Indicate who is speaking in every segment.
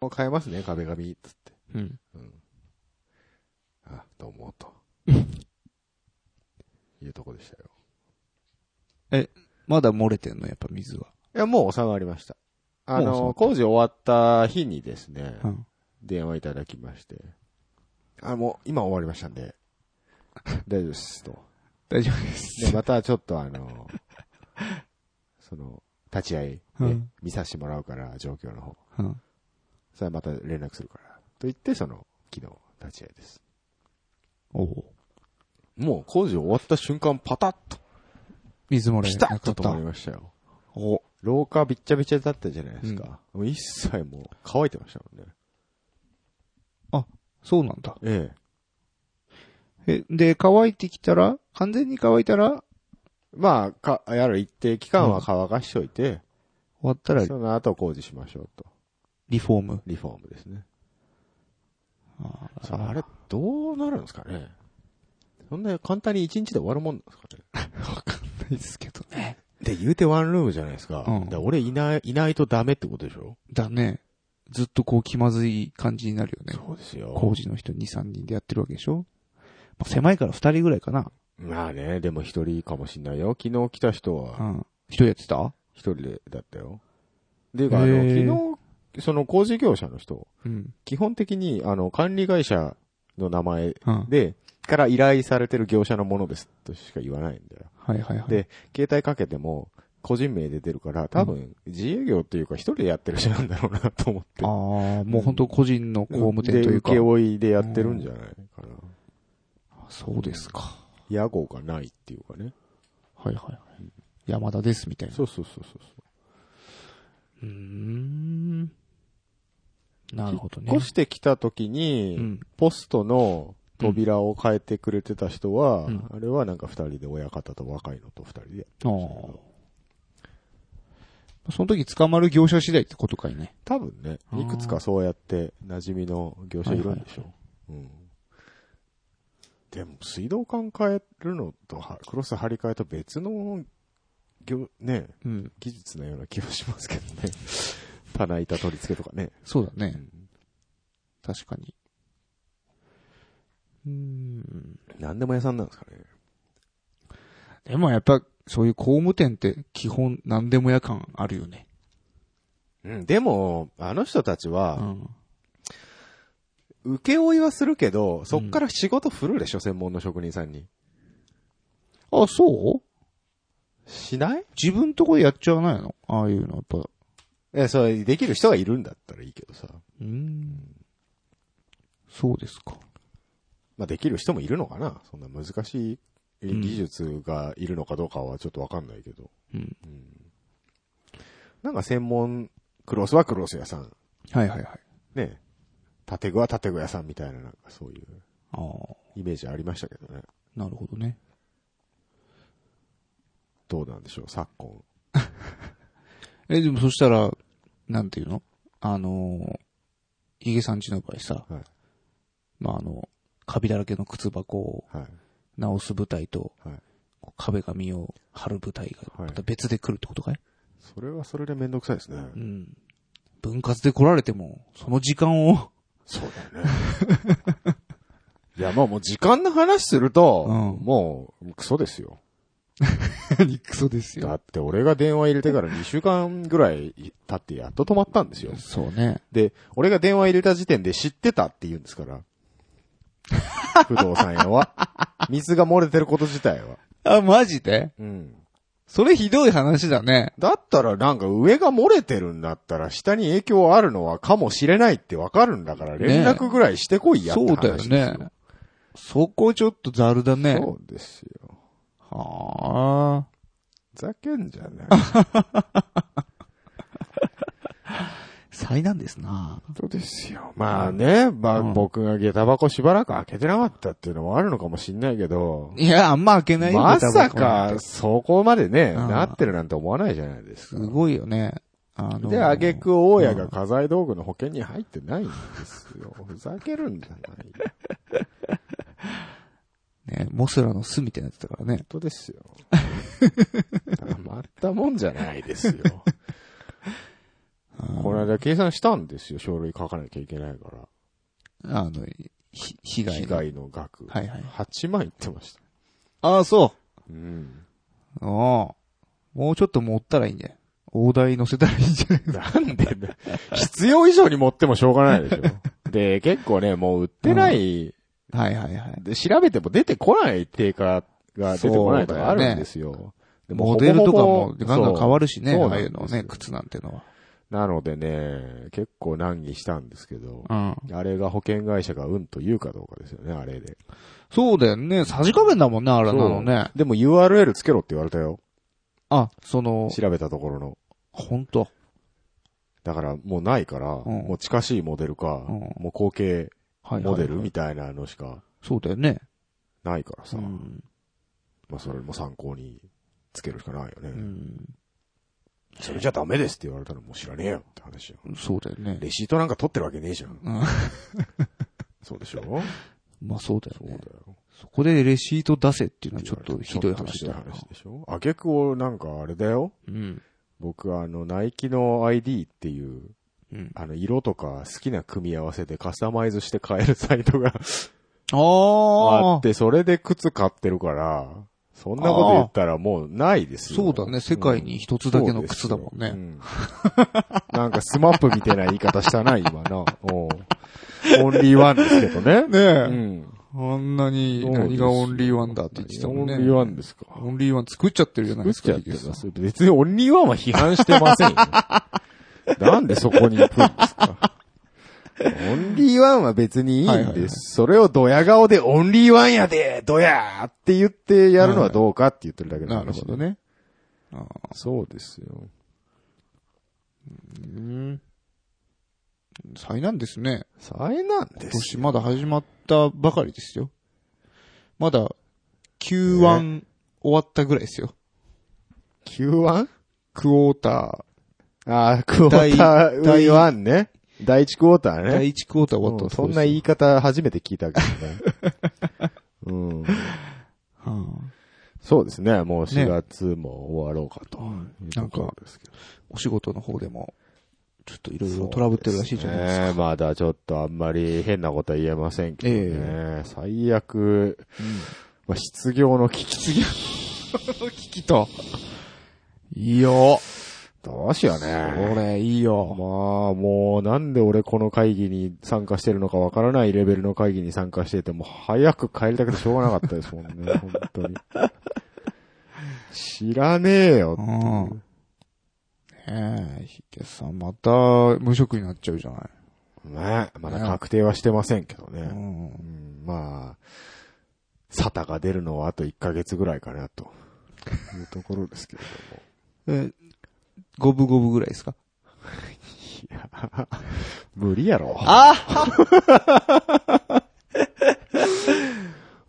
Speaker 1: こ変えますね、壁紙、つって。
Speaker 2: うん。
Speaker 1: うん。あ、どうも、 と。いうとこでしたよ。
Speaker 2: まだ漏れてんの、やっぱ水は。
Speaker 1: いや、もう収まりました。あ
Speaker 2: もう収ま
Speaker 1: の、
Speaker 2: った
Speaker 1: 工事終わった日にですね、
Speaker 2: うん。
Speaker 1: 電話いただきまして、あ、もう今終わりましたんで、 大丈夫です、と。
Speaker 2: 大丈夫です。
Speaker 1: で、またちょっとあ の、その、立ち会い、ね
Speaker 2: うん
Speaker 1: 見させてもらうから、状況の方。
Speaker 2: うん。
Speaker 1: それはまた連絡するから。と言って、その、昨日、立ち会いです。
Speaker 2: おお。
Speaker 1: もう工事終わった瞬間、パタッと、
Speaker 2: 水漏れ
Speaker 1: ピタ
Speaker 2: な
Speaker 1: ッ
Speaker 2: か
Speaker 1: と
Speaker 2: った
Speaker 1: 止まりましたよ。
Speaker 2: お
Speaker 1: 廊下びっちゃびちゃだったじゃないですか。もう一切もう乾いてましたもんね。
Speaker 2: そうなんだ。
Speaker 1: ええ。
Speaker 2: え、で、乾いてきたら、完全に乾いたら、終
Speaker 1: まあ、か、やる一定期間は乾かしといて、
Speaker 2: わったら
Speaker 1: その後工事しましょうと。
Speaker 2: リフォーム。
Speaker 1: リフォームですね。
Speaker 2: あ
Speaker 1: さああれ、どうなるんですかねそんな簡単に一日で終わるもんなんですかね
Speaker 2: わかんないですけどね。
Speaker 1: で、言うてワンルームじゃないですか。
Speaker 2: うん
Speaker 1: だから俺いない、いないとダメってことでしょ
Speaker 2: だね。ずっとこう気まずい感じになるよね。
Speaker 1: そうですよ。
Speaker 2: 工事の人2、3人でやってるわけでしょまあ、狭いから2人ぐらいかな。
Speaker 1: まあね、でも一人かもしんないよ。昨日来た人
Speaker 2: う
Speaker 1: は
Speaker 2: ん。一人やってた
Speaker 1: 一人でだったよ。で、あ
Speaker 2: へー
Speaker 1: の、昨日、その工事業者の人、
Speaker 2: うん。
Speaker 1: 基本的に、あの、管理会社の名前
Speaker 2: うん。
Speaker 1: で、から依頼されてる業者のものですとしか言わないんだよ。
Speaker 2: はいはいはい。
Speaker 1: で携帯かけても、個人名で出るから、多分、自営業っていうか一人でやってる人なんだろうなと思って。
Speaker 2: ああ、もう本当個人の工務店というか
Speaker 1: で、請。負いでやってるんじゃないかな。
Speaker 2: そうですか。
Speaker 1: 野号がないっていうかね。
Speaker 2: はいはいはい。山田ですみたいな。
Speaker 1: そうそうそうそう
Speaker 2: うーん。なるほど
Speaker 1: そう。
Speaker 2: ね。
Speaker 1: 越してきた時
Speaker 2: う
Speaker 1: に、
Speaker 2: ん。
Speaker 1: ポストの扉を変えてくれてた人は、
Speaker 2: うん
Speaker 1: あれはなんか二人で親方と若いのと二人で。
Speaker 2: ああ。その時捕まる業者次第ってことかいね。
Speaker 1: 多分ね、
Speaker 2: あー
Speaker 1: いくつかそうやって馴染みの業者いるんでしょう。うん。でも、水道管変えるのとは、クロス張り替えと別の、業、ね、
Speaker 2: うん。
Speaker 1: 技術のような気がしますけどね。 棚板取り付けとかね。
Speaker 2: そうだ
Speaker 1: う
Speaker 2: ね。
Speaker 1: ん
Speaker 2: 確かに。うーん。
Speaker 1: 何でも屋さんなんですかね。
Speaker 2: でもやっぱ、そういう工務店って基本何でも屋感あるよね。
Speaker 1: うん、でも、あの人たち
Speaker 2: う
Speaker 1: は、
Speaker 2: ん。
Speaker 1: 請負いはするけど、そっから仕事振るでしょ、専門の職人さんに。
Speaker 2: あ、そう
Speaker 1: しない
Speaker 2: 自分とこでやっちゃわないのああいうの、やっぱ。う
Speaker 1: え、それ、できる人がいるんだったらいいけどさ。
Speaker 2: ーん。そうですか。
Speaker 1: まあ、できる人もいるのかなそんな難しい技術がいるのかどうかはちょっとわかんないけど。
Speaker 2: うん。
Speaker 1: なんか専門、クロスはクロス屋さん。
Speaker 2: はいはいはい。
Speaker 1: ね。建具は建具屋さんみたいな、なんかそういう
Speaker 2: ああ。
Speaker 1: イメージありましたけどね。
Speaker 2: なるほどね。
Speaker 1: どうなんでしょう、昨今。
Speaker 2: え、でもそしたら、なんていうのあのー、ヒゲさんちの場合さ、
Speaker 1: はい
Speaker 2: まああの、カビだらけの靴箱を
Speaker 1: はい。
Speaker 2: 直す舞台と、
Speaker 1: はい。
Speaker 2: こう壁紙を貼る舞台が、
Speaker 1: はい
Speaker 2: また別で来るってことかい、
Speaker 1: それはそれでめんどくさいですね。
Speaker 2: うん。分割で来られても、その時間を、
Speaker 1: そうだよね。いや、まあもう時間の話すると、
Speaker 2: うん
Speaker 1: もう、クソですよ。
Speaker 2: 何クソです
Speaker 1: だ。って俺が電話入れてから2週間ぐらい経ってやっと止まったんですよ。
Speaker 2: そうね。
Speaker 1: で、俺が電話入れた時点で知ってたって言うんです から。不動産屋は。水が漏れてること自体は。
Speaker 2: あ、マジで
Speaker 1: うん。
Speaker 2: それひどい話だね。
Speaker 1: だったらなんか上が漏れてるんだったら下に影響あるのはかもしれないってわかるんだから連絡ぐらいしてこいやって
Speaker 2: そ
Speaker 1: 話
Speaker 2: うだ
Speaker 1: で
Speaker 2: よ
Speaker 1: すよ。
Speaker 2: ね。そこちょっとざるだね。
Speaker 1: そうですよ。
Speaker 2: はあ。
Speaker 1: ふざけんじゃない。
Speaker 2: 災難ですな
Speaker 1: そうですよ。まあね、まあ、
Speaker 2: うん
Speaker 1: 僕が下駄箱しばらく開けてなかったっていうのもあるのかもしんないけど、
Speaker 2: いや、あんま開けないよ
Speaker 1: ま
Speaker 2: 下駄
Speaker 1: さ
Speaker 2: 箱なん
Speaker 1: か
Speaker 2: て
Speaker 1: そこまでね、
Speaker 2: うん
Speaker 1: なってるなんて思わないじゃないです
Speaker 2: す
Speaker 1: か。
Speaker 2: ごいよね。あのー
Speaker 1: で、あげく大家が家財道具の保険に入ってないんです よ。ふざけるんじゃないよ。本
Speaker 2: ね、モスラの巣みたいなやつだからね。
Speaker 1: 当です よ。たまったもんじゃないですよ。
Speaker 2: うん
Speaker 1: この間計算したんですよ、書類書かなきゃいけないから。
Speaker 2: あの、ひ被害。
Speaker 1: 被。害の額。
Speaker 2: はいはい。
Speaker 1: 8万いってました。
Speaker 2: ああ、そ
Speaker 1: うん。
Speaker 2: う。ああ。もうちょっと持ったらいいんじゃない大台乗せたらいいんじゃない
Speaker 1: なんでだ必要以上に持ってもしょうがないでし ょ。で、結構ね、もう売ってない、
Speaker 2: はいはいはい。
Speaker 1: で、調べても出てこない定価が出てこないとかあるんですよ。で
Speaker 2: モデルとかもガンガン変わ
Speaker 1: る。
Speaker 2: るしね、
Speaker 1: そう
Speaker 2: ああいうの
Speaker 1: そうなんです
Speaker 2: ね、
Speaker 1: よ
Speaker 2: 靴なんてのは。
Speaker 1: そうなのでね、結構難儀したんですけど、
Speaker 2: うん。
Speaker 1: あれが保険会社がうんと言うかどうかですよね、あれで。
Speaker 2: そうだよね。さじ加減だもんね、あれなのね。
Speaker 1: でも URL つけろって言われたよ。
Speaker 2: あ、その、
Speaker 1: 調べたところの。
Speaker 2: ほんと。
Speaker 1: だからもうないから、
Speaker 2: ん
Speaker 1: もう近しいモデルか、
Speaker 2: うん
Speaker 1: もう後継
Speaker 2: はいはいはい
Speaker 1: モデルみたいなのしか
Speaker 2: そうだよね。
Speaker 1: ないから
Speaker 2: う
Speaker 1: さ、
Speaker 2: ん。
Speaker 1: まあそれも参考につけるしかないよね。
Speaker 2: うん。
Speaker 1: それじゃダメですって言われたらもう知らねえよって話よ。
Speaker 2: そうだよね。
Speaker 1: レシートなんか取ってるわけねえじゃん。
Speaker 2: うん
Speaker 1: そうでしょそう
Speaker 2: まあそうだよ
Speaker 1: だ
Speaker 2: ね
Speaker 1: よ。。
Speaker 2: そこでレシート出せっていうのはちょっとひどい話だよ
Speaker 1: ちょっ
Speaker 2: な
Speaker 1: とひどい話でしょあげくをなんかあれだよ。
Speaker 2: うん。
Speaker 1: 僕はあの、ナイキの ID っていう、
Speaker 2: うん。
Speaker 1: あの、色とか好きな組み合わせでカスタマイズして買えるサイトがあ
Speaker 2: あ
Speaker 1: っ
Speaker 2: あ。
Speaker 1: て、それで靴買ってるから、そんなこと言ったらもうないですよ。
Speaker 2: そうだね。世界に一つだけの靴だも
Speaker 1: う
Speaker 2: んね。
Speaker 1: んなんかスマップみたいな言い方したな、今な。おうオンリーワンですけどね。う
Speaker 2: ねえ。
Speaker 1: ん。
Speaker 2: あんなに、
Speaker 1: そうですよ
Speaker 2: 何がオンリーワンだって言ってたもんね。
Speaker 1: オンリーワンですか。
Speaker 2: オンリーワン作っちゃってるじゃない
Speaker 1: 作
Speaker 2: で
Speaker 1: っち
Speaker 2: すか。
Speaker 1: ゃってま
Speaker 2: ヒゲさ
Speaker 1: す。別にオンリーワンは批判してませんよ。 なんでそこに行くんですか。オンリーワンは別にいいんです。
Speaker 2: はいはいはい
Speaker 1: それをドヤ顔でオンリーワンやでドヤーって言ってやるのはどうかって言ってるだけ
Speaker 2: ん
Speaker 1: の
Speaker 2: な
Speaker 1: 話
Speaker 2: るほど。ね。ああ
Speaker 1: そうですよ。
Speaker 2: うん。災難ですね。
Speaker 1: 災難で
Speaker 2: 今
Speaker 1: す
Speaker 2: 年
Speaker 1: よ。
Speaker 2: まだ始まったばかりですよ。まだ、Q1、終わったぐらいですよ。
Speaker 1: Q1?
Speaker 2: クォータ
Speaker 1: ああ、クォーター、
Speaker 2: 第
Speaker 1: 第1ね。第1クォーター
Speaker 2: ー、
Speaker 1: ね。
Speaker 2: 第1クォーター終わ
Speaker 1: う
Speaker 2: った
Speaker 1: ん
Speaker 2: とこ
Speaker 1: そん
Speaker 2: です
Speaker 1: な言い方初めて聞いたけど ね。うん、
Speaker 2: はあ
Speaker 1: そうですね。もう
Speaker 2: ね
Speaker 1: 4月も終わろうかと。
Speaker 2: うん
Speaker 1: いうところですけど
Speaker 2: お仕事の方でも、ちょっといろいろトラブってるらしいじゃないですか。
Speaker 1: ねえまだちょっとあんまり変なことは言えませんけどね。最悪、まあ、失業の危機。
Speaker 2: 聞きと。いいよ。
Speaker 1: どうしようね。
Speaker 2: 俺、いいよ
Speaker 1: まあ、。もう、なんで俺この会議に参加してるのかわからないレベルの会議に参加してて、もう早く帰りたくてしょうがなかったですもん ね、本当に。知らねえよっていう。
Speaker 2: ねえ、ヒゲさん、また無職になっちゃうじゃな
Speaker 1: ね
Speaker 2: い。
Speaker 1: まだ確定はしてませんけど
Speaker 2: う。
Speaker 1: ね。うんん、まあ、サタが出るのはあと1ヶ月ぐらいかな、というところですけれども。
Speaker 2: え、五分五分ぐらいですか
Speaker 1: いや、 無理やろ。
Speaker 2: あ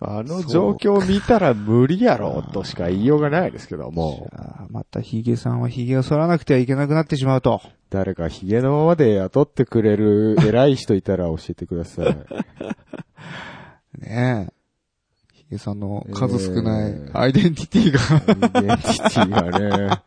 Speaker 1: あの状況見たら無理やろ、としか言いようがないですけども。
Speaker 2: あまたヒゲさんはヒゲを剃らなくてはいけなくなってしまうと。
Speaker 1: 誰かヒゲのままで雇ってくれる 偉い人いたら教えてください。
Speaker 2: ねえ。ヒゲさんの数少な
Speaker 1: え
Speaker 2: い
Speaker 1: ー
Speaker 2: アイデンティティが、
Speaker 1: アイデンティティがね。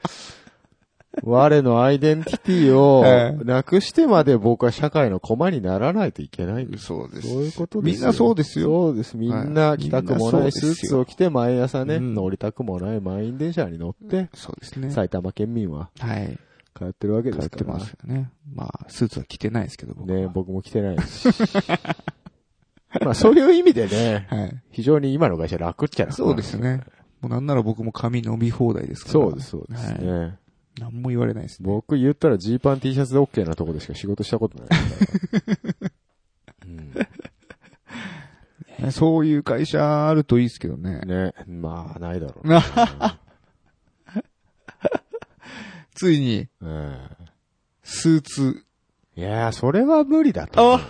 Speaker 1: 我のアイデンティティ
Speaker 2: え
Speaker 1: をなくしてまで僕は社会の駒にならないといけないんです。
Speaker 2: そうで
Speaker 1: そういうことです
Speaker 2: みんなそうですよ。
Speaker 1: そうです。みんな着たくもな
Speaker 2: はい
Speaker 1: い
Speaker 2: みん
Speaker 1: スー
Speaker 2: なそうですよ
Speaker 1: ツを着て毎朝ね、
Speaker 2: うん
Speaker 1: 乗りたくもない満員電車に乗って、
Speaker 2: そうですね。
Speaker 1: 埼玉県民は
Speaker 2: はい。
Speaker 1: 通ってるわけで
Speaker 2: 買っ
Speaker 1: すか
Speaker 2: て
Speaker 1: ら
Speaker 2: ま。すよね。まあ、スーツは着てないですけど、僕は。
Speaker 1: ね、僕も着てないですし。 まあそういう意味でね、
Speaker 2: はい。
Speaker 1: 非常に今の会社楽っちゃ楽。
Speaker 2: そうです。ね。もうなんなら僕も髪伸び放題ですから。
Speaker 1: そうです、そうですね。
Speaker 2: 何も言われないですね。
Speaker 1: 僕言ったらジーパン T シャツで OK なとこでしか仕事した ことないから。
Speaker 2: そういう会社あるといいですけどね
Speaker 1: うん、。ね。まあ、ないだろう、
Speaker 2: なついに、
Speaker 1: うん
Speaker 2: スーツ。
Speaker 1: いやー、それは無理だと思う。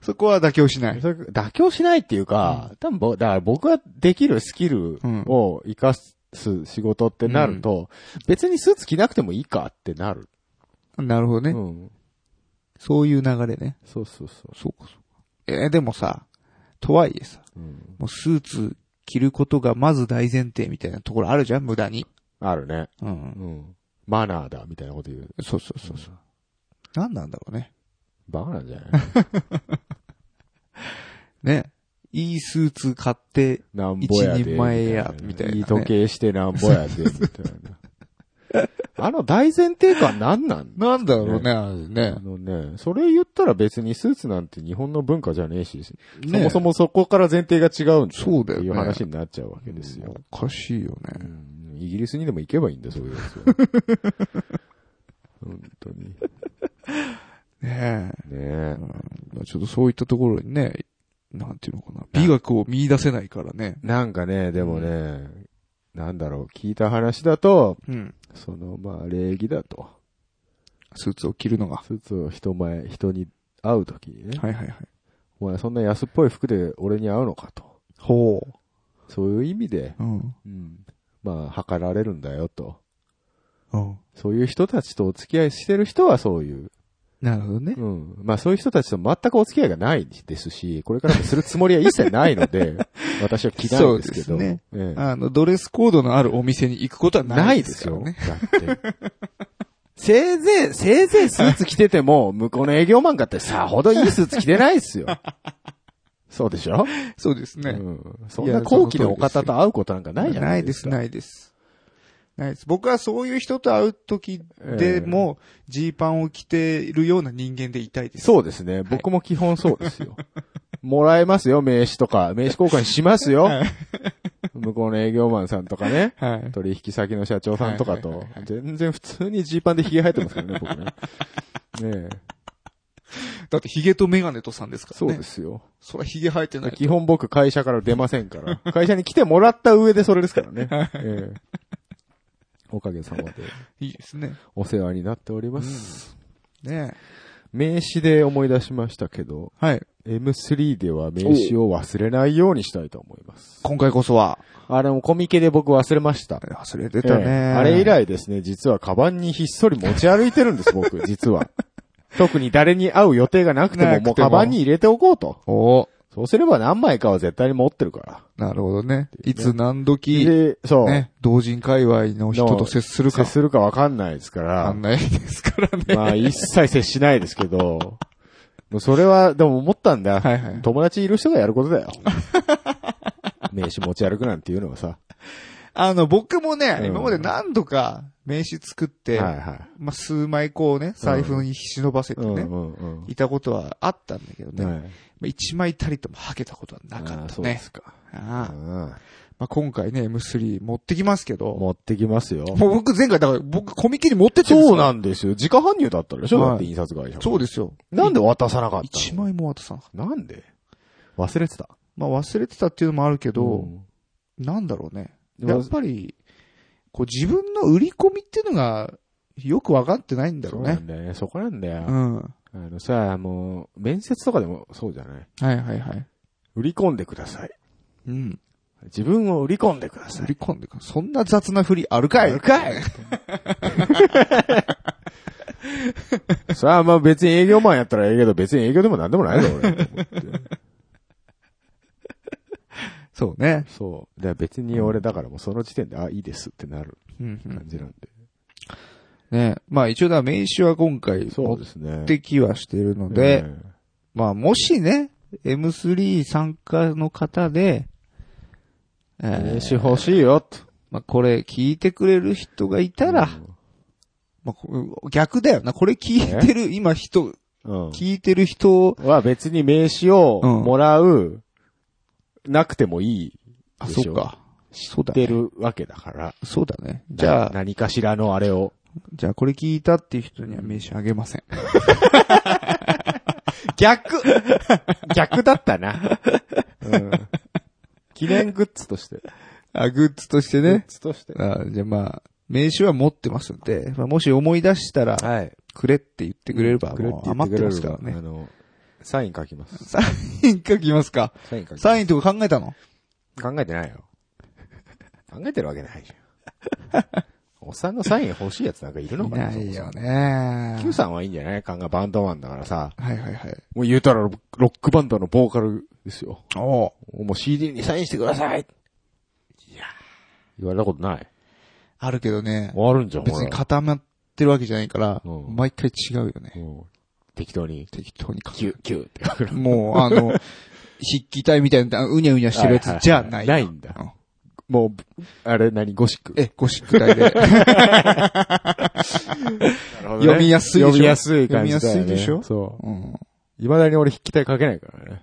Speaker 2: そこは妥協しない。
Speaker 1: それ妥協しないっていうか、多分ぼ、だから僕ができるスキルを活かす仕事ってなると、別にスーツ着なくてもいいかってなる。
Speaker 2: なるほどね。
Speaker 1: うん。
Speaker 2: そういう流れね。
Speaker 1: そうそうそ
Speaker 2: そうか、そうか。えーでもさ、とはいえさ、
Speaker 1: う。うん
Speaker 2: もうスーツ着ることがまず大前提みたいなところあるじゃん無駄に。
Speaker 1: あるね。
Speaker 2: うん。
Speaker 1: うん。マナーだ、みたいなこと言う。
Speaker 2: そうそうそうそう。何なんだろうね。
Speaker 1: バカなんじゃ ない
Speaker 2: ね。いいスーツ買って、
Speaker 1: なんぼやで。
Speaker 2: 一人前やみたいなね
Speaker 1: いい時計してなんぼやで、みたいな。 あの大前提感何なん
Speaker 2: なんだろうね、あれ
Speaker 1: あ
Speaker 2: ね。
Speaker 1: のね、それ言ったら別にスーツなんて日本の文化じゃねえし、
Speaker 2: ね
Speaker 1: そもそもそこから前提が違うん
Speaker 2: そうだ
Speaker 1: って
Speaker 2: よね。
Speaker 1: いう話になっちゃうわけですよ。
Speaker 2: おかしいよね。
Speaker 1: うんイギリスにでも行けばいいんだ、そういうやつは。 本当に。ね
Speaker 2: ねえ。
Speaker 1: え。
Speaker 2: うんちょっとそういったところにね、なんていうのかな。美学を見出せないからね。
Speaker 1: なんかね、でもね、なんだろう、聞いた話だと、
Speaker 2: うん。
Speaker 1: その、まあ、礼儀だと。
Speaker 2: スーツを着るのが。は
Speaker 1: スーツを人前、人に会うときにね、
Speaker 2: いはいはい。
Speaker 1: お前そんな安っぽい服で俺に会うのかと。
Speaker 2: ほ
Speaker 1: そういう意味で、
Speaker 2: う。うん。
Speaker 1: うんまあ、測られるんだよと。
Speaker 2: うん。
Speaker 1: そういう人たちとお付き合いしてる人はそういう。
Speaker 2: なるほどね。
Speaker 1: うん。まあそういう人たちと全くお付き合いがないですし、これからもするつもりは一切ないの で、私は着ないんですけ
Speaker 2: そ
Speaker 1: ど。
Speaker 2: うですね
Speaker 1: ええ
Speaker 2: あの、ドレスコードのあるお店に行くことは
Speaker 1: な
Speaker 2: ない
Speaker 1: い
Speaker 2: で
Speaker 1: ですす
Speaker 2: から
Speaker 1: よ。だ
Speaker 2: ね。
Speaker 1: って。 せいぜい、せいぜいスーツ着てても、向こうの営業マンかってさほどいいスーツ着てない ですよ。そうでしょ、
Speaker 2: そうです
Speaker 1: う
Speaker 2: ね。
Speaker 1: ん。そんな高貴なお方と会うことなんかないじゃないですか。。
Speaker 2: ないいです、ないです。ないです。僕はそういう人と会う時でも、ジーパンを着ているような人間でいたいです。
Speaker 1: そうですね。僕も基本そうですよ。もらえますよ、名刺とか。名刺交換しますよ。向こうの営業マンさんとかね。
Speaker 2: はい。
Speaker 1: 取引先の社長さんとか
Speaker 2: はいは
Speaker 1: と
Speaker 2: いはいは、い
Speaker 1: 全然普通にジーパンで髭生えてますからね、僕ね。 ねえ。
Speaker 2: だって、ヒゲとメガネとさんですから
Speaker 1: そ
Speaker 2: ね。
Speaker 1: うで。すよ。
Speaker 2: そらヒゲ生えてない。
Speaker 1: 基本僕会社から出ませんから。会社に来てもらった上でそれですからね。ええ。おかげさまで
Speaker 2: いいですね。
Speaker 1: お世話になっております。
Speaker 2: ね
Speaker 1: 名刺で思い出しましたけど、
Speaker 2: はい。
Speaker 1: M3 では名刺を忘れないようにしたいと思います。
Speaker 2: 今回こそは。
Speaker 1: あれもコミケで僕忘れました。
Speaker 2: 忘れてたね、
Speaker 1: ええあれ以。来ですね、実はカバンにひっそり持ち歩いてるんです、 僕、実は。特に誰に会う予定がなくても、
Speaker 2: なくて
Speaker 1: も
Speaker 2: も
Speaker 1: うカバンに入れておこうと。
Speaker 2: お
Speaker 1: そうすれば何枚かは絶対に持ってるから。
Speaker 2: なるほどね。いつ何時、
Speaker 1: で、そう。
Speaker 2: ね、同人界隈の人と接する
Speaker 1: 接
Speaker 2: か、
Speaker 1: するかわかんないですか
Speaker 2: わからん、ないですからね。
Speaker 1: まあ一切接しないですけど、もうそれは、でも思ったんだ。
Speaker 2: はいはい
Speaker 1: 友達いる人がやること だよ。名刺持ち歩くなんていうのはさ。
Speaker 2: あの、僕もね、
Speaker 1: うん
Speaker 2: 今まで何度か名刺作って、
Speaker 1: はいはい。
Speaker 2: まあ、数枚こうね、財布に忍ばせてね、
Speaker 1: うんうんうん。
Speaker 2: いたことはあったんだけどね、
Speaker 1: はい
Speaker 2: まあ、1枚たりともはけたことはな
Speaker 1: あ
Speaker 2: か
Speaker 1: ー
Speaker 2: った
Speaker 1: そうで
Speaker 2: ね。
Speaker 1: すか。
Speaker 2: ああ
Speaker 1: うん
Speaker 2: まあ、今回ね、M3 持ってきますけど、
Speaker 1: 持ってきますよ。
Speaker 2: もう僕前回だから僕コミケに持ってってるんです
Speaker 1: そ
Speaker 2: よ
Speaker 1: うなんですよ。自家搬入だったでしょ、
Speaker 2: はい
Speaker 1: だって印刷会社。
Speaker 2: そうですよ。
Speaker 1: なんで渡さなかった
Speaker 2: 1
Speaker 1: の
Speaker 2: 枚も渡さなかっ
Speaker 1: なんで忘れてた。
Speaker 2: た。まあ、忘れてたっていうのもあるけど、
Speaker 1: うん
Speaker 2: なんだろうね。
Speaker 1: で
Speaker 2: や
Speaker 1: も
Speaker 2: っぱり、こう自分の売り込みっていうのがよく分かってないんだ
Speaker 1: そ
Speaker 2: ろ
Speaker 1: う
Speaker 2: う
Speaker 1: な
Speaker 2: ね。
Speaker 1: んだよね。そこなんだ
Speaker 2: う
Speaker 1: よ。
Speaker 2: ん。は
Speaker 1: あのさ、もう、面接とかでもそうじゃない
Speaker 2: いはいはい。
Speaker 1: 売り込んでください。
Speaker 2: うん。
Speaker 1: 自分を売り込んでくださ
Speaker 2: 売
Speaker 1: い。
Speaker 2: り込んでくるそんな雑な振りあるかい
Speaker 1: あるかい さあ、まあ別に営業マンやったらええけど、別に営業でもなんでもないだろ、俺。と思って
Speaker 2: そうね。
Speaker 1: そう。で別に俺だからもうその時点で、あ、いいですってなる
Speaker 2: うん、う
Speaker 1: 感
Speaker 2: ん。
Speaker 1: じなんで。
Speaker 2: ねまあ一応だ、名刺は今回
Speaker 1: そ
Speaker 2: 持
Speaker 1: うですね
Speaker 2: っ。てきはしてるの
Speaker 1: え
Speaker 2: で、
Speaker 1: え
Speaker 2: まあもしね、M3 参加の方で、えー
Speaker 1: 名刺欲しいよ、と。
Speaker 2: まあこれ聞いてくれる人がいたら、まあこ逆だよな。これ聞いてる、今人、
Speaker 1: うん、
Speaker 2: 聞いてる人、
Speaker 1: は別に名刺を
Speaker 2: うん
Speaker 1: もらう、なくてもいい。
Speaker 2: あ、
Speaker 1: でし
Speaker 2: そ
Speaker 1: ょ
Speaker 2: うか。そうだ
Speaker 1: 出
Speaker 2: ね。
Speaker 1: るわけだから。
Speaker 2: そうだね。じゃ
Speaker 1: な
Speaker 2: あ、
Speaker 1: 何かしらのあれを。
Speaker 2: じゃあこれ聞いたっていう人には名刺あげません。 逆
Speaker 1: 逆だったな。うん。記念グッズとして。
Speaker 2: あ、グッズとして
Speaker 1: グッ
Speaker 2: ね。
Speaker 1: ズとして。
Speaker 2: あじゃあまあ、名刺は持ってますんで、まあ、もし思い出したら、
Speaker 1: はい。
Speaker 2: くれって言ってくれれば、
Speaker 1: くれって
Speaker 2: もう
Speaker 1: 言ってく
Speaker 2: 余って
Speaker 1: れれば
Speaker 2: ますか
Speaker 1: あ
Speaker 2: らね。
Speaker 1: の、サイン書きます。
Speaker 2: サイン書きますか。
Speaker 1: サイン書きます。
Speaker 2: サインとか考えたの
Speaker 1: 考えてないよ。考えてるわけないじゃん。おっさんのサイン欲しいやつなんかいるの
Speaker 2: い
Speaker 1: かな
Speaker 2: ないよ。ね。
Speaker 1: Q さんはいいんじゃない考えバンドマンだからさ。
Speaker 2: はいはいはい。
Speaker 1: もう言うたらロロックバンドのボーカルですよ。
Speaker 2: おう
Speaker 1: もう CD にサインしてくださいいや言われたことない。
Speaker 2: あるけどね、
Speaker 1: あるんじゃん、
Speaker 2: 別に
Speaker 1: ほら
Speaker 2: 固まってるわけじゃないから、
Speaker 1: うん
Speaker 2: 毎回違うよね。
Speaker 1: うん適当に、
Speaker 2: 適当に書
Speaker 1: キュー、キューって書く
Speaker 2: く。もう、あ の、筆記体みたいな、うにゃうにゃしてるやつじゃない。
Speaker 1: ないんだ。もう、あれ何、ゴシック。
Speaker 2: え、ゴシック体 で。読みやすいでしょ
Speaker 1: 読みやすい感じだよね。
Speaker 2: 読みやすいでしょ
Speaker 1: そ
Speaker 2: うん
Speaker 1: う。未だに俺筆記体書けないからね。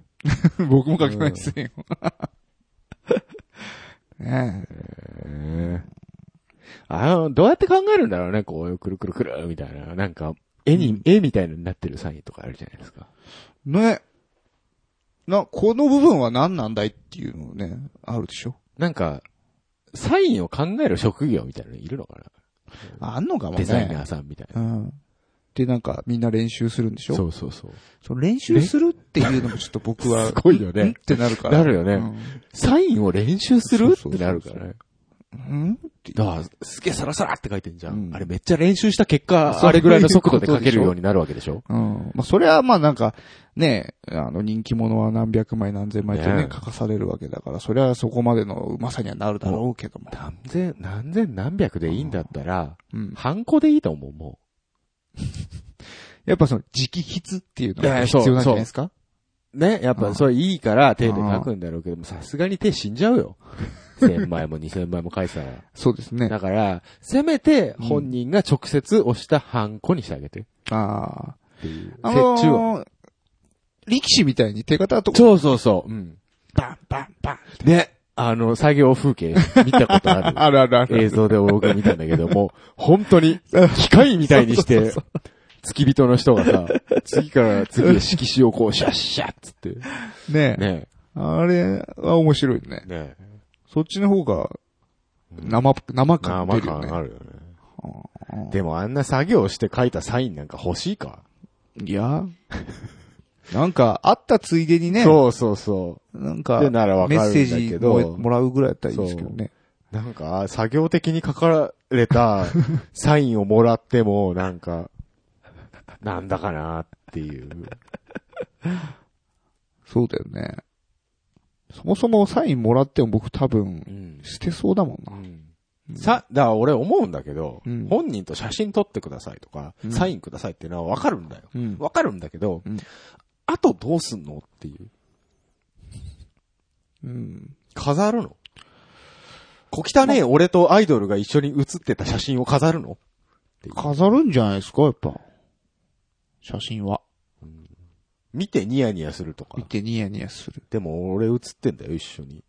Speaker 2: 僕も書けないですよ。 ねえ
Speaker 1: ねあの、どうやって考えるんだろうね、こう、くるくるくる、みたいな。なんか、絵に、絵みたいになってるサインとかあるじゃないですか。
Speaker 2: ねな、この部分は何なんだいっていうのね、あるでしょ
Speaker 1: なんか、サインを考える職業みたいなのいるのか
Speaker 2: あんのかも
Speaker 1: な
Speaker 2: ね。
Speaker 1: デザイナーさんみたいな。
Speaker 2: うん。で、なんか、みんな練習するんでしょ
Speaker 1: そうそうそう。
Speaker 2: その練習するっていうのもちょっと僕 は、
Speaker 1: すごいよ
Speaker 2: んっ
Speaker 1: ね。
Speaker 2: てなるから。
Speaker 1: なるよね
Speaker 2: うん
Speaker 1: サインを練習する
Speaker 2: そ
Speaker 1: っ
Speaker 2: うそうそうそう
Speaker 1: てなるからね。
Speaker 2: うんって
Speaker 1: だから、すげえサラサラって書いてんじゃん。
Speaker 2: うん
Speaker 1: あれめっちゃ練習した結
Speaker 2: そう
Speaker 1: 果、あれぐらいの速度で書けるようになるわけでしょ
Speaker 2: うん。まあ、それはまあなんか、ねあの、人気者は何百枚何千枚とね
Speaker 1: ね、
Speaker 2: 書かされるわけだから、それはそこまでのうまさにはなるだろうけども。
Speaker 1: 何千、何千何百でいいんだったら、
Speaker 2: うん。
Speaker 1: ハンコでいいと思う、も
Speaker 2: やっぱその、直筆っていうの
Speaker 1: い
Speaker 2: が
Speaker 1: や
Speaker 2: 必
Speaker 1: そう
Speaker 2: 要なんじゃないですか
Speaker 1: う。ね、やっ
Speaker 2: うん
Speaker 1: ぱそれいいから手で書くんだろうけども、さすがに手死んじゃうよ。 千枚も二千枚も書いてたら。
Speaker 2: そうですね。
Speaker 1: だから、せめて本人が直接押したハンコにしてあげて。
Speaker 2: あ
Speaker 1: っていう。
Speaker 2: あ。あ
Speaker 1: 折衷案
Speaker 2: のー、力士みたいに手形とか、
Speaker 1: そうそうそう。うん。
Speaker 2: バンバンバン。
Speaker 1: ね、あの、作業風景見たことある。
Speaker 2: あるあるあ る。
Speaker 1: 映像で僕が見たんだけども、本当に、 機械みたいにし
Speaker 2: そう
Speaker 1: て
Speaker 2: そ、
Speaker 1: 付き人の人がさ、 次から次へ色紙をこう、シャッシャッつって。
Speaker 2: ねえ。
Speaker 1: ね
Speaker 2: あれは面白いね
Speaker 1: え。。ね
Speaker 2: そっちの方が、生、生感出るよね。
Speaker 1: るよね。
Speaker 2: うん
Speaker 1: でもあんな作業して書いたサインなんか欲しいか
Speaker 2: いや。なんか、あったついでにね、
Speaker 1: そうそうそ
Speaker 2: なん
Speaker 1: う。
Speaker 2: か
Speaker 1: って、ならわ
Speaker 2: メ
Speaker 1: かる
Speaker 2: ッ
Speaker 1: ん
Speaker 2: セ
Speaker 1: だ
Speaker 2: ージ
Speaker 1: け
Speaker 2: も
Speaker 1: ど、
Speaker 2: もらうぐらいだったらいいですけどね。
Speaker 1: なんか、作業的に書かれ たサインをもらっても、なんか、なんだかなっていう。
Speaker 2: そうだよね。そもそもサインもらっても僕多分、捨てそうだもんな。
Speaker 1: さ、だから俺思うんだけど、
Speaker 2: うん
Speaker 1: 本人と写真撮ってくださいとか、
Speaker 2: うん
Speaker 1: サインくださいっていうのはわかるんだよ。
Speaker 2: うん
Speaker 1: わかるんだけど、
Speaker 2: うん
Speaker 1: あとどうすんのっていう。
Speaker 2: うん。
Speaker 1: 飾るの小汚ねえ俺とアイドルが一緒に写ってた写真を飾るのっていう
Speaker 2: 飾るんじゃないですか、やっぱ。写真は。
Speaker 1: 見てニヤニヤするとか
Speaker 2: 見。てニヤニヤする。
Speaker 1: でも俺写ってんだよ、一緒に。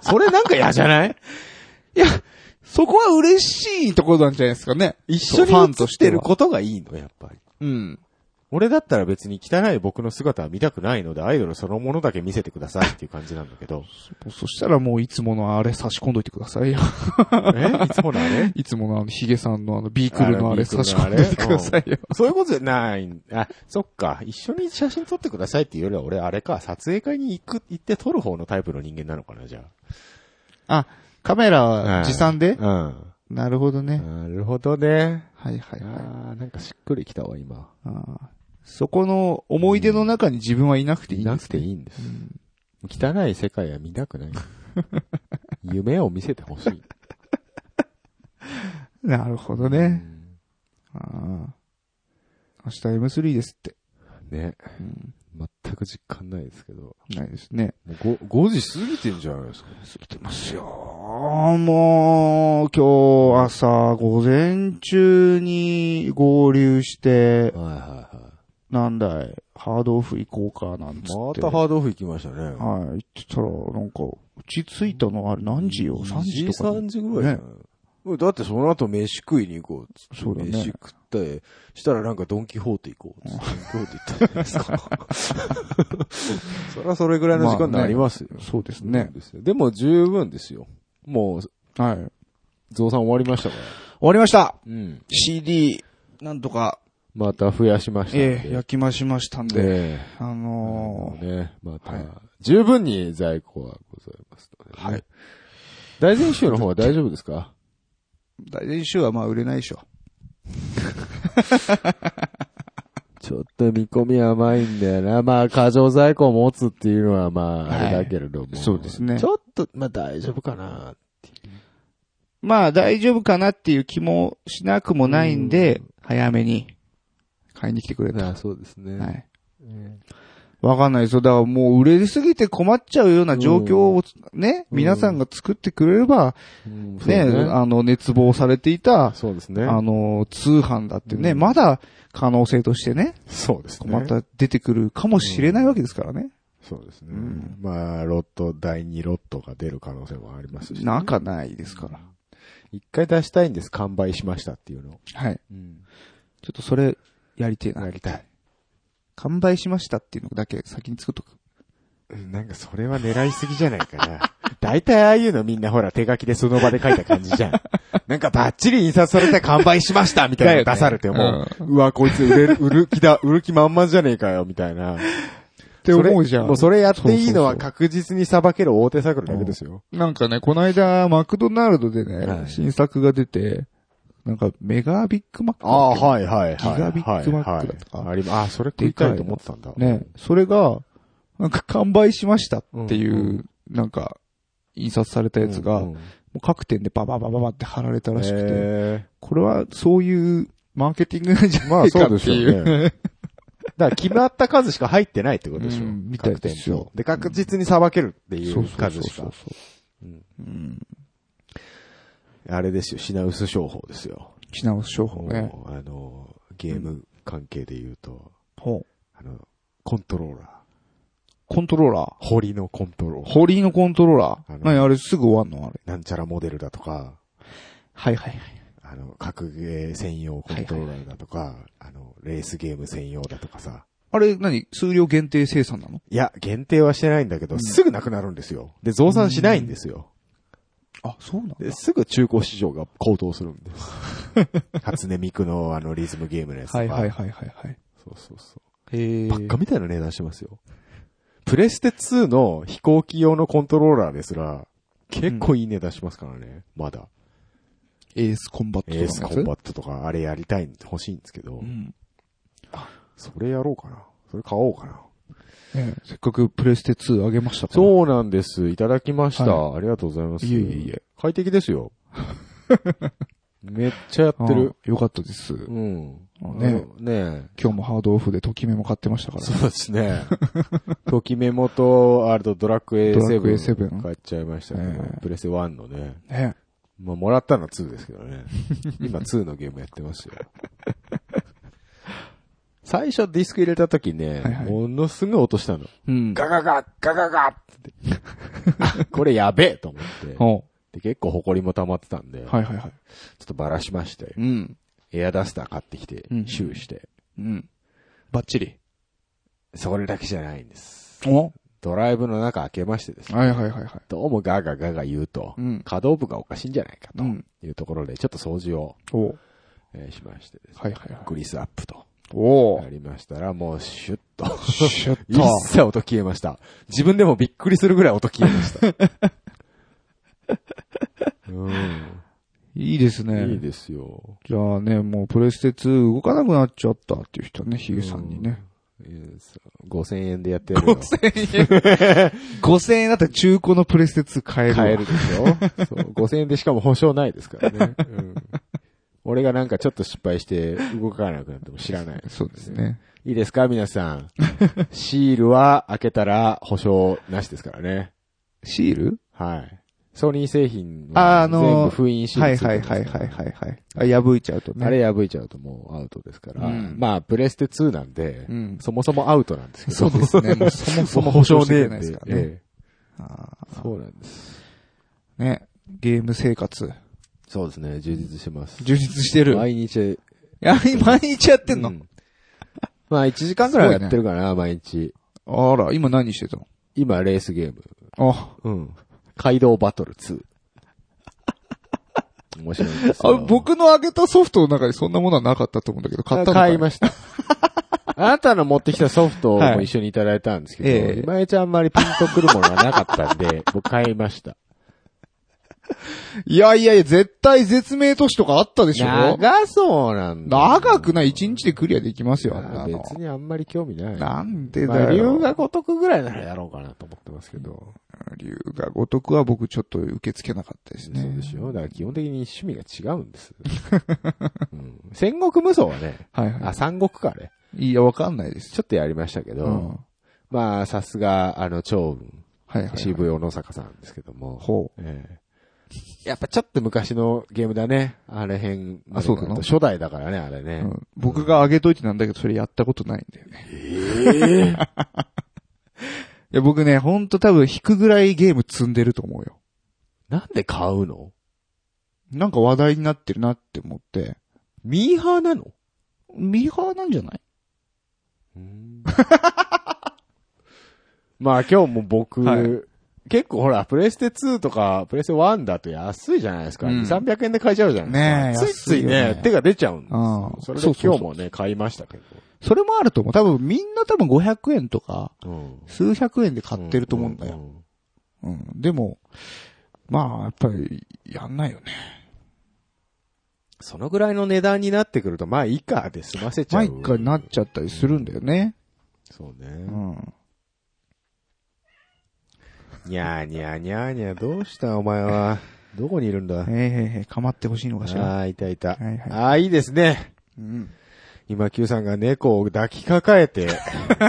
Speaker 1: それなんか嫌じゃない
Speaker 2: いや、そこは嬉しいところなんじゃないですかね。
Speaker 1: 一緒に
Speaker 2: ファンと
Speaker 1: 写
Speaker 2: し
Speaker 1: って
Speaker 2: て
Speaker 1: る
Speaker 2: る
Speaker 1: ことがいいの、やっぱり。
Speaker 2: うん。
Speaker 1: 俺だったら別に汚い僕の姿は見たくないので、アイドルそのものだけ見せてくださいっていう感じなんだけ ど。
Speaker 2: そそしたらもういつものあれ差し込んどいてくださいよ。
Speaker 1: えいつものあれ
Speaker 2: いつものあのヒゲさんのあのビークルのあ
Speaker 1: あれ
Speaker 2: れ差し込んどいてくださいよ。
Speaker 1: そういうことじゃない。あ、そっか。一緒に写真撮ってくださいっていうよりは、俺あれか、撮影会に行く、行って撮る方のタイプの人間なのかな、じゃ
Speaker 2: カメラ
Speaker 1: あ。
Speaker 2: は持参で、
Speaker 1: うん。
Speaker 2: なるほどね。
Speaker 1: なるほどね。
Speaker 2: はいはいはい。
Speaker 1: あーなんかしっくりきたわ、今。
Speaker 2: あーそこの思い出の中に自分はいなくていい
Speaker 1: い
Speaker 2: んで
Speaker 1: な
Speaker 2: す
Speaker 1: くていいんです。汚い世界は見たくない。 夢を見せてほしい。
Speaker 2: なるほどね。あー明日 M3 ですって。
Speaker 1: うん。ね。
Speaker 2: うん
Speaker 1: 全く実感ないですけど。
Speaker 2: ないですね。
Speaker 1: もう 5, 5時過ぎてんじゃないですか。
Speaker 2: 過ぎてますよ。もう、今日朝、午前中に合流して、
Speaker 1: はいはいはい。
Speaker 2: なんだい、ハードオフ行こうかなんつって。
Speaker 1: またハードオフ行きましたね。
Speaker 2: はい、言ってたら、なんか、うち着いたのあれ何時よ ?3 時とかに。
Speaker 1: 3時ぐらいじゃないうんだってその後飯食いに行こうっつって。
Speaker 2: そうだね
Speaker 1: 飯食って、したらなんかドンキホーテ行こうっつって。ドンキホーテ行ったじゃないですか。 そりゃそれぐらいの時間になりますよ。
Speaker 2: そうですね。
Speaker 1: ですよでも十分ですよ。もう、
Speaker 2: はい。終
Speaker 1: 増産終わりましたから。
Speaker 2: わりました
Speaker 1: うん。
Speaker 2: !CD、なんとか、
Speaker 1: また増やしましたんで。
Speaker 2: ええ、焼き増しましたんで、
Speaker 1: ええ
Speaker 2: あのー、
Speaker 1: ね、また、
Speaker 2: はい
Speaker 1: 十分に在庫はございますので、
Speaker 2: はい。
Speaker 1: 大前週の方は大丈夫ですか
Speaker 2: 大練習はまあ売れないでしょ。
Speaker 1: ちょっと見込み甘いんだよな。まあ、過剰在庫を持つっていうのはまあ、
Speaker 2: はい
Speaker 1: あれだけれども。
Speaker 2: そうですね
Speaker 1: ちょっと、まあ大丈夫かな。
Speaker 2: まあ大丈夫かなっていう気もしなくもないんで、早めに買いに来てくれた。
Speaker 3: あ
Speaker 2: は
Speaker 3: あそうですね。
Speaker 2: い。
Speaker 3: え
Speaker 2: わかんないですよ。だからもう売れすぎて困っちゃうような状況をね、
Speaker 3: うん
Speaker 2: 皆さんが作ってくれれば、
Speaker 3: えうんそう
Speaker 2: ね、
Speaker 3: ね
Speaker 2: あの、熱望されていた、
Speaker 1: そうですね。
Speaker 2: あの、通販だってね、
Speaker 1: うん
Speaker 2: まだ可能性としてね、
Speaker 1: そうですね。
Speaker 2: また出てくるかもしれないわけですからね。
Speaker 1: そうですね。
Speaker 2: うん
Speaker 1: まあ、ロット、第2ロットが出る可能性もありますし、ね。
Speaker 2: なんかないですから。
Speaker 1: 一回出したいんです。完売しましたっていうのを。
Speaker 2: はい。
Speaker 1: うん。
Speaker 2: ちょっとそれ、やりてえな。
Speaker 1: やりたい。
Speaker 2: 完売しましたっていうのだけ先に作っとく。
Speaker 1: なんかそれは狙いすぎじゃないかな。 大体ああいうのみんなほら手書きでその場で書いた感じじゃ ん。なんかバッチリ印刷されて完売しましたみたいなの出されても、うわ、こいつ売れる、売る気だ、 売る気満々じゃねえかよ、みたいな。
Speaker 2: って思うじ
Speaker 1: そ
Speaker 2: ゃ
Speaker 1: れ
Speaker 2: ん
Speaker 1: もう。それやっていいの
Speaker 2: そうそうそ
Speaker 1: は
Speaker 2: う
Speaker 1: 確実に裁ける大手探りだけですよ。
Speaker 2: なんかね、この間、マクドナルドでね、
Speaker 1: はい
Speaker 2: 新作が出て、なんか、メガビッグマックだっけ。
Speaker 1: ああ、はいはいはい。
Speaker 2: ギガビッグマックだとか
Speaker 1: はいはいありまあ、それ食いたいと思ってたんだ。
Speaker 2: ね、それが、なんか完売しましたっていう、
Speaker 1: うんう
Speaker 2: なんか、印刷されたやつが、
Speaker 1: うんうん
Speaker 2: もう各店でバババババって貼られたらしくて、
Speaker 1: へ
Speaker 2: これはそういうマーケティングなんじゃ
Speaker 1: えま
Speaker 2: な
Speaker 1: あ
Speaker 2: いか
Speaker 1: そう
Speaker 2: っ
Speaker 1: で
Speaker 2: て
Speaker 1: す
Speaker 2: い
Speaker 1: よ
Speaker 2: う。
Speaker 1: ね。 だから決まった数しか入ってないってことでしょ。
Speaker 2: うんみたいです
Speaker 1: 各店舗
Speaker 2: よ
Speaker 1: で、確実に裁けるっていう数し
Speaker 2: そう
Speaker 1: か。
Speaker 2: そう
Speaker 1: うん
Speaker 2: そう。うん。
Speaker 1: あれですよ、品薄商法ですよ。
Speaker 2: 品薄商法ね。
Speaker 1: もうあの、ゲーム関係で言うと、
Speaker 2: ほう
Speaker 1: あの、コントローラ
Speaker 2: コントローラー。
Speaker 1: ー。堀のコントローラー。
Speaker 2: ホリーのコントローラ
Speaker 1: あの
Speaker 2: ー。何あれすぐ終わんのあれ。
Speaker 1: なんちゃらモデルだとか、
Speaker 2: はいはいはい。
Speaker 1: あの、格ゲー専用コントローラーだとか、あの、レースゲーム専用だとかさ。
Speaker 2: あれ何数量限定生産なの
Speaker 1: いや、限定はしてないんだけど、
Speaker 2: うん
Speaker 1: すぐなくなるんですよ。で、増産しないんですよ。
Speaker 2: あ、そうなんだ
Speaker 1: で、すぐ中古市場が高騰するんです。 初音ミクのあのリズムゲームのやつとか。
Speaker 2: はいはいはいはいはい。
Speaker 1: そうそうそう。
Speaker 2: へえ。
Speaker 1: ばっかみたいな値段してますよ。プレステ2の飛行機用のコントローラーですら、結構いい値段しますからね、まだ。
Speaker 2: エースコンバット
Speaker 1: エー
Speaker 2: とかのやつ
Speaker 1: スコンバットとか、あれやりたい、欲しいんですけど、
Speaker 2: うん。
Speaker 1: それやろうかな。それ買おうかな。
Speaker 2: ねせっかくプレステ2あげましたから。
Speaker 1: そうなんです。いただきました。
Speaker 2: は
Speaker 1: ありがとうございます。
Speaker 2: いえいえいえ。
Speaker 1: 快適です よ。めっちゃやってる。
Speaker 2: うん。よかったです。
Speaker 1: うん。
Speaker 2: あね
Speaker 1: うんね
Speaker 2: 今日もハードオフでときめも買ってましたから。
Speaker 1: そうです ね。ときメモと、あれとドラッグ
Speaker 2: ドラッグ
Speaker 1: A7
Speaker 2: A7
Speaker 1: 買っちゃいましたけど、
Speaker 2: ええ
Speaker 1: プレステ1のね。
Speaker 2: ね。
Speaker 1: まあ、もらったのは2ですけど ね。今2のゲームやってますよ。最初ディスク入れた時ね、
Speaker 2: はいはい
Speaker 1: ものすごい音したの。
Speaker 2: うん。
Speaker 1: ガガガガガガ って。これやべえと思って。
Speaker 2: お
Speaker 1: で、結構埃も溜まってたんで、ちょ
Speaker 2: はいはいはい。
Speaker 1: っとばらしまして、
Speaker 2: うん。
Speaker 1: エアダスター買ってきて
Speaker 2: う、ん
Speaker 1: シューして、
Speaker 2: うん。バッチリ。
Speaker 1: それだけじゃないんです。
Speaker 2: お
Speaker 1: ドライブの中開けましてですね、
Speaker 2: はいはいはいはい。
Speaker 1: どうもガーガーガーガー言うと、
Speaker 2: うん。
Speaker 1: 可動部がおかしいんじゃないか
Speaker 2: う
Speaker 1: と
Speaker 2: ん。
Speaker 1: いうところで、ちょっと掃除を、
Speaker 2: おはい
Speaker 1: えーしましてですね、
Speaker 2: はいはい。
Speaker 1: グリスアップと、
Speaker 2: お
Speaker 1: やりましたら、もうシュッと、
Speaker 2: シュッ
Speaker 1: 一
Speaker 2: と。
Speaker 1: 切音消えました。自分でもびっくりするぐらい音消えました。 うん、
Speaker 2: いいですね。
Speaker 1: いいですよ。
Speaker 2: じゃあね、もうプレステ2動かなくなっちゃったっていう人はね、ヒゲさんにね。
Speaker 1: うん5000円でやってやるよ。
Speaker 2: 5000円だったら中古のプレステ2買えるわ。
Speaker 1: 買えるでしょ そう ?5000 円でしかも保証ないですからね。うん、俺がなんかちょっと失敗して動かなくなっても知ら ない。
Speaker 2: そうですね。
Speaker 1: いいですか皆さん。シールは開けたら保証なしですからね。
Speaker 2: シール
Speaker 1: はい。ソニー製品
Speaker 2: あ
Speaker 1: は
Speaker 2: あ
Speaker 1: 全
Speaker 2: の
Speaker 1: 部封印シー
Speaker 2: はい
Speaker 1: ルつい
Speaker 2: は
Speaker 1: て
Speaker 2: い
Speaker 1: ますか
Speaker 2: は
Speaker 1: ら
Speaker 2: いはいはいはい。あ、破いちゃうとね。
Speaker 1: あれ破いちゃうともうアウトですから。
Speaker 2: うん
Speaker 1: まあ、プレステ2なんで、
Speaker 2: うん。
Speaker 1: そもそもアウトなんですけど。
Speaker 2: そうです ね。もうそも
Speaker 1: そ
Speaker 2: そ
Speaker 1: も
Speaker 2: も
Speaker 1: 保証ねえん
Speaker 2: ないです
Speaker 1: で
Speaker 2: か。らね。
Speaker 1: え
Speaker 2: あ
Speaker 1: え
Speaker 2: ー
Speaker 1: そうなんです。
Speaker 2: ね。ゲーム生活。
Speaker 1: そうですね。充実してます。
Speaker 2: 充実してる。
Speaker 1: 毎日
Speaker 2: や毎日やってんの、
Speaker 1: うんまあ、1時間ぐらいはやってるかな、毎日。
Speaker 2: あら、今何してたの
Speaker 1: 今、レースゲーム。
Speaker 2: あ、
Speaker 1: うん。街道バトル2。面 白いんですよ。
Speaker 2: あ僕のあげたソフトの中にそんなものはなかったと思うんだけど、買ったのかい
Speaker 1: 買いました。 あなたの持ってきたソフトも
Speaker 2: はい
Speaker 1: 一緒にいただいたんですけど、
Speaker 2: ええ
Speaker 1: いまいちあんまりピンとくるものがなかったん で、僕買いました。
Speaker 2: いやいやいや、絶対絶命都市とかあったでしょ
Speaker 1: 長そうなんだ。
Speaker 2: 長くない一日でクリアできますよ、あん
Speaker 1: あ
Speaker 2: なの
Speaker 1: 別。にあんまり興味ない。
Speaker 2: なんで
Speaker 1: まあ、
Speaker 2: だ
Speaker 1: 理由
Speaker 2: よ。
Speaker 1: がごとくぐらいならやろうかなと思ってますけど。
Speaker 2: の理由がごとくは僕ちょっと受け付けなかったですね。
Speaker 1: そうでしょだから基本的に趣味が違うん です。うん、戦国無双はね、
Speaker 2: はいは
Speaker 1: あ、三国かあれ。
Speaker 2: い。いや、わかんないです。
Speaker 1: ちょっとやりましたけど、
Speaker 2: うん。はい
Speaker 1: まあ、さすが、あの、長文、
Speaker 2: はい、はい。
Speaker 1: 渋い小野坂さんですけども、
Speaker 2: ほ
Speaker 1: ええやっぱちょっと昔のゲームだね。あれ辺。
Speaker 2: あそうなの
Speaker 1: 初代だからね、あれ
Speaker 2: う、
Speaker 1: ね
Speaker 2: う。ん。僕が上げといてなんだけど、それやったことないんだよね。
Speaker 1: ええ
Speaker 2: いや、僕ね、ほんと多分引くぐらいゲーム積んでると思うよ。
Speaker 1: なんで買うの
Speaker 2: なんか話題になってるなって思って。
Speaker 1: ミーハーなの
Speaker 2: ミーハーなんじゃない
Speaker 1: まあ今日も僕、
Speaker 2: はい
Speaker 1: 結構ほら、プレステ2とか、プレステ1だと安いじゃないですか。
Speaker 2: うん
Speaker 1: 2、300円で買えちゃうじゃないですか。
Speaker 2: ねえ
Speaker 1: ついつい
Speaker 2: 安いよ
Speaker 1: ね
Speaker 2: ね、
Speaker 1: 手が出ちゃうんです
Speaker 2: あ
Speaker 1: よ
Speaker 2: あ。
Speaker 1: それで
Speaker 2: そう
Speaker 1: 今
Speaker 2: そうそう
Speaker 1: 日もね、買いましたけど。
Speaker 2: それもあると思う。多分みんな多分500円とか、数百円で買ってると思うんだよ。
Speaker 1: よ。
Speaker 2: うん。でも、まあ、やっぱり、やんないよね。
Speaker 1: そのぐらいの値段になってくると、まあいいかで済ませちゃう。
Speaker 2: 毎回なっちゃったりするんだよね。
Speaker 1: そう
Speaker 2: う
Speaker 1: ね。
Speaker 2: ん。
Speaker 1: にゃーにゃーにゃーにゃー、どうしたお前は。どこにいるんだ
Speaker 2: ええへえ、構ってほしいのかしら。は
Speaker 1: ああ、いたいた。
Speaker 2: いはい。
Speaker 1: ああ、いいですね。
Speaker 2: うん。
Speaker 1: 今、Q さんが猫を抱きかかえ て、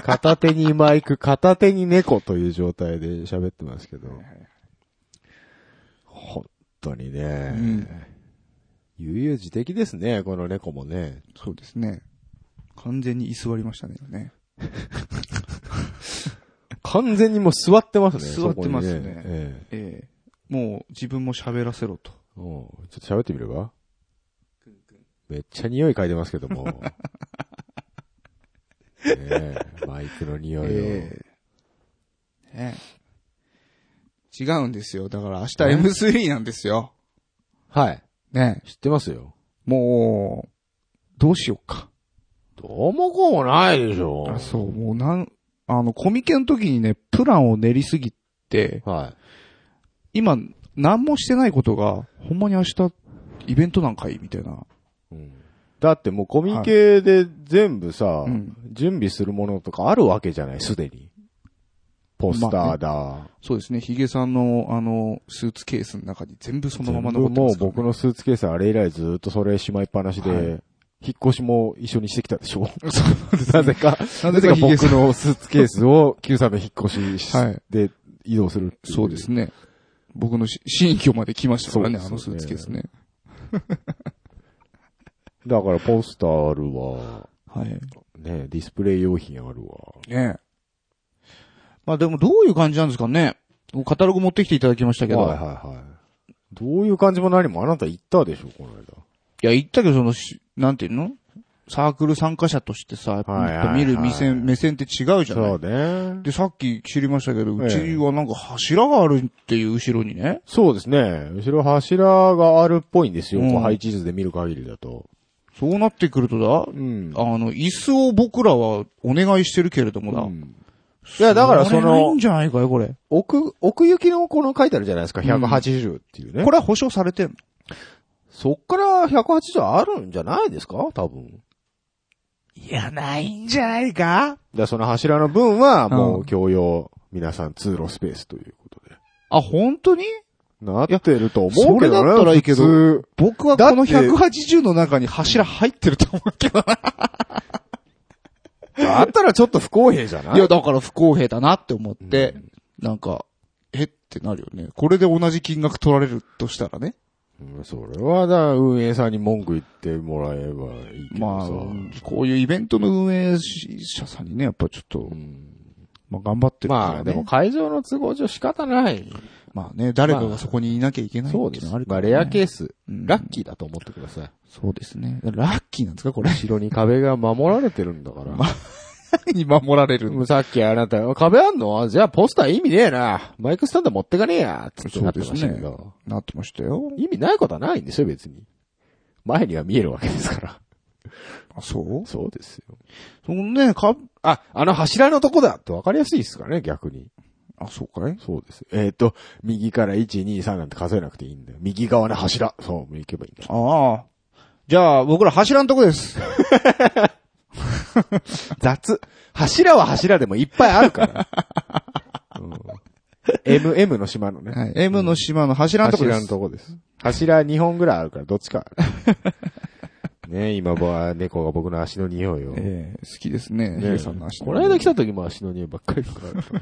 Speaker 1: 片手にマイク、片手に猫という状態で喋ってますけど。本当にね、
Speaker 2: ん
Speaker 1: 悠々自適ですね、この猫もね。
Speaker 2: そうですね。完全に居座りましたね、今ね。
Speaker 1: 完全にもう座ってますね。
Speaker 2: 座ってますね
Speaker 1: そこにええ
Speaker 2: ええもう自分も喋らせろと。
Speaker 1: おうちょっと喋ってみればめっちゃ匂い嗅いでますけど も。ねえマイクの匂いを。
Speaker 2: ええね違うんですよ。だから明日 M3 なんですよ。
Speaker 1: はい。
Speaker 2: ね
Speaker 1: 知ってますよ。
Speaker 2: もう、どうしようか。
Speaker 1: どうもこうもないでしょ。
Speaker 2: あ、そう、もうなん、あの、コミケの時にね、プランを練りすぎて、
Speaker 1: は
Speaker 2: 今、何もしてないことが、ほんまに明日、イベントなんかいいみたいな。
Speaker 1: い、だってもうコミケで全部さ、
Speaker 2: うん
Speaker 1: 準備するものとかあるわけじゃない、すでに。ポスターだ。
Speaker 2: そうですね、ヒゲさんの、あの、スーツケースの中に全部そのまま残って
Speaker 1: 全部
Speaker 2: ま
Speaker 1: もう
Speaker 2: すからね、
Speaker 1: 僕のスーツケースあれ以来ずっとそれしまいっぱなしで、
Speaker 2: はい
Speaker 1: 引っ越しも一緒にしてきたでし ょ なぜか。なぜか
Speaker 2: ヒゲ
Speaker 1: 僕
Speaker 2: さん
Speaker 1: のスーツケースを Q さんの引っ越し
Speaker 2: はい
Speaker 1: で移動するってい
Speaker 2: そうですね。僕のし新居まで来ましたからね、あ
Speaker 1: そう
Speaker 2: の
Speaker 1: で
Speaker 2: ス
Speaker 1: すね
Speaker 2: ーツケースね。
Speaker 1: だからポスターあるわ。
Speaker 2: はい。
Speaker 1: ね、ディスプレイ用品あるわ。
Speaker 2: ねえ。まあでもどういう感じなんですかねカタログ持ってきていただきましたけど。
Speaker 1: はいはいはい。どういう感じも何もあなた行ったでしょ、この間。
Speaker 2: いや、言ったけど、そのし、なんていうのサークル参加者としてさ、やっ
Speaker 1: はいはいはい
Speaker 2: ぱ見る目線、目線って違うじゃ
Speaker 1: そ
Speaker 2: ないう
Speaker 1: ね。
Speaker 2: で、さっき知りましたけど、
Speaker 1: ええ
Speaker 2: うちはなんか柱があるっていう後ろにね。
Speaker 1: そうですね。後ろ柱があるっぽいんですよ。
Speaker 2: うん
Speaker 1: こう配置図で見る限りだと。
Speaker 2: そうなってくるとだ、
Speaker 1: うん。
Speaker 2: あの、椅子を僕らはお願いしてるけれどもだ。
Speaker 1: うんいや、だからそ
Speaker 2: れない
Speaker 1: の
Speaker 2: ん、じゃないかよ、これ。
Speaker 1: 奥、奥行きのこの書いてあるじゃないですか、180っていうね。
Speaker 2: これは保証されてんの
Speaker 1: そっから180あるんじゃないですか多分。だか
Speaker 2: いや、ないんじゃないから
Speaker 1: その柱の分は、も
Speaker 2: うん
Speaker 1: う共用、皆さん通路スペースということで。
Speaker 2: あ、本当に
Speaker 1: なってると
Speaker 2: いや
Speaker 1: 思うけどね。
Speaker 2: それだったらいいけど
Speaker 1: 普通
Speaker 2: 僕はこ
Speaker 1: だ
Speaker 2: の
Speaker 1: って
Speaker 2: 180の中に柱入ってると思うけどな。
Speaker 1: だったらちょっと不公平じゃない
Speaker 2: いや、だから不公平だなって思って、なんか、えってなるよね。これで同じ金額取られるとしたらね。
Speaker 1: うんそれは、だから運営さんに文句言ってもらえばいいけ
Speaker 2: まあ、
Speaker 1: どさ。
Speaker 2: こういうイベントの運営者さんにね、やっぱちょっと
Speaker 1: う、ん
Speaker 2: まあ頑張ってるから
Speaker 1: まあ、
Speaker 2: ね
Speaker 1: でも会場の都合上仕方ない。
Speaker 2: まあね、誰かがそこにいなきゃいけないってい
Speaker 1: そううで
Speaker 2: の
Speaker 1: す。
Speaker 2: はある
Speaker 1: まあ、レアケー
Speaker 2: ス。
Speaker 1: ス、
Speaker 2: うん
Speaker 1: ラッキーだと思ってください。
Speaker 2: そうですね。ラッキーなんですかこれ。
Speaker 1: 後ろに 壁が守られてるんだ から。
Speaker 2: に守られる
Speaker 1: も うさっきあなた、壁あんのあじゃあポスター意味ねえな。マイクスタンド持ってかねえや。つってなってましたけど、
Speaker 2: なってましたよ。
Speaker 1: 意味ないことはないんですよ、別に。前には見えるわけですから。
Speaker 2: あ、そう
Speaker 1: そうですよ。
Speaker 2: そのね、か、
Speaker 1: あ、あの柱のとこだってわかりやすいですからね、逆に。
Speaker 2: あ、そうかい
Speaker 1: そうです。えっ、と、右から1、2、3なんて数えなくていいんだよ。右側の柱。そう、行けばいいんだ。
Speaker 2: ああ。じゃあ、僕ら柱のとこです。
Speaker 1: 雑。柱は柱でもいっぱいあるから。うん MM の島のね。
Speaker 2: はい。M の島の柱のところで
Speaker 1: 柱
Speaker 2: す。
Speaker 1: のとこです。柱2本ぐらいあるから、どっち か。ね今は猫が僕の足の匂いを。
Speaker 2: ええ好きですね。
Speaker 1: ね
Speaker 2: ヒデさんの足
Speaker 3: この間来た時も足の匂いばっかりだから。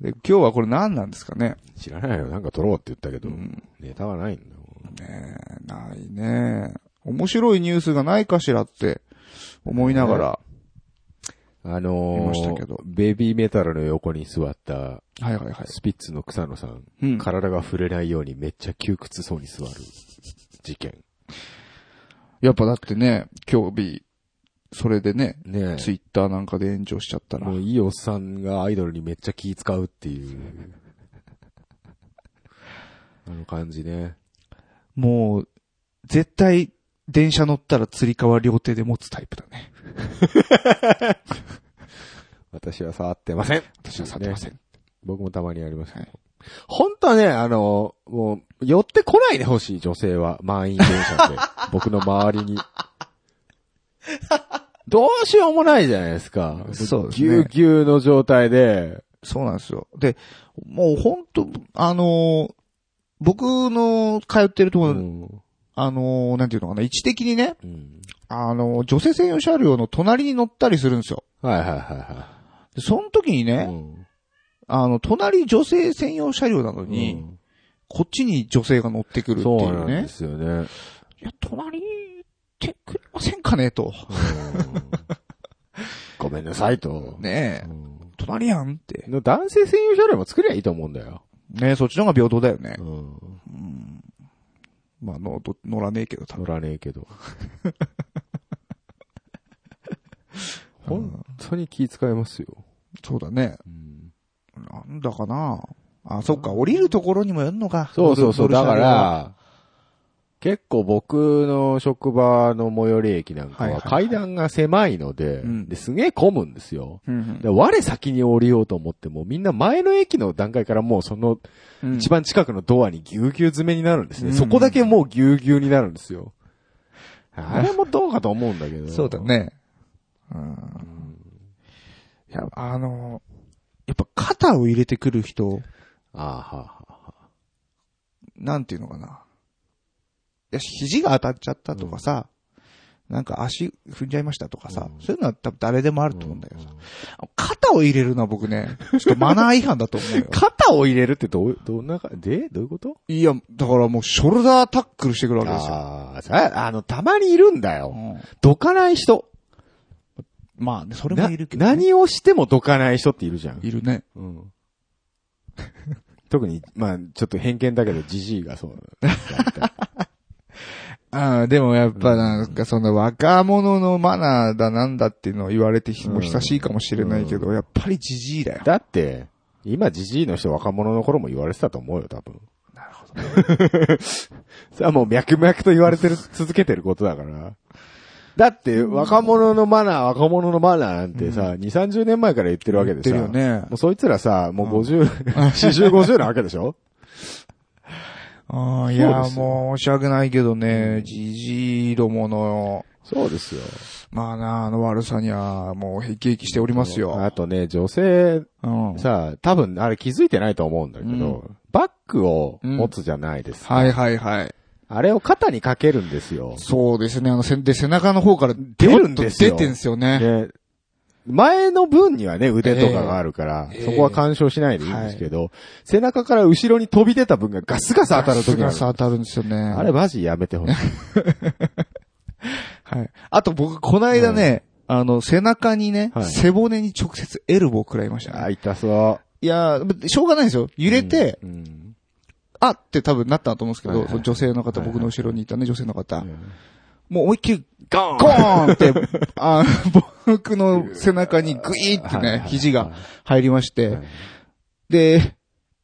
Speaker 2: で今日はこれ何なんですかね。
Speaker 1: 知らないよ、なんか撮ろうって言ったけど、
Speaker 2: ん
Speaker 1: ネタはないんだもん。
Speaker 2: ねえないね。面白いニュースがないかしらって思いながら。
Speaker 1: あ
Speaker 2: 見
Speaker 1: の
Speaker 2: ましたけど
Speaker 1: ー、ベビーメタルの横に座った、
Speaker 2: はいはいはい。
Speaker 1: スピッツの草野さん、
Speaker 2: うん。
Speaker 1: 体が触れないようにめっちゃ窮屈そうに座る事件。
Speaker 2: やっぱだってね、今日日、それでね、
Speaker 1: ね
Speaker 2: ツイッターなんかで炎上しちゃったら
Speaker 1: も。ういいおっさんがアイドルにめっちゃ気使うっていう。 あの感じね。
Speaker 2: もう、絶対、電車乗ったら釣り革両手で持つタイプだね。
Speaker 1: 私は触ってません。
Speaker 2: 私は触ってません。
Speaker 1: 僕もたまにやります、
Speaker 2: はい
Speaker 1: 本当はね、あの、もう、寄ってこないでほしい、女性は。満員電車 で。僕の周りに。どうしようもないじゃないですか。
Speaker 2: そうです
Speaker 1: ぎ
Speaker 2: ね
Speaker 1: ゅうぎゅうの状態で。
Speaker 2: そうなんですよ。で、もう本当あのー僕の通ってるとこ
Speaker 1: う
Speaker 2: ろ、
Speaker 1: ん。
Speaker 2: あのーなんていうのかな、位置的にね、
Speaker 1: うん。
Speaker 2: あのー女性専用車両の隣に乗ったりするんですよ。
Speaker 1: はいはいは
Speaker 2: でその時に
Speaker 1: いは
Speaker 2: ね
Speaker 1: い。、うん
Speaker 2: あの、隣女性専用車両なのに、こっちに女性が乗ってく
Speaker 1: う
Speaker 2: る
Speaker 1: ん
Speaker 2: ってい
Speaker 1: そう
Speaker 2: う
Speaker 1: なんで
Speaker 2: ね。
Speaker 1: すよね。
Speaker 2: いや、隣ってくれませんかねと。
Speaker 1: ごめんなさいと。
Speaker 2: ね
Speaker 1: う
Speaker 2: え、
Speaker 1: ん
Speaker 2: 隣やんって。
Speaker 1: の男性専用車両も作りゃいいと思うんだよ。
Speaker 2: ねえ、そっちの方が平等だよね。
Speaker 1: うん。
Speaker 2: まあ、のど乗らねえけど、多分。
Speaker 1: 乗らねえけど。本当に気遣いますよ。
Speaker 2: そうだね。
Speaker 1: うん
Speaker 2: なんだかな。あ、そっか、降りるところにもよるのか。
Speaker 1: そうそうそう。
Speaker 2: 乗る
Speaker 1: だ
Speaker 2: 乗
Speaker 1: か
Speaker 2: る車両は、
Speaker 1: ら、結構僕の職場の最寄り駅なんか
Speaker 2: はい
Speaker 1: はい
Speaker 2: ははい
Speaker 1: 階段が狭いので、
Speaker 2: うん
Speaker 1: ですげえ混むんですよ。
Speaker 2: うん
Speaker 1: で我先に降りようと思っても、みんな前の駅の段階からもうその
Speaker 2: うん
Speaker 1: 一番近くのドアにぎゅうぎゅう詰めになるんですね。
Speaker 2: うん
Speaker 1: そこだけもうぎゅうぎゅうになるんですよ。あれもどうかと思うんだけど。
Speaker 2: そうだ。ね。うん。いや、あの、やっぱ肩を入れてくる人、
Speaker 1: ああ、はあはあ
Speaker 2: なんていうのかな。いや、肘が当たっちゃったとかさ、なんか足踏んじゃいましたとかさ、
Speaker 1: うん。
Speaker 2: そういうのは多分誰でもあると思うんだけどさ、肩を入れるのは僕ね、ちょっとマナー違反だと思うよ
Speaker 1: 肩を入れるってどう、どんなか、でどういうこと
Speaker 2: いや、だからもうショルダータックルしてくるわけですよ。
Speaker 1: ああ、さあの、たまにいるんだ
Speaker 2: う
Speaker 1: よ。
Speaker 2: ん
Speaker 1: どかない人。
Speaker 2: まあね、それ
Speaker 1: な
Speaker 2: もいるけど、ね。
Speaker 1: 何をしてもどかない人っているじゃん。
Speaker 2: いるね。
Speaker 1: うん。 特に、まあ、ちょっと偏見だけど、じじいがそう。
Speaker 2: ああ、でもやっぱなんかその若者のマナーだなんだっていうのを言われてひもう久しいかもしれないけど、やっぱりじじいだよ。
Speaker 1: だって、今、じじいの人若者の頃も言われてたと思うよ、多分。
Speaker 2: なるほど。
Speaker 1: それはもう脈々と言われてる、続けてることだから。だって、若者のマナー、若者のマナーなんてさ、2、30年前から言ってるわけでさ。
Speaker 2: 言ってるよね
Speaker 1: もうそいつらさ、もう50、40、50なわけでしょ
Speaker 2: ああ、い
Speaker 1: そう
Speaker 2: や
Speaker 1: で、すよ
Speaker 2: もう申し訳ないけどね、じじいどもの、
Speaker 1: そうですよ。
Speaker 2: まあな、あの悪さには、もう、へきへきしておりますよ。
Speaker 1: あとね、女性、
Speaker 2: うん。はい
Speaker 1: さ、多分、あれ気づいてないと思うんだけど、
Speaker 2: うん
Speaker 1: バッグを持つじゃないですか。
Speaker 2: はいはい。
Speaker 1: あれを肩にかけるんですよ。
Speaker 2: そうですね、あの、せんで、背中の方から
Speaker 1: 出るんですよ
Speaker 2: 出てんすよね。
Speaker 1: で、前の分にはね、腕とかがあるから、
Speaker 2: ええ
Speaker 1: そこは干渉しないでいいんですけど、背中から後ろに飛び出た分がガスガス当たる時が
Speaker 2: が
Speaker 1: あ
Speaker 2: さ当たるんですよね。
Speaker 1: る。あれマジやめてほしい。
Speaker 2: はい。あと僕、この間ね、あの、背中にね、
Speaker 1: はい
Speaker 2: 背骨に直接エルボー食らいましたね、
Speaker 1: あ、痛そう。
Speaker 2: いやー、しょうがないですよ。揺れて、
Speaker 1: うん、
Speaker 2: あって多分なったと思うんですけど、
Speaker 1: はいはい
Speaker 2: その女性の方、
Speaker 1: はいはい
Speaker 2: 僕の後ろにいたね、女性の方。
Speaker 1: ん
Speaker 2: もう思いっきり、
Speaker 1: ゴ
Speaker 2: ゴー ンって、あ僕の背中にグイーって
Speaker 1: はいはい
Speaker 2: ね
Speaker 1: は、い
Speaker 2: 肘が入りまし
Speaker 1: は
Speaker 2: て
Speaker 1: い、
Speaker 2: で、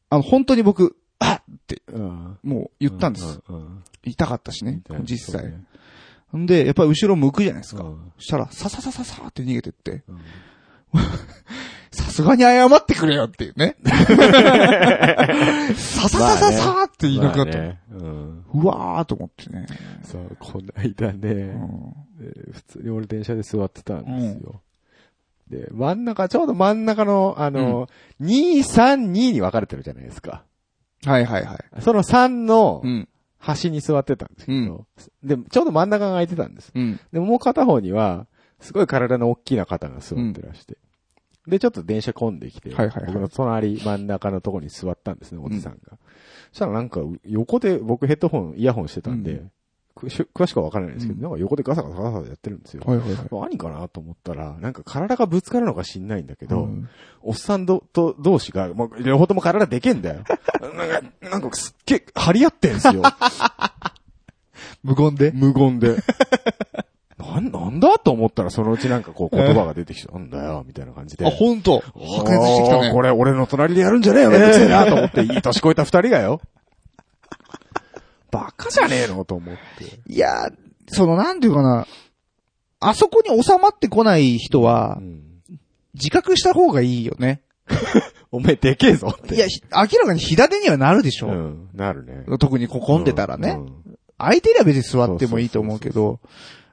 Speaker 2: あの、本当に僕、あって、
Speaker 1: ン
Speaker 2: もう言ったんです。。
Speaker 1: ううん
Speaker 2: 痛かったしね
Speaker 1: うん、
Speaker 2: 実
Speaker 1: そう
Speaker 2: 際。
Speaker 1: ね
Speaker 2: んで、やっぱり後ろ向くじゃないですか。
Speaker 1: うん
Speaker 2: そしたら、さささささって逃げてって、
Speaker 1: うん
Speaker 2: さすがに謝ってくれよっていう ね。さささささって言いなくなった。
Speaker 1: まあねうん
Speaker 2: うわーと思ってね。
Speaker 1: そう、こないだね、
Speaker 2: うん
Speaker 1: えー普通に俺電車で座ってたんですよ。で、真ん中、ちょうど真ん中の、あの、2、3、2に分かれてるじゃないですか。
Speaker 2: はいはいはい。
Speaker 1: その3の
Speaker 2: うん。
Speaker 1: 端に座ってたんですけど、で、ちょうど真ん中が空いてたんです。
Speaker 2: うん。
Speaker 1: で、もう片方には、すごい体の大きな方が座ってらして。で、ちょっと電車混んできて、
Speaker 2: はいはいはい
Speaker 1: 僕の隣、真ん中のところに座ったんですね、おじさんが。そしたらなんか、横で僕ヘッドホン、イヤホンしてたんで、
Speaker 2: う
Speaker 1: くし詳しくはわからないんですけど、
Speaker 2: うん
Speaker 1: なんか横でガサガサガサガサやってるんですよ。
Speaker 2: はいはいはい。
Speaker 1: 何かなと思ったら、なんか体がぶつかるのか知んないんだけど、
Speaker 2: うん
Speaker 1: おっさんど、と、同士が、もう、両方とも体でけんだよ。なんか、なんかすっげえ、張り合ってんすよ。
Speaker 2: 無言で
Speaker 1: 無言で。なん、なんだと思ったら、そのうちなんかこう言葉が出てきたなんだよ、みたいな感じで。
Speaker 2: あ、ほんと白熱してきた
Speaker 1: おー
Speaker 2: ね。
Speaker 1: これ俺の隣でやるんじゃねえよ、めんどくせえなと思って、いい年越えた二人がよ。バカじゃねえのと思 って。
Speaker 2: いやー、その、なんていうかな。あそこに収まってこない人は、自覚した方がいいよね。
Speaker 1: おめえでけえぞって。
Speaker 2: いや、ひ明らかに火立てにはなるでし
Speaker 1: う
Speaker 2: ょ。
Speaker 1: ん、なるね。
Speaker 2: 特にこう混んでたらね。
Speaker 1: うん。
Speaker 2: 空いてりゃ別に座ってもいいと思うけど、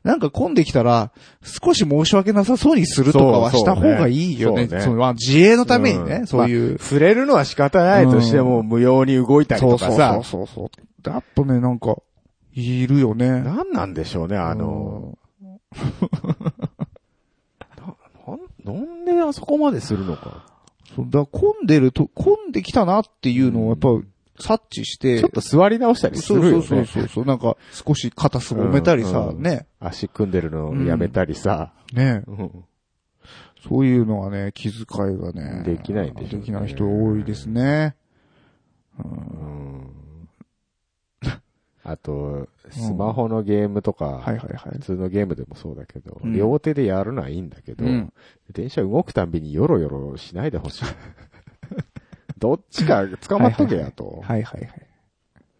Speaker 2: なんか混んできたら、少し申し訳なさそうにするとかは
Speaker 1: そう
Speaker 2: し
Speaker 1: そう
Speaker 2: た方がいいよね。
Speaker 1: そうね
Speaker 2: そのまあ自衛のためにね、
Speaker 1: うん
Speaker 2: そういう。
Speaker 1: 触れるのは仕方ないとしても、
Speaker 2: う
Speaker 1: 無用に動いたり
Speaker 2: そ
Speaker 1: と
Speaker 2: うそ
Speaker 1: か
Speaker 2: う
Speaker 1: さ。
Speaker 2: そうそう。やっぱね、なんか、いるよね。
Speaker 1: なんなんでしょうね、あの、な、なんであそこまでするのか。
Speaker 2: うん、そうだから混んでると、混んできたなっていうのをやっぱ察知して、
Speaker 1: ちょっと座り直したりす
Speaker 2: そ
Speaker 1: る
Speaker 2: う
Speaker 1: よね。
Speaker 2: そうそうそうそう、なんか少し肩すぼめたりさ、
Speaker 1: うんうん
Speaker 2: ね、
Speaker 1: 足組んでるのやめたりさ。
Speaker 2: ね、
Speaker 1: うん
Speaker 2: そういうのはね、気遣いがね、
Speaker 1: できないんでしょうね
Speaker 2: できない人多いですね。
Speaker 1: あと、スマホのゲームとか、
Speaker 2: はいはいはい
Speaker 1: 普。通のゲームでもそうだけど、
Speaker 2: うん
Speaker 1: 両手でやるのはいいんだけど、
Speaker 2: うん
Speaker 1: 電車動くたんびにヨロヨロしないでほしい。 どっちか捕まっとけやと。
Speaker 2: はいはいはい。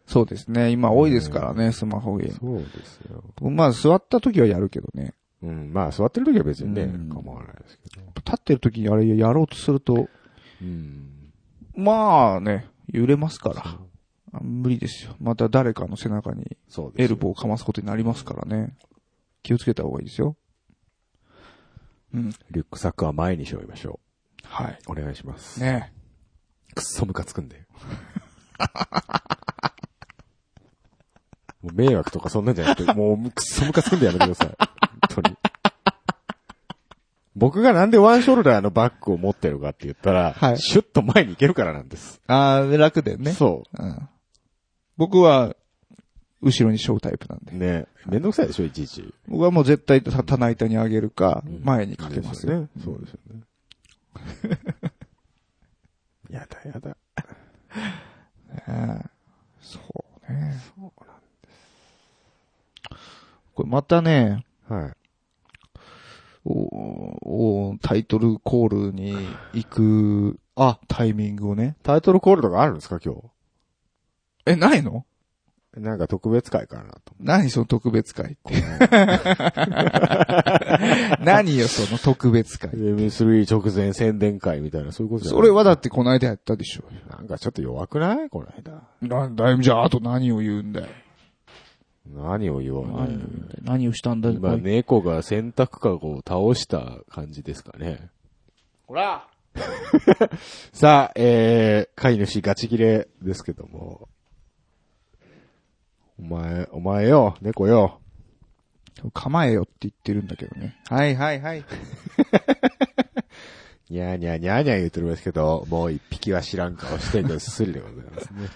Speaker 2: そうですね。今多いですからね、スマホゲー
Speaker 1: そうですよ。
Speaker 2: ム。まあ、座った時はやるけどね。
Speaker 1: うん、まあ座ってる時は別にね、
Speaker 2: うん
Speaker 1: 構わないですけど。
Speaker 2: 立ってる時にあれやろうとすると、
Speaker 1: うん。
Speaker 2: まあね、揺れますから。あ無理ですよ。また誰かの背中に
Speaker 1: そうですよ
Speaker 2: エルボーをかますことになりますからね。気をつけた方がいいですよ。うん。
Speaker 1: リュックサックは前にしょいましょ
Speaker 2: はい。
Speaker 1: う。お願いします。
Speaker 2: ね
Speaker 1: くっそムカつく んだよ。もう迷惑とかそんなんじゃなくて、もうくっそムカつくんでやめてください。本当に。僕がなんでワンショルダーのバッグを持ってるかって言ったら、
Speaker 2: はい
Speaker 1: シュッと前に行けるからなんです。
Speaker 2: ああ、楽でね。
Speaker 1: そ
Speaker 2: うん。僕は、後ろにショータイプなん
Speaker 1: う。
Speaker 2: で。
Speaker 1: ねめんどくさいでしょ、いちいち。
Speaker 2: 僕はもう絶対た棚板にあげるか、前にかけますよ。
Speaker 1: ね。そうですよね。 やだやだ。
Speaker 2: ねそうね。そうなんです。これまたね、
Speaker 1: はい。
Speaker 2: おおタイトルコールに行く、あ、タイミングをね。
Speaker 1: タイトルコールとかあるんですか、今日。
Speaker 2: え、ないの
Speaker 1: なんか特別会かなと
Speaker 2: 何その特別 会って。
Speaker 1: 思って。
Speaker 2: 何よその特別 会。
Speaker 1: M3 直前宣伝会みたいな、そういうことじゃな
Speaker 2: そ
Speaker 1: い
Speaker 2: れはだってこの間やったでしょ。
Speaker 1: なんかちょっと弱くないこの間。
Speaker 2: なんだよ、じゃああと何を言うんだよ。
Speaker 1: 何を言おうね。
Speaker 2: 何をしたんだよ。
Speaker 1: 今、猫が洗濯かごを倒した感じですかね。
Speaker 3: ほら
Speaker 1: さあ、えー、飼い主ガチ切れですけども。お前、お前よ、猫よ。
Speaker 2: 構えよって言ってるんだけどね。はいはいはい。
Speaker 1: にゃーにゃーにゃーにゃー言うてるんですけど、もう一匹は知らん顔してんのすりでございますね。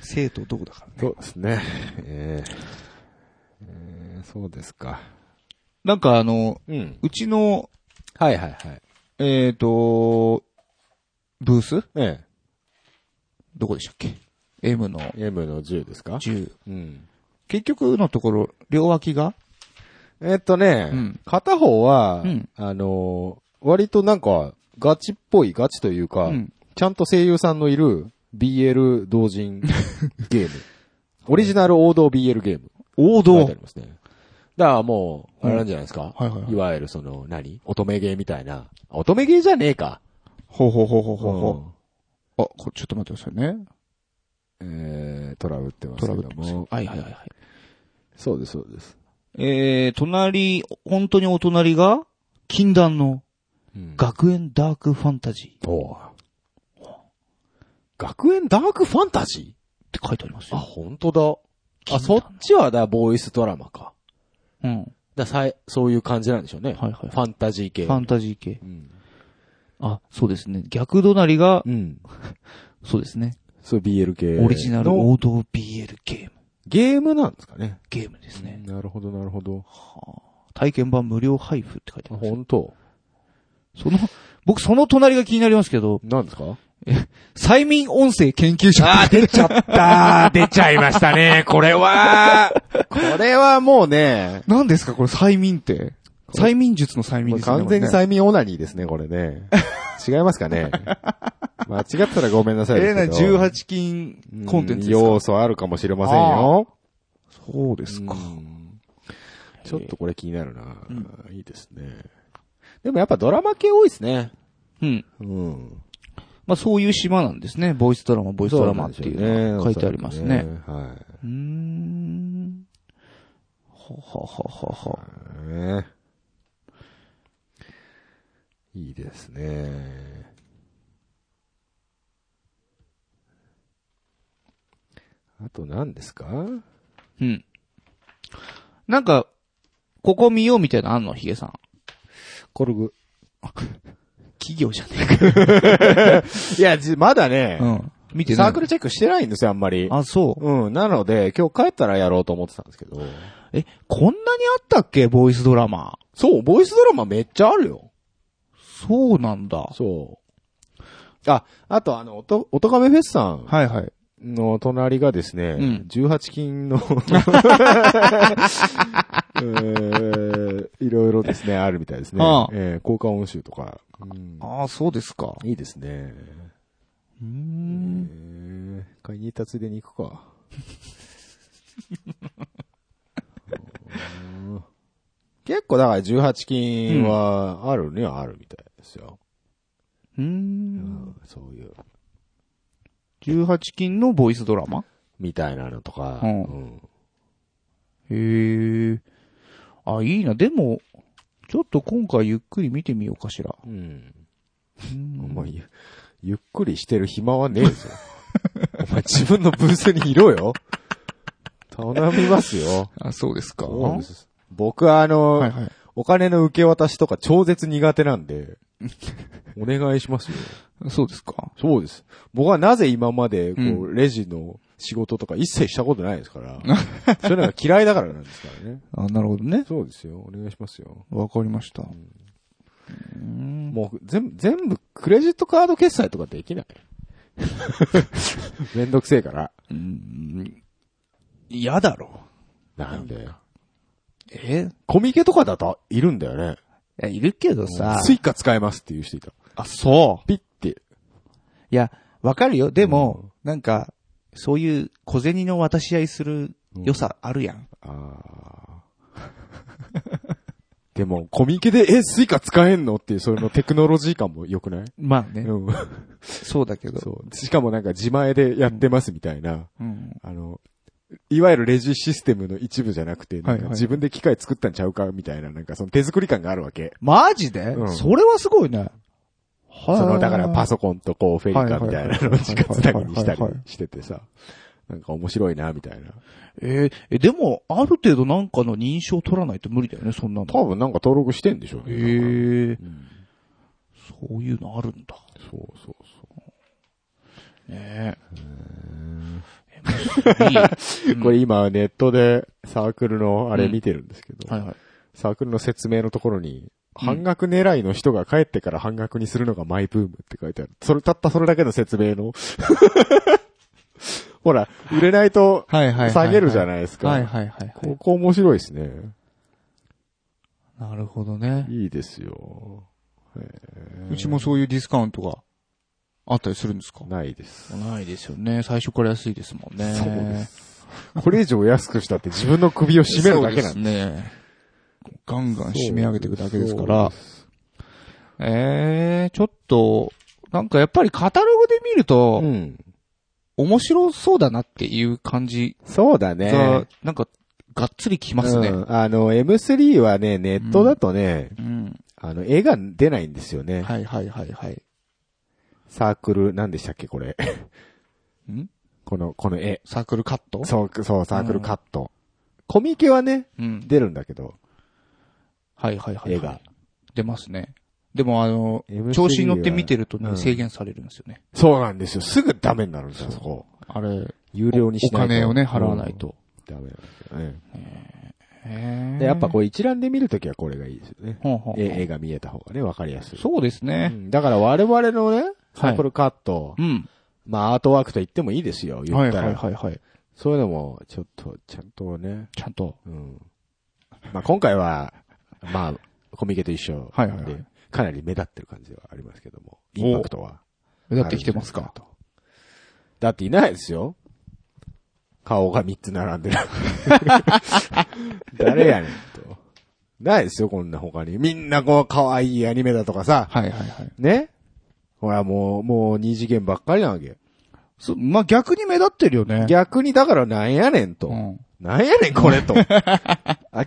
Speaker 2: 生徒男だからね。
Speaker 1: そうですね。えーえー、そうですか。
Speaker 2: なんかあの、
Speaker 1: うん。
Speaker 2: うちの
Speaker 1: はいはいはい。
Speaker 2: えっ、ー、と、ブース
Speaker 1: え
Speaker 2: どこでしたっけ ?M の
Speaker 1: え、M の10ですか
Speaker 2: 10。
Speaker 1: うん。
Speaker 2: 結局のところ、両脇が
Speaker 1: えっとね、
Speaker 2: うん
Speaker 1: 片方は、
Speaker 2: うん
Speaker 1: あのー割となんか、ガチっぽい、ガチというか、
Speaker 2: うん
Speaker 1: ちゃんと声優さんのいる BL 同人 ゲーム。オリジナル王道 BL ゲーム。
Speaker 2: 王
Speaker 1: 書い
Speaker 2: 道
Speaker 1: てあ。りますね。だからもう、あれなんじゃないですか、
Speaker 2: うんはいはいはい
Speaker 1: わゆるその、何乙女ゲーみたいな。あ乙女ゲーじゃねえか。
Speaker 2: ほうほうほうほうほう
Speaker 1: うん
Speaker 2: ほう。あ、これちょっと待ってくださいね。
Speaker 1: えー、トラブってます
Speaker 2: ト
Speaker 1: け
Speaker 2: ラブ
Speaker 1: ど
Speaker 2: ってますよ
Speaker 1: も。
Speaker 2: はいはいはいはい。
Speaker 1: そうです、そうです。
Speaker 2: えー、隣、本当にお隣が、禁断の
Speaker 1: うん
Speaker 2: 学園ダークファンタジーっ
Speaker 1: おう学園ダークファンタジ
Speaker 2: て書いてあります
Speaker 1: ーあ、
Speaker 2: よ。
Speaker 1: 本当だ。あ、
Speaker 2: 金
Speaker 1: そっ
Speaker 2: だ
Speaker 1: ちは、だ、ボーイスドラマか。
Speaker 2: うん。はい
Speaker 1: だ、さい、そういう感じなんでしょうね。
Speaker 2: はい。
Speaker 1: ファンタジー系。
Speaker 2: ファンタジー系。
Speaker 1: うん。
Speaker 2: あ、そうですね。逆隣が、
Speaker 1: うん。
Speaker 2: そうですね。
Speaker 1: そう、BL 系。
Speaker 2: オリジナル
Speaker 1: の
Speaker 2: 王道 BL ゲーム。
Speaker 1: ゲームなんですかね。
Speaker 2: ゲームですね。
Speaker 1: なるほど、なるほど。
Speaker 2: 体験版無料配布って書いてますよ。
Speaker 1: 本当
Speaker 2: その、僕その隣が気になりますけど、
Speaker 1: なんですか
Speaker 2: 催眠音声研究所。
Speaker 1: あー、出ちゃった出ちゃいましたね。これは、これはもうね、
Speaker 2: 何ですかこれ催眠って。催眠術の催眠
Speaker 1: もう
Speaker 2: ですね。
Speaker 1: 完全に
Speaker 2: これね
Speaker 1: 催眠オナニーですね、これ ね。違いますかね。間違ったらごめんなさいですけど。
Speaker 2: ええな、18禁コンテンツです
Speaker 1: うん
Speaker 2: か
Speaker 1: 要素あるかもしれませんよ。
Speaker 2: そうですか。
Speaker 1: うんちょっとこれ気になるな、いいですね。でもやっぱドラマ系多いですね。
Speaker 2: うん。
Speaker 1: うん。
Speaker 2: まあそういう島なんですね。ボイスドラマ、ボイスドラマっていうのが書いてありますね。う
Speaker 1: そうなんでしょ
Speaker 2: ーん。ははははは。
Speaker 1: うね。はい。ねいいですね。あと何ですか
Speaker 2: うん。なんか、ここ見ようみたいなのあんのヒゲさん。
Speaker 1: コルグ。
Speaker 2: 企業じゃねえか。
Speaker 1: いや、じまだね、
Speaker 2: うん。見てない。
Speaker 1: サークルチェックしてないんですよ、あんまり。
Speaker 2: あ、そう。
Speaker 1: うん。なので、今日帰ったらやろうと思ってたんですけど。
Speaker 2: え、こんなにあったっけボイスドラマ。
Speaker 1: そう、ボイスドラマめっちゃあるよ。
Speaker 2: そうなんだ。は
Speaker 1: そう。あ、あとあの、おと、おとがめフェスさん
Speaker 2: いはい。
Speaker 1: の隣がですね、
Speaker 2: うん
Speaker 1: 18金 の 、えーいろいろですね、あるみたいですね。
Speaker 2: ああ
Speaker 1: えー効果音集とか、うん
Speaker 2: ああ、そうですか。
Speaker 1: いいですね。
Speaker 2: うー
Speaker 1: え
Speaker 2: ん。
Speaker 1: ー、買いに行ったついでに行く か。うん結構だから18金はあるにはあるみたいですよ。
Speaker 2: うー。
Speaker 1: うんん、そういう。
Speaker 2: 18禁のボイスドラマ
Speaker 1: みたいなのとか。
Speaker 2: うん
Speaker 1: うん
Speaker 2: へえ。あ、いいな。でも、ちょっと今回ゆっくり見てみようかしら。
Speaker 1: うん。
Speaker 2: うん
Speaker 1: お前、ゆゆっくりしてる暇はねえぞ。 お前自分のブースにいろよ。頼みますよ。
Speaker 2: あ、そうですか。
Speaker 1: そうです僕はあの、
Speaker 2: はいはい。
Speaker 1: お金の受け渡しとか超絶苦手なん で、お願いしますよ。
Speaker 2: そうですか。
Speaker 1: そうです。僕はなぜ今まで、こう、
Speaker 2: う
Speaker 1: レジの仕事とか一切したことないです から、そういうのが嫌いだからなんですからね。
Speaker 2: あ、なるほどね。
Speaker 1: そうですよ。お願いしますよ。
Speaker 2: わかりました。
Speaker 1: もう、全部、全部、クレジットカード決済とかで きないめんどくせえから。
Speaker 2: うん。嫌だろ。
Speaker 1: なんで。
Speaker 2: え
Speaker 1: コミケとかだと、いるんだよね。
Speaker 2: いや、いるけどさ。
Speaker 1: スイカ使えますっていう人いた。
Speaker 2: あ、そう。
Speaker 1: ピッて。
Speaker 2: いや、わかるよ。でも、なんか、そういう小銭の渡し合いする良さあるやん。
Speaker 1: あー でも、コミケで、え、スイカ使えんのっていう、そのテクノロジー感も良くない
Speaker 2: まあね。
Speaker 1: うん。
Speaker 2: そうだけど。
Speaker 1: そう。しかもなんか自前でやってますみたいな、
Speaker 2: うん。
Speaker 1: あの、いわゆるレジシステムの一部じゃなくて、なん
Speaker 2: はい
Speaker 1: か
Speaker 2: はい
Speaker 1: 自分で機械作ったんちゃうかみたいな、なんかその手作り感があるわけ。
Speaker 2: マジで、
Speaker 1: うん
Speaker 2: それはすごいね。は
Speaker 1: その、だからパソコンとこうフェイカーみたいなのを自家つなぎにしたり
Speaker 2: はいはいはいはいはいはい
Speaker 1: しててさ、なんか面白いな、みたいな。
Speaker 2: えーえ、でも、ある程度なんかの認証取らないと無理だよね、そんなの。
Speaker 1: 多分なんか登録してんでしょう
Speaker 2: へ
Speaker 1: ね。
Speaker 2: え
Speaker 1: なんか
Speaker 2: そういうのあるんだ。
Speaker 1: そうそう
Speaker 2: ね
Speaker 1: そう。これ今ネットでサークルのあれ見てるんですけど、
Speaker 2: え。はいはい。
Speaker 1: サークルの説明のところに、半額狙いの人が帰ってから半額にするのがマイブームって書いてある。それ、たったそれだけの説明の。 ほら、売れないと
Speaker 2: はいはい
Speaker 1: 下げるじゃ
Speaker 2: い
Speaker 1: ないです
Speaker 2: はい
Speaker 1: か。
Speaker 2: はいはいはい。
Speaker 1: ここ面白いですね。
Speaker 2: なるほどね。
Speaker 1: いいですよ。
Speaker 2: うちもそういうディスカウントがあったりするんですか
Speaker 1: ないです。
Speaker 2: ないですよね。最初から安いですもんね。
Speaker 1: そうです。これ以上安くしたって自分の首を絞めるだけなん
Speaker 2: そ
Speaker 1: で
Speaker 2: うですね。ガンガン締め上げていくだけですから。ええー、ちょっと、なんかやっぱりカタログで見ると、
Speaker 1: うん。
Speaker 2: 面白そうだなっていう感じ
Speaker 1: そうだ
Speaker 2: が、
Speaker 1: ね。
Speaker 2: なんか、がっつりきますね。
Speaker 1: うんあの、M3 はね、ネットだとね、
Speaker 2: うん。
Speaker 1: あの、絵が出ないんですよね。
Speaker 2: はいはいはいはい。
Speaker 1: サークル、何でしたっけ、これ。
Speaker 2: ん
Speaker 1: この、この絵。
Speaker 2: サークルカット
Speaker 1: そう、そう、サークルカット。コミケはね、
Speaker 2: うん。
Speaker 1: 出るんだけど、
Speaker 2: はいはいはい、はい。
Speaker 1: 絵が。
Speaker 2: 出ますね。でもあの
Speaker 1: M3、
Speaker 2: 調子に乗って見てるとね、
Speaker 1: うん
Speaker 2: 制限されるんですよね。
Speaker 1: そうなんですよ。すぐダメになるんですよ、そこ。
Speaker 2: あれ、
Speaker 1: 有料にしない
Speaker 2: お金をね、払わない。と。
Speaker 1: うんダメなんですよね。
Speaker 2: へー
Speaker 1: で、やっぱこう一覧で見るときはこれがいいですよね。
Speaker 2: ほんほんほん
Speaker 1: 絵絵が見えた方がね、わかりやすい。
Speaker 2: そうです
Speaker 1: う
Speaker 2: ね。
Speaker 1: んだから我々のね、サークルカット、
Speaker 2: うん。
Speaker 1: まあアートワークと言ってもいいですよ、言
Speaker 2: はい
Speaker 1: っ
Speaker 2: は
Speaker 1: た
Speaker 2: い
Speaker 1: ら。
Speaker 2: はいはい。
Speaker 1: そういうのも、ちょっと、ちゃんとね、
Speaker 2: ちゃんと。
Speaker 1: うん。まあ今回は、まあ、コミケと一緒
Speaker 2: はいはいはい
Speaker 1: で、かなり目立ってる感じではありますけども、インパクトは。
Speaker 2: 目立ってきてますか。
Speaker 1: だっていないですよ。顔が3つ並んでる。 誰やねんと。ないですよ、こんな他に。みんなこう、可愛いアニメだとかさ。
Speaker 2: はいはいはい。
Speaker 1: ねほら、もう、もう二次元ばっかりなわけ。
Speaker 2: そまあ、逆に目立ってるよね。
Speaker 1: 逆にだからなんやねんと。
Speaker 2: うん。
Speaker 1: なんやねん、これと。明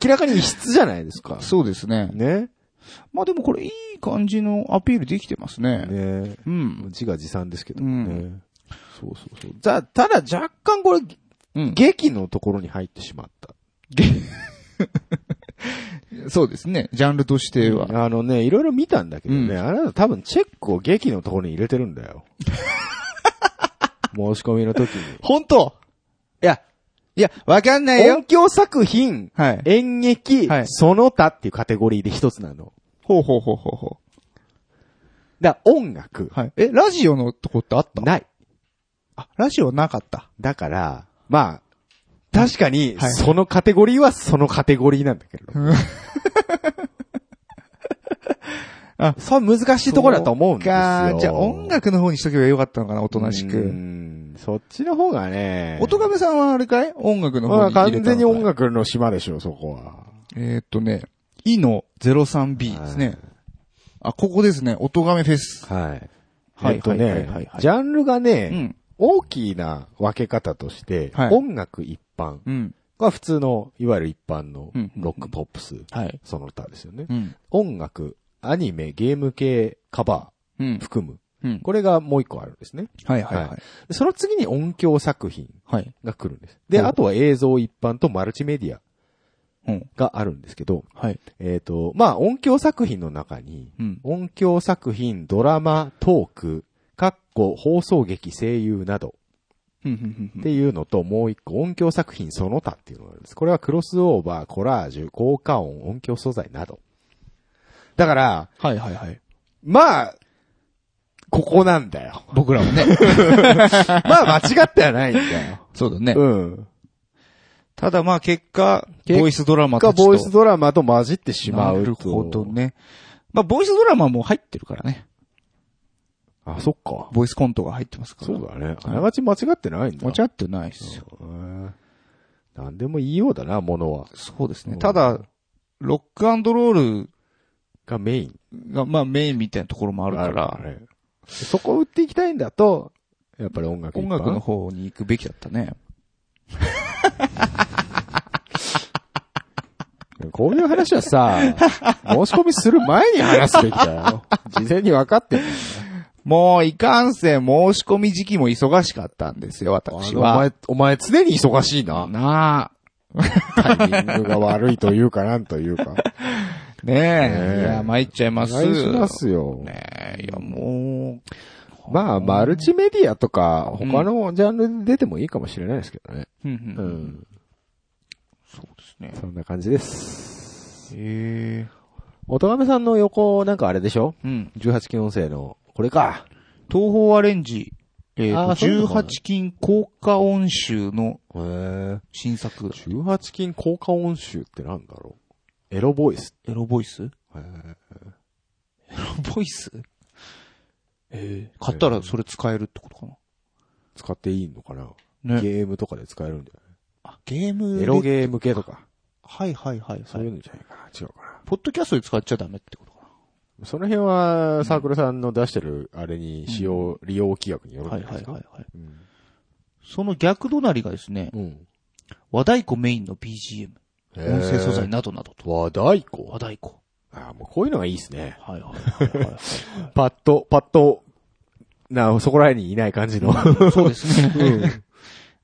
Speaker 1: らかに異質じゃないですか。
Speaker 2: そうですね。
Speaker 1: ね
Speaker 2: まあでもこれいい感じのアピールできてますね。
Speaker 1: ね
Speaker 2: うん。
Speaker 1: 自画自賛ですけどね。
Speaker 2: う
Speaker 1: そうそうそう。た、ただ若干これ、
Speaker 2: うん。
Speaker 1: 劇のところに入ってしまった。
Speaker 2: そうですね。ジャンルとしては。
Speaker 1: あのね、いろいろ見たんだけどね、
Speaker 2: うん
Speaker 1: あなた多分チェックを劇のところに入れてるんだ よ。申し込みの時に。
Speaker 2: 本当
Speaker 1: いや、
Speaker 2: いや、わかんな
Speaker 1: 音。響作品、
Speaker 2: はい。
Speaker 1: 演劇、
Speaker 2: はい
Speaker 1: その他っていうカテゴリーで一つなの。
Speaker 2: ほうほうほうほうほ
Speaker 1: だから音楽
Speaker 2: う。、はい。え、ラジオのとこってあった
Speaker 1: ない。
Speaker 2: あ、ラジオなかった。
Speaker 1: だから、まあ、確かに、
Speaker 2: はい
Speaker 1: そのカテゴリーはそのカテゴリーなんだけど。
Speaker 2: あ
Speaker 1: そう難しいところだと思うんです
Speaker 2: か
Speaker 1: よ。
Speaker 2: じゃあ音楽の方にしとけばよかったのかな、お
Speaker 1: お
Speaker 2: となしく。
Speaker 1: そっちの方がね。
Speaker 2: おとがめさんはあれかい音楽の
Speaker 1: ま
Speaker 2: 方
Speaker 1: あ完
Speaker 2: に入れたのかい
Speaker 1: 全に音。楽の島でしょ、そこは。
Speaker 2: えーっとね、いの 03B ですね。あ、ここですね。おとがめフェス。
Speaker 1: はい。
Speaker 2: はい
Speaker 1: えっと
Speaker 2: はいはい
Speaker 1: ね
Speaker 2: は、い
Speaker 1: ジャンルがね、
Speaker 2: うん。
Speaker 1: 大きな分け方として、
Speaker 2: はい
Speaker 1: 音楽一般
Speaker 2: うん。
Speaker 1: が普通の、いわゆる一般の
Speaker 2: うん
Speaker 1: ロック、ポップス、
Speaker 2: はい。
Speaker 1: その他ですよね
Speaker 2: う。ん。
Speaker 1: 音楽、アニメ、ゲーム系、カバ
Speaker 2: う
Speaker 1: ー、
Speaker 2: ん。
Speaker 1: 含む。
Speaker 2: うん。
Speaker 1: これがもう一個あるんですね。
Speaker 2: はいはいはい。
Speaker 1: でその次に音響作品
Speaker 2: はい。
Speaker 1: が来るんです。で、
Speaker 2: ほう
Speaker 1: あとは映像一般とマルチメディア
Speaker 2: うん。
Speaker 1: があるんですけど、
Speaker 2: はい。
Speaker 1: えっと、まあ音響作品の中に、
Speaker 2: うん。
Speaker 1: 音響作品、ドラマ、トーク、かっこ放送劇、声優など
Speaker 2: うんうんう
Speaker 1: っ
Speaker 2: ん
Speaker 1: ていうのと、もう一個、音響作品その他っていうのがあるんです。これはクロスオーバー、コラージュ、効果音、音響素材など。だから、
Speaker 2: はいはいはい。
Speaker 1: まあ、ここなんだ よ。
Speaker 2: 僕らはね。
Speaker 1: まあ間違ってはないんだよ。
Speaker 2: そうだね。
Speaker 1: うん。
Speaker 2: ただまあ結果、
Speaker 1: 結果
Speaker 2: ボイスドラマた
Speaker 1: が
Speaker 2: ちと。
Speaker 1: ボイスドラマと混じってしまうと。
Speaker 2: なるほどね。まあボイスドラマも入ってるからね。
Speaker 1: あ、そっか。
Speaker 2: ボイスコントが入ってますから。
Speaker 1: そうだね。あながち間違ってないんだ。
Speaker 2: 持ち合ってないですよ。
Speaker 1: うん何でも言いようだな、ものは。
Speaker 2: そうです
Speaker 1: う
Speaker 2: ね。
Speaker 1: ん
Speaker 2: ただ、ロックアンドロール
Speaker 1: がメイン。
Speaker 2: が、まあメインみたいなところもあるから、
Speaker 1: ねそこを売っていきたいんだと、やっぱり音楽一
Speaker 2: 音
Speaker 1: 般
Speaker 2: 楽の方に行くべきだったね。
Speaker 1: こういう話は さ、申し込みする前に話すべきだよ。事前に分かってんだよ
Speaker 2: もういかんせん申し込み時期も忙しかったんですよ、私
Speaker 1: お
Speaker 2: は。
Speaker 1: 前、お前常に忙しいな。
Speaker 2: なあ。
Speaker 1: タイミングが悪いというか、なんと いうか。
Speaker 2: ね
Speaker 1: ねえ
Speaker 2: え。いや、参っちゃい
Speaker 1: お
Speaker 2: ます。
Speaker 1: 願いしますよ。
Speaker 2: ねえ、いや、もう。
Speaker 1: まあ、マルチメディアとか、
Speaker 2: うん
Speaker 1: 他のジャンルで出てもいいかもしれないですけどね。
Speaker 2: うんう
Speaker 1: うん
Speaker 2: うん
Speaker 1: ん。
Speaker 2: そうですね。
Speaker 1: そんな感じです。
Speaker 2: え
Speaker 1: おとがめさんの横、なんかあれでしょ
Speaker 2: えうん。
Speaker 1: ?18 金音声の、これか。
Speaker 2: 東方アレンジ、えー、
Speaker 1: あーそういうの
Speaker 2: と、
Speaker 1: かな
Speaker 2: 18金効果音集の
Speaker 1: へえ。
Speaker 2: 新作。
Speaker 1: 18金効果音集ってなんだろうエロボイス。
Speaker 2: エロボイスエ
Speaker 1: へ
Speaker 2: ロボイスええ買ったらそれ使えるってことか
Speaker 1: 使っていいのかな、
Speaker 2: な。ね。
Speaker 1: ゲームとかで使えるんじゃ
Speaker 2: あゲー
Speaker 1: な
Speaker 2: ム
Speaker 1: い
Speaker 2: で
Speaker 1: エロゲーム系とか。
Speaker 2: はいはいはい
Speaker 1: そ
Speaker 2: は
Speaker 1: ういう
Speaker 2: い。
Speaker 1: のじゃないかな違うか
Speaker 2: ポッドキャストで使っちゃダメってことか
Speaker 1: なその辺は、サークルさんの出してる、あれに使用、利用規約によ
Speaker 2: な。
Speaker 1: るん
Speaker 2: はい
Speaker 1: じゃない
Speaker 2: は
Speaker 1: で
Speaker 2: い
Speaker 1: すか
Speaker 2: はいはい。
Speaker 1: うん。
Speaker 2: その逆隣がですね、
Speaker 1: うん。
Speaker 2: 和太鼓メインの BGM、音声素材などなどと。
Speaker 1: 和太
Speaker 2: 和
Speaker 1: 鼓
Speaker 2: 太鼓。
Speaker 1: へああ、もうこういうのがいいですね。
Speaker 3: はいはいはいはい。
Speaker 1: パッと、パッと、な、そこら辺にいない感じ の。
Speaker 2: そうですね。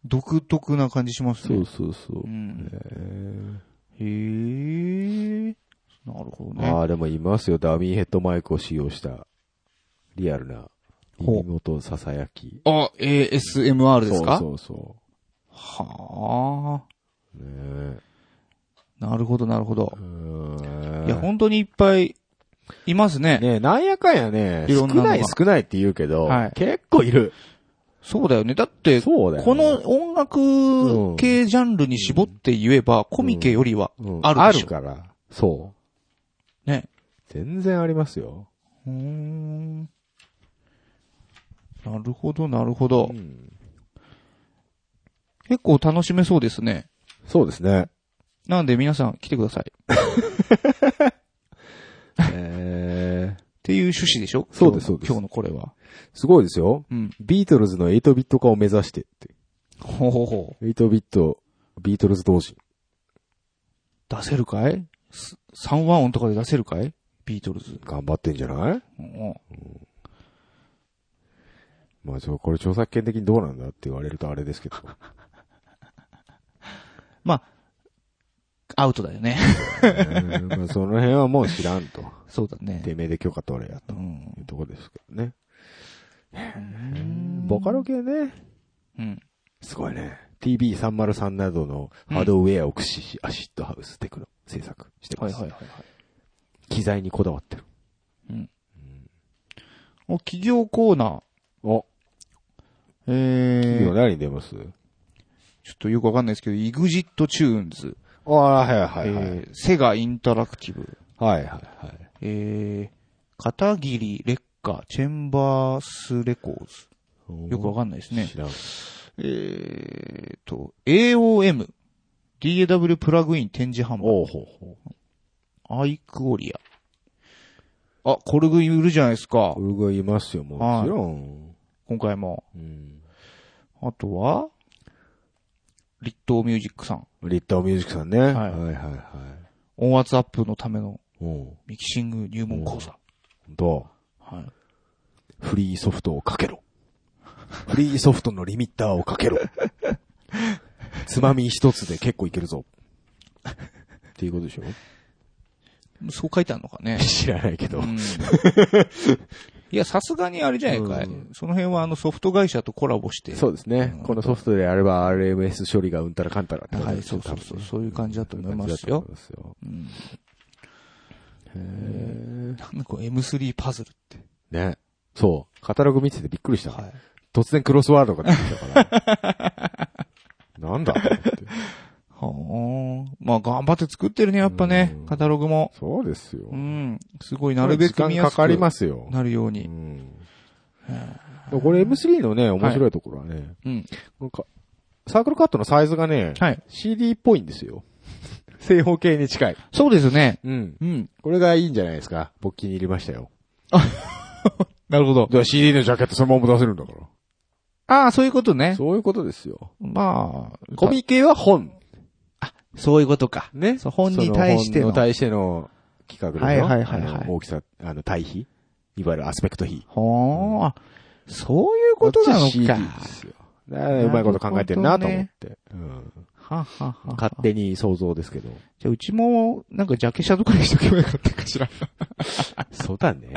Speaker 2: 独特な感じします
Speaker 3: そ
Speaker 2: ね。
Speaker 3: うそうそう
Speaker 2: う。ん。
Speaker 1: え
Speaker 2: へえ。なるほどね。
Speaker 3: ああ、でもいますよ。ダミーヘッドマイクを使用した、リアルな、
Speaker 2: ほう
Speaker 3: 耳元ささやき。
Speaker 2: あ、ASMR ですか
Speaker 3: そうそうそ
Speaker 2: は
Speaker 3: う。ね
Speaker 2: あ。なるほど、なるほど
Speaker 3: え。う。ーん
Speaker 2: いや、本当にいっぱい、いますね。
Speaker 1: ねえ、なんやかんやね、
Speaker 2: いろ
Speaker 1: 少
Speaker 2: んなのが
Speaker 1: ない少ないって言うけど、
Speaker 2: はい
Speaker 1: 結構いる。
Speaker 2: そうだよね。だって、
Speaker 3: そうだよ。
Speaker 2: この、音楽系ジャンルに絞って言えば、コミケよりは、
Speaker 3: うん、
Speaker 2: ある
Speaker 1: あ
Speaker 2: でし
Speaker 1: る
Speaker 2: ょ。
Speaker 1: から。そ
Speaker 2: ね。
Speaker 1: う。全然ありますよ。
Speaker 2: うーん。なるほど、なるほど
Speaker 1: う。ん
Speaker 2: 結構楽しめそうですね。
Speaker 1: そうですね。
Speaker 2: なんで皆さん来てください。っ
Speaker 1: えー
Speaker 2: ていう趣旨でしょ
Speaker 3: そうですそ
Speaker 2: 今日の
Speaker 3: うです
Speaker 2: 今日のこれは。
Speaker 1: すごいですよ。
Speaker 2: うん。
Speaker 1: ビートルズの8ビット化を目指してって。
Speaker 2: ほうほうほ
Speaker 1: 8ビット、ビートルズ同士。
Speaker 2: う。出せるかいす三和音とかで出せるかいビートルズ。
Speaker 1: 頑張ってんじゃない
Speaker 2: うん
Speaker 1: まあ、ちょこれ著作権的にどうなんだって言われるとあれ ですけど。
Speaker 2: アウトだよね。
Speaker 1: うんまあその辺はもう知らんと。
Speaker 2: そうだね。
Speaker 1: てめえで許可取れや、
Speaker 2: う
Speaker 1: と
Speaker 2: ん。
Speaker 1: いうとこですけどね。ボカロ系ね。
Speaker 2: うん。
Speaker 1: すごいね。TB303 などのハードウェアを駆使し、アシッドハウステクノ制作してま
Speaker 2: はい
Speaker 1: す。
Speaker 2: はいはいはい。
Speaker 1: 機材にこだわってる。
Speaker 2: お、企業コーナー。
Speaker 1: お、
Speaker 2: え
Speaker 1: 今
Speaker 2: ー、
Speaker 1: 何出ます
Speaker 2: ちょっとよくわかんないですけど、EXIT Tunes。
Speaker 1: ああ、はいはいはい。
Speaker 2: えー、セガインタラクティブ。
Speaker 1: はいはいはい。
Speaker 2: えー、片桐レッカ、チェンバースレコーズ。よくわかんないですね。
Speaker 1: 知らん。
Speaker 2: えーと、AOM、DAW プラグイン展示販売、
Speaker 1: おうほうほ
Speaker 2: アイクオリア。あ、コルグいるじゃないですか
Speaker 1: う。。俺がいますよ、も
Speaker 2: はい
Speaker 1: ちろん。
Speaker 2: 今回も。
Speaker 1: うん。
Speaker 2: あとは、立東ミュージックさん。
Speaker 1: リッターミュージックさんね。はいはいはいはい。
Speaker 2: 音圧アップのための
Speaker 1: うん。ほ
Speaker 2: ミキシング入門講座。
Speaker 1: んと、
Speaker 2: はい。
Speaker 1: フリーソフトをかけろ。フリーソフトのリミッターをかけろ。 つまみ一つで結構いけるぞ。っていうことでしょ。
Speaker 2: そう書いてあるのかね
Speaker 1: 知らないけど
Speaker 2: う。 んいや、さすがにあれじゃないかい。その辺はあのソフト会社とコラボして。
Speaker 1: そうですね。このソフトであれば RMS 処理がうんたらかんたらってこと
Speaker 2: はい、
Speaker 1: でし
Speaker 2: そ
Speaker 1: ょ
Speaker 2: うそうそう。
Speaker 1: 多分ね
Speaker 2: そういう感じだと思いま
Speaker 1: 感じ
Speaker 2: す
Speaker 1: だと
Speaker 2: よ
Speaker 1: 思。いますよ。
Speaker 2: うんなんだこう M3 パズルって。
Speaker 1: ね。そう。カタログ見ててびっくりした。
Speaker 2: はい。
Speaker 1: 突然クロスワールドが出てきたから。 なんだと思って
Speaker 2: はあ。まあ頑張って作ってるね、やっぱね
Speaker 1: うん。
Speaker 2: カタログも。
Speaker 1: そうですよ
Speaker 2: う。ん。すごい、なるべく見
Speaker 1: 時間
Speaker 2: や
Speaker 1: か
Speaker 2: す
Speaker 1: かり
Speaker 2: く
Speaker 1: ますよ。
Speaker 2: なるように
Speaker 1: う。ん。これ M3 のね、面白いところはね、
Speaker 2: うん。
Speaker 1: このかサークルカットのサイズがね、
Speaker 2: はい。
Speaker 1: CD っぽいんですよ。 正方形に近い。
Speaker 2: そうですね。
Speaker 1: うん。
Speaker 2: うん。
Speaker 1: これがいいんじゃないですか。勃起に入れましたよ。
Speaker 2: なるほど。
Speaker 1: じゃあ CD のジャケットそのまま出せるんだから。
Speaker 2: ああ、そういうことね。
Speaker 1: そういうことですよ。
Speaker 2: まあ、
Speaker 1: コミケは本。
Speaker 2: そういうことか。
Speaker 1: ね。
Speaker 2: そう本に対しての
Speaker 1: そ本に対しての企画で
Speaker 2: はい
Speaker 1: しょ
Speaker 2: はいはいはい
Speaker 1: あの大きさ、あの、対比いわゆるアスペクト比。
Speaker 2: はあ。そういうことなの
Speaker 1: こっちは
Speaker 2: か
Speaker 1: CD ですよだからうまいこと考えてるなと思って。うん。
Speaker 2: ははは。
Speaker 1: 勝手に想像ですけど。
Speaker 2: じゃあ、うちも、なんか、ジャケシャとか にしとけばよかったかしら。
Speaker 1: そうだね。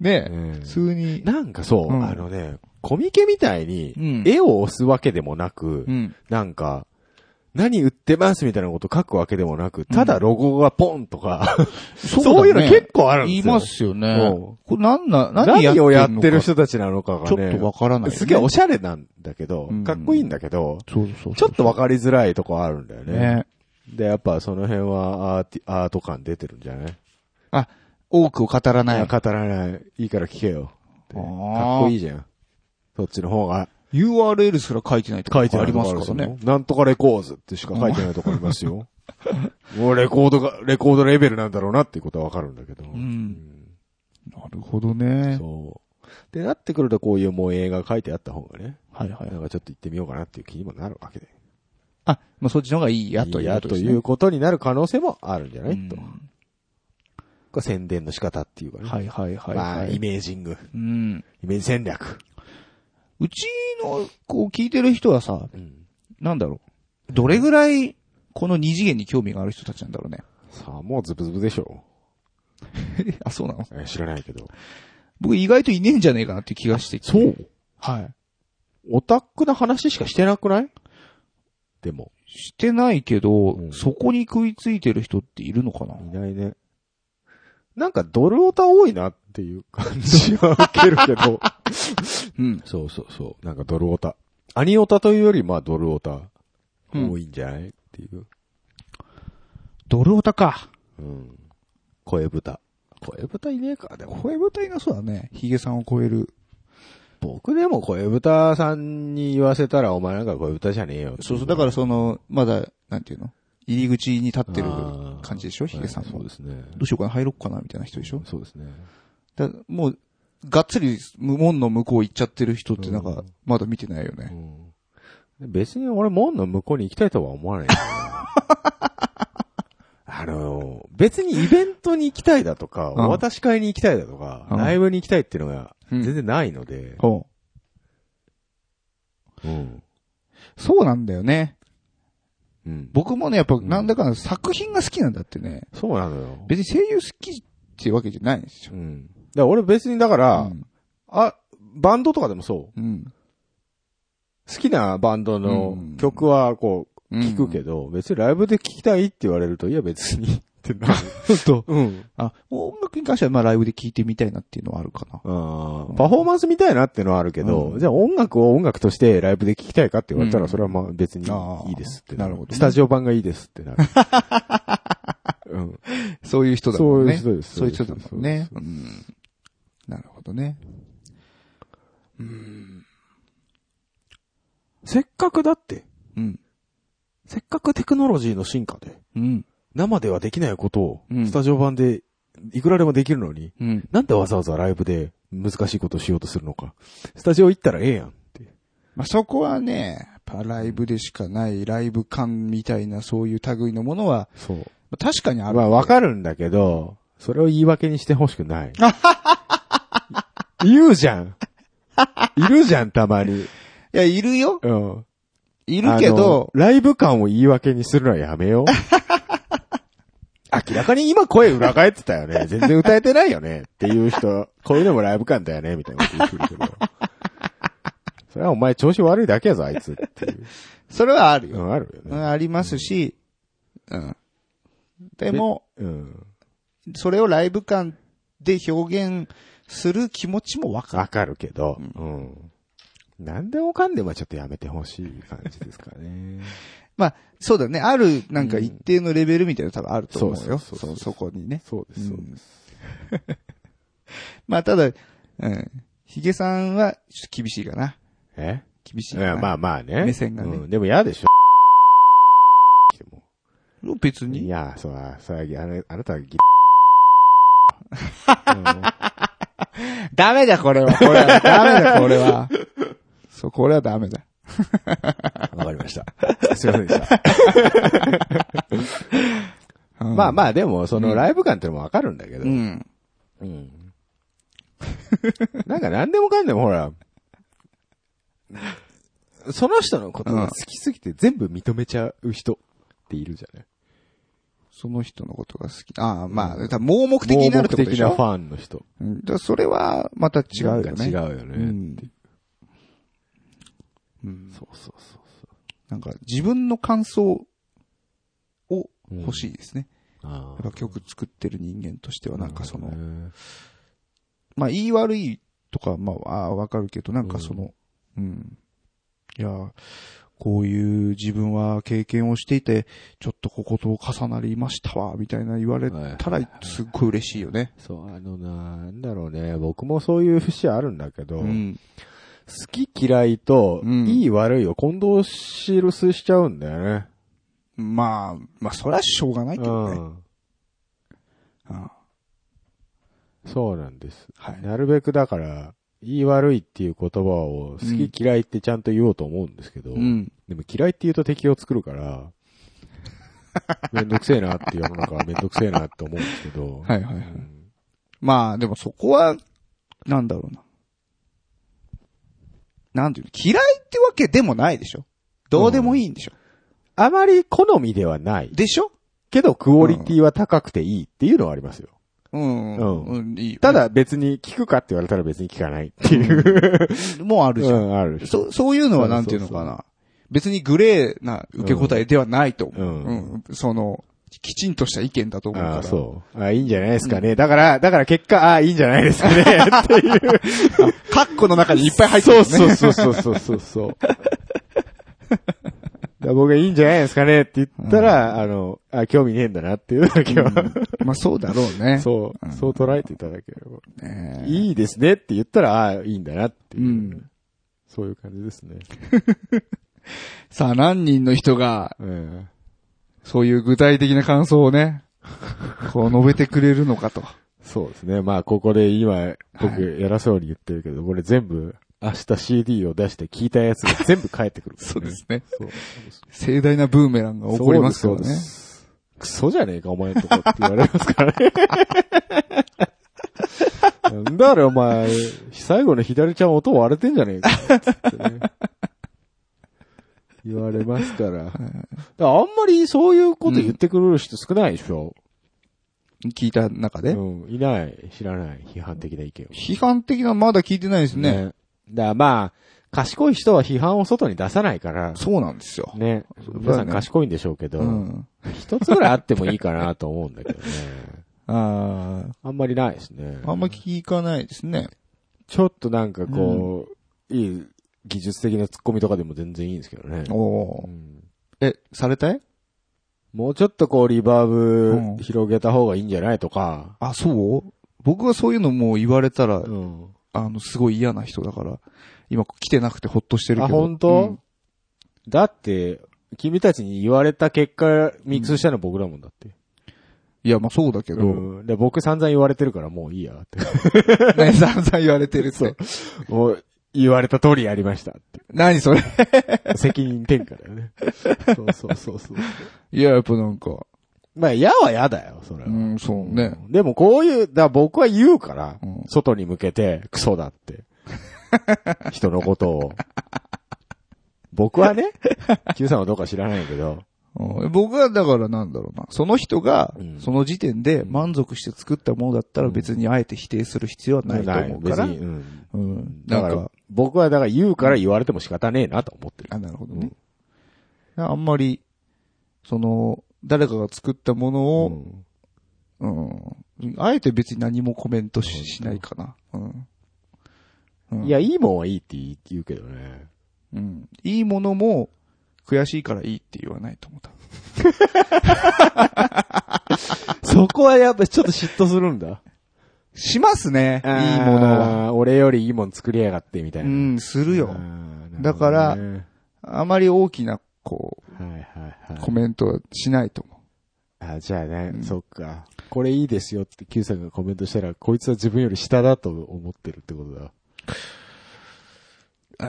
Speaker 2: ね
Speaker 1: うん
Speaker 2: 普通に。
Speaker 1: なんかそう、
Speaker 2: うん
Speaker 1: あのね、コミケみたいに
Speaker 2: う、ん。
Speaker 1: 絵を押すわけでもなく、
Speaker 2: うん。
Speaker 1: なんか、何売ってますみたいなこと書くわけでもなく、ただロゴがポンとか、
Speaker 2: そ
Speaker 1: そういうの
Speaker 2: だね
Speaker 1: 結構あるんですよ。
Speaker 2: 言いますよね
Speaker 1: うん。
Speaker 2: これなんな、何
Speaker 1: 何
Speaker 2: やってるのか
Speaker 1: をやってる人たちなのかがね。
Speaker 2: ちょっとわからないよね。
Speaker 1: すげえおしゃれなんだけど
Speaker 2: う、ん
Speaker 1: かっこいいんだけど、
Speaker 2: そうそうそう。
Speaker 1: ちょっとわかりづらいとこあるんだよね。
Speaker 2: ね。
Speaker 1: で、やっぱその辺はアーティアート感出てるんじゃない
Speaker 2: 多くを語らない。
Speaker 1: いや語らない。いいから聞けよ。って
Speaker 2: あ
Speaker 1: か
Speaker 2: ー
Speaker 1: っこいいじゃん。そっちの方が。
Speaker 2: URL すら書いてないとか
Speaker 1: 書いて
Speaker 2: あ
Speaker 1: あ
Speaker 2: り
Speaker 1: り
Speaker 2: ま
Speaker 1: ますす
Speaker 2: か
Speaker 1: からら
Speaker 2: ね
Speaker 1: ね。。なんとかレコーズってしか書いてないとこあります よ。もうレコードが、レコードレベルなんだろうなっていうことはわかるんだけど。
Speaker 2: んなるほど
Speaker 1: うん
Speaker 2: ね。
Speaker 1: そう。で、なってくるとこういうもう映画書いてあった方がね、
Speaker 2: はいはい
Speaker 1: な。んかちょっと行ってみようかなっていう気にもなるわけで。
Speaker 2: あ、まあそっちの方がいいやという
Speaker 1: や
Speaker 2: こと
Speaker 1: と
Speaker 2: です
Speaker 1: い
Speaker 2: ね。
Speaker 1: うことになる可能性もあるんじゃないと
Speaker 2: う。ん
Speaker 1: が宣伝の仕方っていうかね。
Speaker 2: はいはいはい、
Speaker 4: ま
Speaker 2: は
Speaker 4: あ、
Speaker 2: い
Speaker 4: イメージング。
Speaker 2: うん。
Speaker 4: イメージ戦略。
Speaker 2: うちの、こう聞いてる人はさ、
Speaker 1: うん。
Speaker 2: なんだろう。どれぐらい、この二次元に興味がある人たちなんだろうね。
Speaker 1: さあ、もうズブズブでしょ。
Speaker 2: あ、そうなの
Speaker 1: え知らないけど。
Speaker 2: 僕意外といねえんじゃねえかなっていう気がしていて
Speaker 1: そう
Speaker 2: はい。
Speaker 1: オタクな話しかしてなくないでも、
Speaker 2: してないけど、
Speaker 1: うん
Speaker 2: そこに食いついてる人っているのかない
Speaker 1: ないね。なんか、ドルオタ多いなっていう感じは受けるけ ど。
Speaker 2: うん。
Speaker 1: そうそうそう。なんかドルオタ。アニオタというより、まあドルオタ。
Speaker 2: うん
Speaker 1: 多いんじゃないっていう。
Speaker 2: ドルオタか。
Speaker 1: うん。声豚。声豚いねえか。でも、
Speaker 2: 声舞台がそうだね。ヒゲさんを超える。
Speaker 1: 僕でも声豚さんに言わせたら、お前なんか声豚じゃねえよってい。
Speaker 2: そうそう。だからその、まだ、なんていうの入り口に立ってる
Speaker 1: あー
Speaker 2: 感じでしょヒゲさん
Speaker 1: はい
Speaker 2: も。
Speaker 1: そう
Speaker 2: ど
Speaker 1: ですね。
Speaker 2: うしようかな入ろっかなみたいな人でしょ
Speaker 1: そうですね。
Speaker 2: だもう、がっつり無門の向こう行っちゃってる人ってなんか、まだ見てないよ
Speaker 1: う
Speaker 2: ね。
Speaker 1: ん。別に俺門の向こうに行きたいとは思わないんだよな。 あの、別にイベントに行きたいだとか、
Speaker 2: うん
Speaker 1: お渡し会に行きたいだとか、
Speaker 2: うん
Speaker 1: ライブに行きたいっていうのが
Speaker 2: うん
Speaker 1: 全然ないので、
Speaker 2: お
Speaker 1: う
Speaker 2: う
Speaker 1: ん。
Speaker 2: そうなんだよね。
Speaker 1: うん。
Speaker 2: 僕もね、やっぱなんだかんだ作品が好きなんだってね。
Speaker 1: そうなのよ。
Speaker 2: 別に声優好きってわけじゃないんですよ
Speaker 1: う。ん。だから俺別にだから、
Speaker 2: うん
Speaker 1: あ、バンドとかでもそう。
Speaker 2: うん。
Speaker 1: 好きなバンドの曲はこう、聞くけど、別にライブで聞きたいって言われると、いや別にって なる。
Speaker 2: ど。そう
Speaker 1: うん。
Speaker 2: あ、音楽に関してはまあライブで聴いてみたいなっていうのはあるかな。
Speaker 1: あーパフォーマンス見たいなってのはあるけど、
Speaker 2: うん
Speaker 1: じゃあ音楽を音楽としてライブで聞きたいかって言われた
Speaker 2: う
Speaker 1: ら、
Speaker 2: ん
Speaker 1: それはまあ別に
Speaker 2: あー
Speaker 1: いいですって
Speaker 2: なるほどね
Speaker 1: スタジオ版がいいですってなる。うん、
Speaker 2: そういう人だも
Speaker 1: そう
Speaker 2: ん
Speaker 1: いう
Speaker 2: ね。
Speaker 1: 人です。
Speaker 2: そういう人だもんね。
Speaker 1: そううです。
Speaker 2: ん。なるほどね。うん。
Speaker 1: せっかくだって、
Speaker 2: うん。
Speaker 1: せっかくテクノロジーの進化で、
Speaker 2: うん。
Speaker 1: 生ではできないことを
Speaker 2: う、ん
Speaker 1: スタジオ版でいくらでもできるのに、
Speaker 2: うん。
Speaker 1: なんでわざわざライブで難しいことをしようとするのか。スタジオ行ったらええやんって。
Speaker 2: まあ、そこはね、やっぱライブでしかないライブ感みたいなそういう類のものは、
Speaker 1: そう。
Speaker 2: まあ確かにある。
Speaker 1: まあわかるんだけど、それを言い訳にしてほしく ない。言うじゃん。いるじゃん、たまに。
Speaker 2: いや、いるよ。
Speaker 1: うん。
Speaker 2: い
Speaker 1: い
Speaker 2: るけど、
Speaker 1: ライブ感を言い訳にするのはやめ よう。明らかに今声裏返ってたよね。全然歌えてないよね。っていう人、こういうのもライブ感だよね、みたいなこと言ってるけ ど。それはお前調子悪いだけやぞ、あいつっていう。
Speaker 2: それはある
Speaker 1: う
Speaker 2: よ。
Speaker 1: ん、あるよ
Speaker 2: う
Speaker 1: ね。
Speaker 2: ん、ありますし、うん。でも、
Speaker 1: うん。
Speaker 2: それをライブ感で表現する気持ちもわか
Speaker 1: わかるけど、うん。何でもかんでもちょっとやめてほしい感じですかね。
Speaker 2: る。そうだね。ある、なんか一定のレベルみたいなの多分あると思うよ。
Speaker 1: そそ
Speaker 2: そう
Speaker 1: うそうそう
Speaker 2: うそこにね。
Speaker 1: そうで
Speaker 2: う
Speaker 1: す、
Speaker 2: ん
Speaker 1: そうです。
Speaker 2: まあ、ただ、うん。ヒゲさんは、ちょっと厳しいかな。
Speaker 1: え
Speaker 2: 厳しい
Speaker 1: い
Speaker 2: かな。
Speaker 1: やまあまあね。
Speaker 2: 目線がね
Speaker 1: うんでも嫌でしょ。でも
Speaker 2: 別
Speaker 1: い
Speaker 2: に。
Speaker 1: や、そうだ、そうだあれあなたはギ
Speaker 2: ダメだ、これは。これは。ダメだ、これ は。そう、これはダメだ。
Speaker 1: わかりました。すいませんで した。
Speaker 2: うん
Speaker 1: まあまあ、でも、そ
Speaker 2: うん
Speaker 1: のライブ感ってのもわかるんだけど
Speaker 2: う。ん。
Speaker 1: うん。なんか何でもかんでもほら、その人のことが好きすぎて全部認めちゃう人っているじゃない
Speaker 2: その人のことが好き。ああ、まあ、
Speaker 1: うん
Speaker 2: 多分盲目的になるってことでしょ
Speaker 1: 盲目的なファンの人。
Speaker 2: うんだからそれは、また違うよ
Speaker 1: なんか
Speaker 2: ね。
Speaker 1: 違うよね。
Speaker 2: うん
Speaker 1: って
Speaker 2: うん
Speaker 1: そうそうそ
Speaker 2: なんか、自分の感想を
Speaker 1: う。
Speaker 2: 欲し
Speaker 1: い。
Speaker 2: いですね。
Speaker 1: あ
Speaker 2: やっぱ曲作ってる人間として
Speaker 1: あ
Speaker 2: は、なんかその、
Speaker 1: うん
Speaker 2: まあ、言い悪いとか、まあ、あーわかるけど、なんかその、うん。いやー、こういう自分は経験をしていて、ちょっとここと重なりましたわ、みたいな言われたら、すっごい嬉しいよね。
Speaker 1: そう、あの、なんだろうね。僕もそういう節あるんだけど、
Speaker 2: うん。
Speaker 1: 好き嫌いと、
Speaker 2: うん
Speaker 1: いい悪いを混同しるすしちゃうんだよね。
Speaker 2: まあ、まあ、それはしょうがないけどね。
Speaker 1: ん。
Speaker 2: うん
Speaker 1: そうなんです。
Speaker 2: はい。
Speaker 1: なるべくだから、いい悪いっていう言葉を好き嫌いってちゃんと言おうと思うんですけど、
Speaker 2: うん。
Speaker 1: でも嫌いって言うと敵を作るから、めんどくせえなって世の中はめんどくせえなって思うんですけど。
Speaker 2: はいは
Speaker 1: う
Speaker 2: いはい。
Speaker 1: ん
Speaker 2: まあ、でもそこは、なんだろうな。なんていうの嫌いってわけでもないでしょどうでもいいんでしょ、
Speaker 1: あまり好みではない。
Speaker 2: でしょ
Speaker 1: けど、クオリティは高くていいっていうのはありますよ。
Speaker 2: うん。
Speaker 1: うん
Speaker 2: ん。いい
Speaker 1: た、だ別に聞くかって言われたら別に聞かないっていう。
Speaker 2: もうあるじゃん。
Speaker 1: うんあるし。
Speaker 2: そ、そういうのはなんていうのかな。別にグレーな受け答えではないと思う。
Speaker 1: うん
Speaker 2: うんその、きちんとした意見だと思う
Speaker 1: あ
Speaker 2: か
Speaker 1: あ、
Speaker 2: ら。
Speaker 1: そう。ああ、いいんじゃないですかね。だから、だから結果、ああ、いいんじゃないですかね。っていう。
Speaker 2: カッコの中にいっぱい入ってる、ね。
Speaker 1: そうそうそうそうそうそう。だから僕がいいんじゃないですかねって言ったら、あの、あ、興味ねえんだなっていうだけは、
Speaker 2: うんまあそうだろうね。
Speaker 1: そうう、
Speaker 2: ん
Speaker 1: そう捉えていただければ。
Speaker 2: うね。
Speaker 1: いいですねって言ったら、ああ、いいんだなっていう、
Speaker 2: うん
Speaker 1: そういう感じですね。
Speaker 2: さあ何人の人が、
Speaker 1: うん。
Speaker 2: そういう具体的な感想をね、こう述べてくれるのかと。
Speaker 1: そうですね。まあ、ここで今、僕、
Speaker 2: は
Speaker 1: 偉そうに言ってるけど、これ全部、明日 CD を出して聞いたやつが全部返ってくる、 ね。
Speaker 2: ね。
Speaker 1: そう。
Speaker 2: 盛大なブーメランが起こりますから
Speaker 1: そう
Speaker 2: ね
Speaker 1: で。す。クソじゃねえか、お前のとかって言われますから ね。なんだあれ、お前、最後の左ちゃん音割れてんじゃねえかっつってね、言われます から。だからあんまりそういうこと言ってくる人少ないでしょ、
Speaker 2: 聞いた中
Speaker 1: う
Speaker 2: で。
Speaker 1: ん、いない、知らない、批判的な意見を。
Speaker 2: 批判的なまだ聞いてないですね。。
Speaker 1: だからまあ、賢い人は批判を外に出さないから、
Speaker 2: そうなんですよ。
Speaker 1: ね。
Speaker 2: そうだよね
Speaker 1: 皆さん賢いんでしょうけど、
Speaker 2: うん。
Speaker 1: 一つぐらいあってもいいかなと思うんだけどね。
Speaker 2: ああ。
Speaker 1: あんまりないですね。
Speaker 2: あんま聞かないですね。
Speaker 1: ちょっとなんかこう、いい技術的な突っ込みとかでも全然いいんですけどね。
Speaker 2: お
Speaker 1: う
Speaker 2: ー
Speaker 1: ん
Speaker 2: え、されたい
Speaker 1: もうちょっとこうリバ
Speaker 2: う
Speaker 1: ー
Speaker 2: ん
Speaker 1: ブ広げた方がいいんじゃないとか。
Speaker 2: あ、そう僕はそういうのもう言われたら、
Speaker 1: うん。
Speaker 2: あの、すごい嫌な人だから、今来てなくてほっとしてる
Speaker 1: あ、
Speaker 2: けど。
Speaker 1: 本当、だって、君たちに言われた結果、ミックスしたの僕だもんだって。
Speaker 2: いや、まあそうだけど、
Speaker 1: うんで、僕散々言われてるからもういいやって。
Speaker 2: ね、散々言われてるって。
Speaker 1: もう言われた通りやりましたって。
Speaker 2: 何それ
Speaker 1: 責任転嫁だよ ね。そうそうそうそう。
Speaker 2: いや、やっぱなんか、
Speaker 1: まあ、嫌は嫌だよ、それは。
Speaker 2: うん、そうね。
Speaker 1: でもこういう、だから僕は言うから、
Speaker 2: うん
Speaker 1: 外に向けてクソだ って。人のことを。僕は ね、Q さんはどうか知らないけど、
Speaker 2: うん僕はだからなんだろうな。その人が
Speaker 1: う、ん
Speaker 2: その時点で満足して作ったものだったら別にあえて否定する必要はないと思うから。
Speaker 1: 別に、うん
Speaker 2: うん。
Speaker 1: だ
Speaker 2: だ
Speaker 1: か
Speaker 2: からら、、
Speaker 1: 僕はだから言うから言われても仕方ねえなと思ってる。
Speaker 2: あ、なるほどね。あんまり、その、誰かが作ったもの
Speaker 1: う
Speaker 2: を、
Speaker 1: ん
Speaker 2: うん。あえて別に何もコメントししないかな。うん。うん
Speaker 1: いや、、いいもんはいいって言い言うけどね。
Speaker 2: うん。いいものも、悔しいからいいって言わないと思った。
Speaker 1: そこはやっぱちょっと嫉妬するんだ。
Speaker 2: しますね。いいものは。
Speaker 1: は。俺よりいいもん作りやがってみたいうな。
Speaker 2: ん、するよ
Speaker 1: あ。ー
Speaker 2: だから
Speaker 1: なる
Speaker 2: あまり大きな、こ、。
Speaker 1: ほどねはいはいはいう
Speaker 2: コメントはしないと思う。
Speaker 1: あ、じゃあね、
Speaker 2: うん
Speaker 1: そっか。これいいですよって Q さんがコメントしたら、こいつは自分より下だと思ってるってことだ。
Speaker 2: あ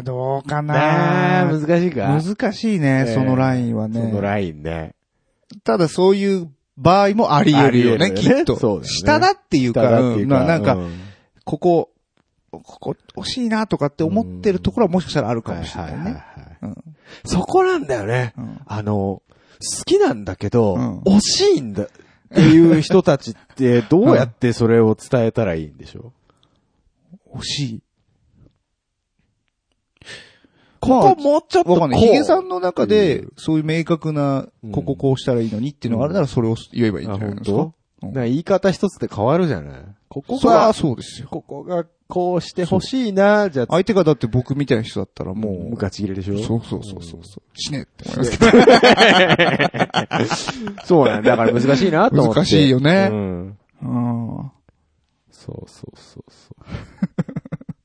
Speaker 2: ー、どうか
Speaker 1: あー、難しいか。
Speaker 2: 難しいね、
Speaker 1: えー
Speaker 2: そのラインは
Speaker 1: その
Speaker 2: ね。
Speaker 1: ラインね。
Speaker 2: ただそういう場合もあり得るよ
Speaker 1: あ
Speaker 2: ね、
Speaker 1: り
Speaker 2: き
Speaker 1: 得るよね
Speaker 2: っと。
Speaker 1: そうだよね
Speaker 2: 下だっていうか
Speaker 1: 下
Speaker 2: ら、
Speaker 1: だって
Speaker 2: う
Speaker 1: い
Speaker 2: ん
Speaker 1: うか。
Speaker 2: ななん
Speaker 1: う
Speaker 2: か、ここ、ここ惜しいなとかって思ってるところはもしかしたらあるかもしれない
Speaker 1: はいはい
Speaker 2: ね。
Speaker 1: はいはい
Speaker 2: うん
Speaker 1: そこなんだよね。
Speaker 2: うん
Speaker 1: あの、好きなんだけど、
Speaker 2: うん
Speaker 1: 惜しいんだっていう人たちって、どうやってそれを伝えたらいいんでしょう、
Speaker 2: 惜しい。
Speaker 1: ここもうちょっとこ
Speaker 2: わか
Speaker 1: う。
Speaker 2: んない。ヒゲさんの中
Speaker 1: う
Speaker 2: で
Speaker 1: ん、
Speaker 2: そういう明確な
Speaker 1: う、ん
Speaker 2: こここうしたらいいのにっていうのがあるなら、それを言えばいいんじゃないです
Speaker 1: あ
Speaker 2: か
Speaker 1: 本。なんか言い方一つで変わるじゃないここ
Speaker 2: それは
Speaker 1: が、
Speaker 2: そうですよ。
Speaker 1: ここがこうしてほしいな、じゃあ
Speaker 2: 相手がだって僕みたいな人だったらもう、
Speaker 1: もう、ガチ切れでしょ
Speaker 2: そうそうそうそう。そう死ねって思いますけ
Speaker 1: そうなんだ。だから難しいなと思って。
Speaker 2: 難しいよね
Speaker 1: うん。
Speaker 2: ど。うん
Speaker 1: そうそうそう そ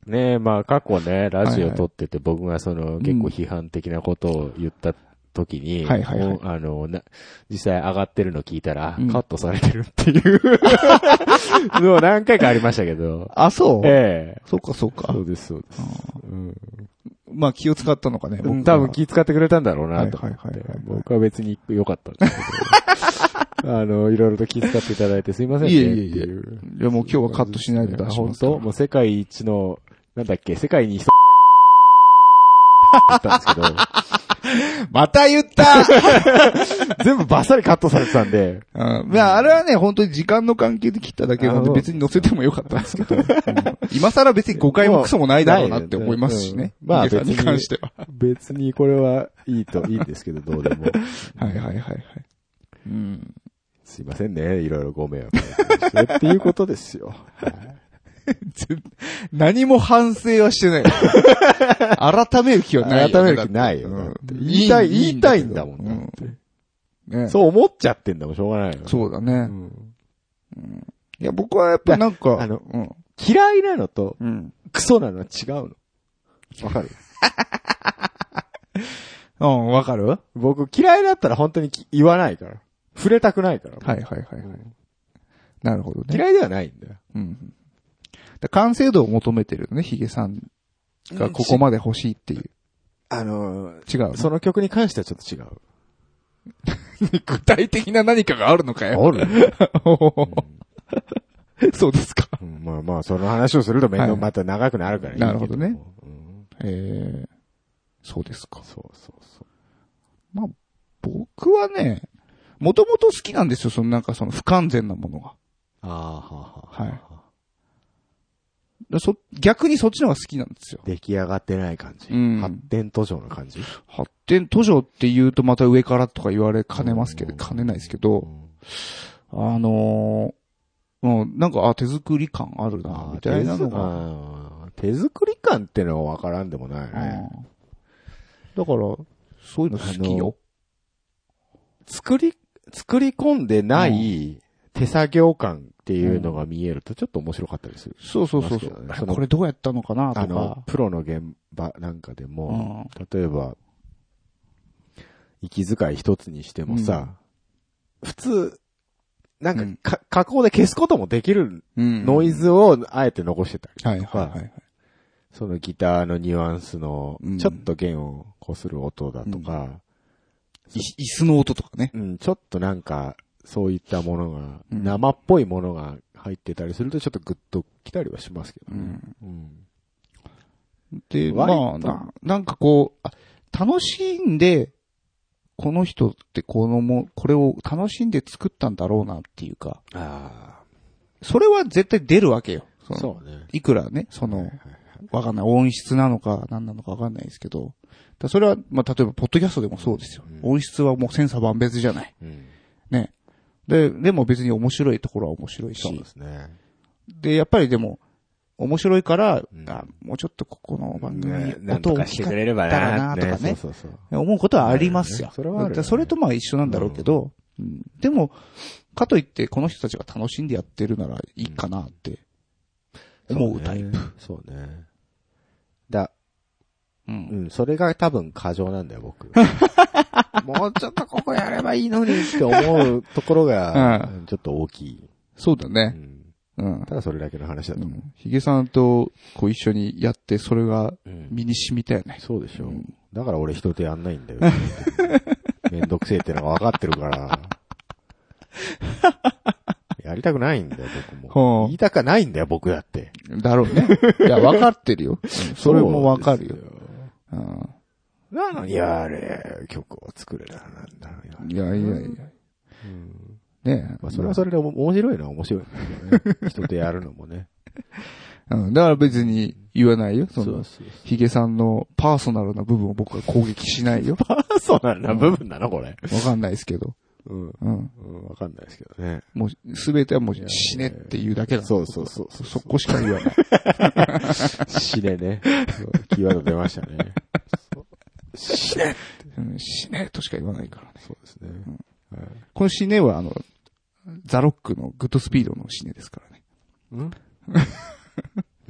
Speaker 1: う。ねえ、まあ過去ね、ラジオ撮ってて僕がその結構批判的なことを言った時に、
Speaker 2: はいはいはい
Speaker 1: もうあの、な、実際上がってるの聞いたら、
Speaker 2: うん
Speaker 1: カットされてるって いうのを何回かありましたけど。
Speaker 2: あ、そう
Speaker 1: ええ
Speaker 2: そっかそっか
Speaker 1: そ。うです、そうです。うん
Speaker 2: まあ気を使ったのかね、
Speaker 1: うん
Speaker 2: 僕
Speaker 1: 多分気遣ってくれたんだろう
Speaker 2: は
Speaker 1: ないと
Speaker 2: は
Speaker 1: 思
Speaker 2: い
Speaker 1: って。
Speaker 2: はいはい
Speaker 1: 僕は別に良かったんですけ ど。あの、いろいろと気遣っていただいてすいませんね。
Speaker 2: いえいえい
Speaker 1: っ
Speaker 2: え
Speaker 1: てう
Speaker 2: いやもう今日はカットしないで出し
Speaker 1: 本
Speaker 2: ますから
Speaker 1: 当もう世界一の、なんだっけ、世界に一つ。だったんですけ ど、
Speaker 2: また言った
Speaker 1: 全部バッサリカットされてたんで、
Speaker 2: うんまあ、あれはね、本当に時間の関係で切っただけな
Speaker 1: あ
Speaker 2: ので、
Speaker 1: そう
Speaker 2: 別に載せてもよかったんですけ ど、うん今更別に誤解もクソもないだろうなって思いますしね。
Speaker 1: うんまあ
Speaker 2: ヒゲさんに
Speaker 1: 別に
Speaker 2: 関しては。
Speaker 1: 別にこれはいいと、いいんですけど、どうでも。
Speaker 2: はいはいはいはい。うん。
Speaker 1: すいませんね、いろいろご迷惑をおかけしてっていうことですよ。
Speaker 2: 全 何も反省はしてない。 改める気はないよね。
Speaker 1: 改める気ないよ
Speaker 2: だって
Speaker 1: だって言いたい
Speaker 2: いい
Speaker 1: 言いたいんだもん
Speaker 2: う
Speaker 1: だって
Speaker 2: ね
Speaker 1: そう思っちゃってんだもん、しょうがないよね。
Speaker 2: そうだ
Speaker 1: う
Speaker 2: ね。
Speaker 1: ん
Speaker 2: いや、僕はやっぱなん
Speaker 1: いや
Speaker 2: か、
Speaker 1: あの
Speaker 2: うん、
Speaker 1: 嫌いなのと、
Speaker 2: うん。
Speaker 1: クソなのは違うの。わかる
Speaker 2: うん、わかるはい
Speaker 1: 僕嫌いだったら本当にき言わないから。触れたくないから。
Speaker 2: はいはいはい。なるほどね。
Speaker 1: 嫌いではないんだよ。
Speaker 2: うん。だ完成度を求めてるよね、ヒゲさんがここまで欲しいっていう。
Speaker 1: あのー、
Speaker 2: 違う。
Speaker 1: その曲に関してはちょっと違う。
Speaker 2: 具体的な何かがあるのか よ。
Speaker 1: る、
Speaker 2: そうですか。
Speaker 1: うんまあまあ、その話をすると面
Speaker 2: は
Speaker 1: 倒
Speaker 2: い
Speaker 1: また長くなるからいいけ
Speaker 2: なるほどね
Speaker 1: うん
Speaker 2: えー、そうですか。
Speaker 1: そうそうそう。
Speaker 2: 僕はね、もともと好きなんですよ、そのなんかその不完全なものが。
Speaker 1: ああ、はあ、
Speaker 2: はい。だからそ、逆にそっちの方が好きなんですよ。
Speaker 1: 出来上がってない感じ。
Speaker 2: うん
Speaker 1: 発展途上の感じ。
Speaker 2: 発展途上って言うとまた上からとか言われかねますけど、
Speaker 1: うん
Speaker 2: かねないですけ
Speaker 1: う
Speaker 2: ど、
Speaker 1: ん
Speaker 2: あのー、うん、なんか、あ、手作り感あるな
Speaker 1: あ、あ
Speaker 2: みたいなのが。
Speaker 1: が。手作り感ってのはわからんでもないね。
Speaker 2: うんだから、そういうの好きよ。
Speaker 1: 作り、作り込んでない手作業感っていうのが見えるとちょっと面白かったりする。
Speaker 2: そうそうそうそ
Speaker 1: あ
Speaker 2: う
Speaker 1: り。ます
Speaker 2: あ
Speaker 1: よね
Speaker 2: これどうやったのかな
Speaker 1: あ
Speaker 2: と
Speaker 1: の
Speaker 2: か、。
Speaker 1: プロの現場なんかで
Speaker 2: う
Speaker 1: も、
Speaker 2: ん。
Speaker 1: 例えば、息遣い一つにしてもさ、普通、なんか
Speaker 2: うん
Speaker 1: か、加工で消すこともできる
Speaker 2: うん
Speaker 1: ノイ。ズをあえて残してたりとか、
Speaker 2: はいはいはいはい。
Speaker 1: そのギターのニュアンスの
Speaker 2: うん、
Speaker 1: ちょっと弦をこする音だとか、
Speaker 2: い椅子の音とかね。
Speaker 1: うん、ちょっとなんか、そういったものが、
Speaker 2: うん
Speaker 1: 生っぽいものが入ってたりすると、ちょっとグッと来たりはしますけど
Speaker 2: う
Speaker 1: ね。
Speaker 2: ん。
Speaker 1: うん。
Speaker 2: で、
Speaker 1: 割
Speaker 2: ま
Speaker 1: と
Speaker 2: あな、なんかこう、あ楽しんで、この人ってこのも、これを楽しんで作ったんだろうなっていうか、
Speaker 1: あ
Speaker 2: それは絶対出るわけよ。そ
Speaker 1: あ、
Speaker 2: の
Speaker 1: そうね。
Speaker 2: いくらね、その、わかんない、音質なのか何なのかわかんないですけど、だそれは、まあ、例えば、ポッドキャストでもそうですよ。
Speaker 1: うん
Speaker 2: 音質はもう千差万別じゃない。
Speaker 1: うん。
Speaker 2: ね。で、でも別に面白いところは面白いし、
Speaker 1: そうですね。
Speaker 2: で、やっぱりでも、面白いから、
Speaker 1: うん
Speaker 2: あ、もうちょっとここの番組
Speaker 1: ね
Speaker 2: に
Speaker 1: なん
Speaker 2: 音
Speaker 1: と
Speaker 2: を
Speaker 1: かして
Speaker 2: 光
Speaker 1: くれれば
Speaker 2: だ
Speaker 1: な
Speaker 2: ったらなとかね
Speaker 1: そうそうそう。
Speaker 2: 思うことはありますよ。
Speaker 1: それはあるよね
Speaker 2: だそれとまあ一緒なんだろうけど、うんでも、かといってこの人たちが楽しんでやってるならいいかなって思うタイプ。
Speaker 1: プ。そうね。だ、
Speaker 2: う
Speaker 1: うんん、それが多分過剰なんだよ、僕。
Speaker 2: もうちょっとここやればいいのに。
Speaker 1: って思うところが
Speaker 2: う、
Speaker 1: ちょっと大きい。
Speaker 2: そうだ
Speaker 1: う
Speaker 2: ね。
Speaker 1: ん。
Speaker 2: うん。
Speaker 1: ただそれだけの話だと思う。
Speaker 2: ヒゲさんとこう一緒にやって、それが
Speaker 1: うん
Speaker 2: 身に染みたよね。
Speaker 1: そうでしょ。
Speaker 2: う
Speaker 1: うんだから俺人手やんない んだよ。めんどくせえってのが分かってるから。やりたくないんだよ、僕
Speaker 2: ほう
Speaker 1: も。言いたくないんだよ、僕だって。
Speaker 2: だろう ね。いや、わかってるよ。それもわかる
Speaker 1: そ
Speaker 2: よ
Speaker 1: う。です
Speaker 2: うん
Speaker 1: なのに、やれ、曲を作れな、なんだ、
Speaker 2: いやいやい
Speaker 1: う
Speaker 2: や。
Speaker 1: ん
Speaker 2: ねえ
Speaker 1: まあ、それはそれで面白いのは面白いんだけどね。人手やるのもね。
Speaker 2: うん。だから別に言わないよ。その、
Speaker 1: そう。
Speaker 2: ヒゲさんのパーソナルな部分を僕は攻撃しないよ。
Speaker 1: パーソナルな部分なの、これ。
Speaker 2: わかんないですけど。
Speaker 1: うん。
Speaker 2: うん。
Speaker 1: うん、わかんないですけどね。
Speaker 2: もう、すべてはもう死ねっていうだけだ。
Speaker 1: そうそうそう
Speaker 2: そ。そこしか言わ ない。
Speaker 1: 死ねね。キーワード出ましたね。死ね
Speaker 2: うん死ねとしか言わないからね。
Speaker 1: そうですね。
Speaker 2: この死ねはあの、ザロックのグッドスピードの死ねですからね。
Speaker 1: うん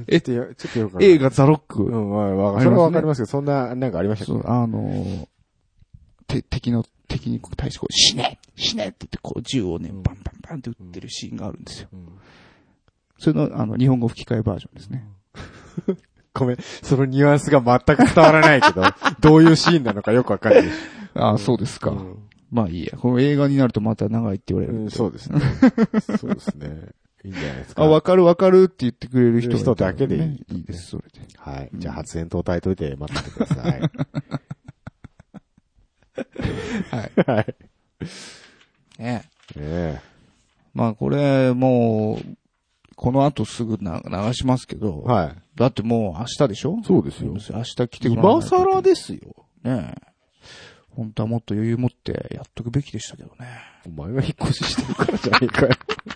Speaker 2: え
Speaker 1: ちょっとよ、ちょっとよくわかんない
Speaker 2: 映。画ザロック。
Speaker 1: うん、まあわか
Speaker 2: ありますね
Speaker 1: それはわかりますけど、そんな、なんかありました
Speaker 2: そう
Speaker 1: っ、
Speaker 2: あのーて、敵の、敵に対してこう、死ね死ねって言って、こう、銃をね、
Speaker 1: うん
Speaker 2: バンバンバンって撃ってるシーンがあるんですよ。
Speaker 1: けうん
Speaker 2: それの、あの、日本語吹き替えバージョンですね。
Speaker 1: ごめん。そのニュアンスが全く伝わらない けど、どういうシーンなのかよくわかんないし。
Speaker 2: ああ、そうですか。
Speaker 1: うん
Speaker 2: まあいいや。この映画になるとまた長いって言われ
Speaker 1: う
Speaker 2: る。
Speaker 1: ん、そうですね。そうですね。いいんじゃないですか。
Speaker 2: あ、わかるわかるって言ってくれる人がいた
Speaker 1: 人
Speaker 2: ら
Speaker 1: だけでいい
Speaker 2: ねいいです、それで。
Speaker 1: はい。じゃあ発煙筒焚いといて待っててくだ さい。
Speaker 2: はい。
Speaker 1: はい。
Speaker 2: ね
Speaker 1: え
Speaker 2: まあこれ、もう、この後すぐな流しますけど、
Speaker 1: え。はい。
Speaker 2: だってもう明日でしょ
Speaker 1: そうです
Speaker 2: 明日来てもらわ
Speaker 1: 今
Speaker 2: ないと
Speaker 1: 更ですよ。
Speaker 2: ねえ。本当はもっと余裕持ってやっとくべきでしたけどね。
Speaker 1: お前が引っ越ししてるからじゃねえかよ。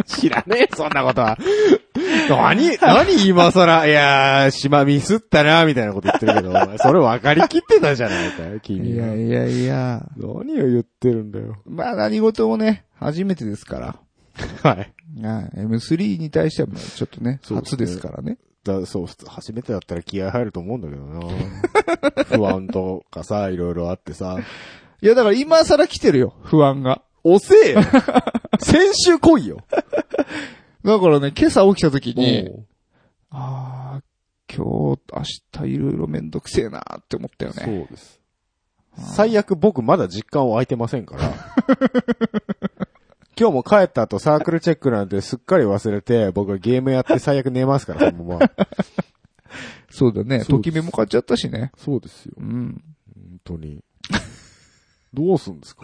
Speaker 1: 知らねえ、そんなこと は。何何今更、いやー、島ミスったな、みたいなこと言ってるけど、お前それ分かりきってたじゃないかよ、君は。
Speaker 2: いやいや。
Speaker 1: 何を言ってるんだよ。
Speaker 2: まあ何事もね、初めてですから。
Speaker 1: はい。
Speaker 2: はい M3 に対してはちょっとね、
Speaker 1: そうです
Speaker 2: 初
Speaker 1: ね
Speaker 2: ですからね。
Speaker 1: だそう、初めてだったら気合入ると思うんだけどな。 不安とかさ、いろいろあってさ。
Speaker 2: いやだから今更来てるよ、不安が。
Speaker 1: 遅え よ先週来いよ
Speaker 2: だからね、今朝起きた時に、
Speaker 1: も
Speaker 2: ああ、今日、明日いろいろめんどくせえなーって思ったよ
Speaker 1: う
Speaker 2: ね。
Speaker 1: そうです。最悪僕まだ実感を空いてません から。今日も帰った後サークルチェックなんてすっかり忘れて、僕はゲームやって最悪寝ますから、その まま。
Speaker 2: そうだね。
Speaker 1: そう
Speaker 2: ときめも買っちゃったしね。
Speaker 1: そうですよ。
Speaker 2: うん。
Speaker 1: 本当に。どうすんですか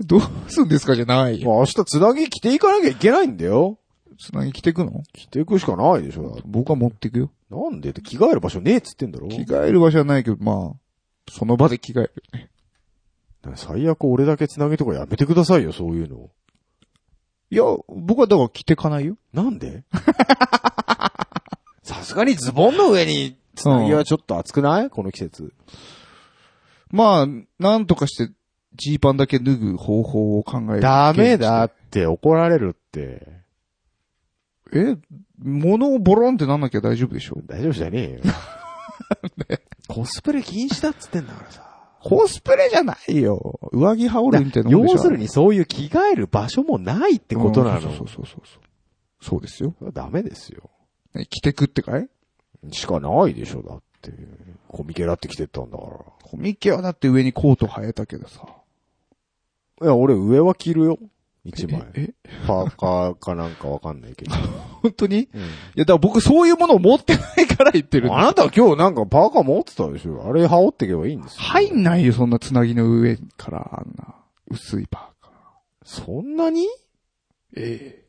Speaker 2: どうすんですかじゃないよ。
Speaker 1: 明日つなぎ着ていかなきゃいけないんだよ。
Speaker 2: つなぎ着てくの
Speaker 1: 着ていくしかないでしょ。だって
Speaker 2: 僕は持ってくよ。
Speaker 1: なんでって着替える場所ねえっつってんだろ
Speaker 2: 着替える場所はないけど、まあ、その場で着替える。
Speaker 1: 最悪俺だけつなぎとかやめてくださいよ、そういうの。
Speaker 2: いや、僕はだから着てかないよ。
Speaker 1: なんで さすがにズボンの上につなぎはちょっと暑くないこの季節。
Speaker 2: まあ、なんとかして、ジーパンだけ脱ぐ方法を考える。
Speaker 1: ダメだって怒られるって。
Speaker 2: え、物をボロンってなんなきゃ大丈夫でしょ
Speaker 1: 大丈夫じゃねえよ。 コスプレ禁止だっつってんだからさ。
Speaker 2: コスプレじゃないよ。上着羽織るみたいなもんでしょ
Speaker 1: 要するにそういう着替える場所もないってことなの。
Speaker 2: うんそうそうそうそうそう。そうですよ。
Speaker 1: ダメですよ。
Speaker 2: ね着てくってかい
Speaker 1: しかないでしょ、だって。コミケだって着てったんだから。
Speaker 2: コミケはだって上にコート生えたけどさ。
Speaker 1: いや、俺上は着るよ。一枚。
Speaker 2: え、え
Speaker 1: パーカーかなんかわかんないけ ど。
Speaker 2: 本当にいや、だから僕そういうものを持ってないから言ってるんだ
Speaker 1: あなたは今日なんかパーカー持ってたでしょあれ羽織っていけばいいんですよ。
Speaker 2: 入んないよ、そんなつなぎの上から、あんな、薄いパーカー。
Speaker 1: そんなに
Speaker 2: え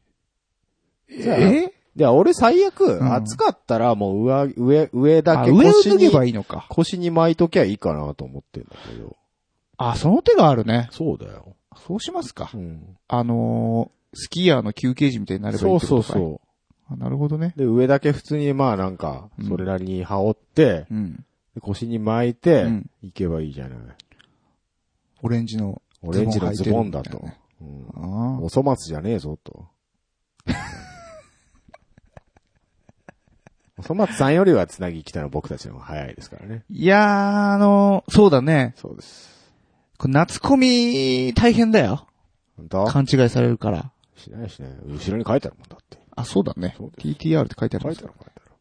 Speaker 2: え
Speaker 1: じゃあ
Speaker 2: え
Speaker 1: いや、俺最悪、
Speaker 2: ん
Speaker 1: 暑かったらもう上、上、上だ
Speaker 2: あ
Speaker 1: け
Speaker 2: 上を
Speaker 1: 腰
Speaker 2: 脱げば
Speaker 1: に、
Speaker 2: いいのか。
Speaker 1: 腰に巻いときゃいいかなと思ってんだけど。
Speaker 2: あ、その手があるね。
Speaker 1: そうだよ。
Speaker 2: そうしますか
Speaker 1: う。ん。
Speaker 2: あのー、スキーヤーの休憩時みたいになればいい
Speaker 1: そう
Speaker 2: って
Speaker 1: そ
Speaker 2: こ
Speaker 1: う
Speaker 2: とかい
Speaker 1: そ
Speaker 2: あなるほどね。
Speaker 1: う。で、上だけ普通にまあなんか
Speaker 2: う、ん
Speaker 1: それなりに羽織って、
Speaker 2: うん。
Speaker 1: 腰に巻いて
Speaker 2: うん、
Speaker 1: いけばいいじゃない。
Speaker 2: オレンジの
Speaker 1: オレンジのズボンだ
Speaker 2: ズボ
Speaker 1: と
Speaker 2: ン履いてるみたいな。
Speaker 1: うん
Speaker 2: あ
Speaker 1: お粗末じゃねえぞ、 と。お粗末さんよりはつなぎ来たの僕たちの方が早いですからね。
Speaker 2: いやー、あのー、そうだね。
Speaker 1: そうです。
Speaker 2: これ夏コミ、大変だよ。
Speaker 1: 本当
Speaker 2: 勘違いされるから。
Speaker 1: しないしない。後ろに書いてあるもんだって。
Speaker 2: あ、そうだね
Speaker 1: そう。です
Speaker 2: TTR って書いてある
Speaker 1: 書
Speaker 2: んで
Speaker 1: い
Speaker 2: す
Speaker 1: てある、書いてある。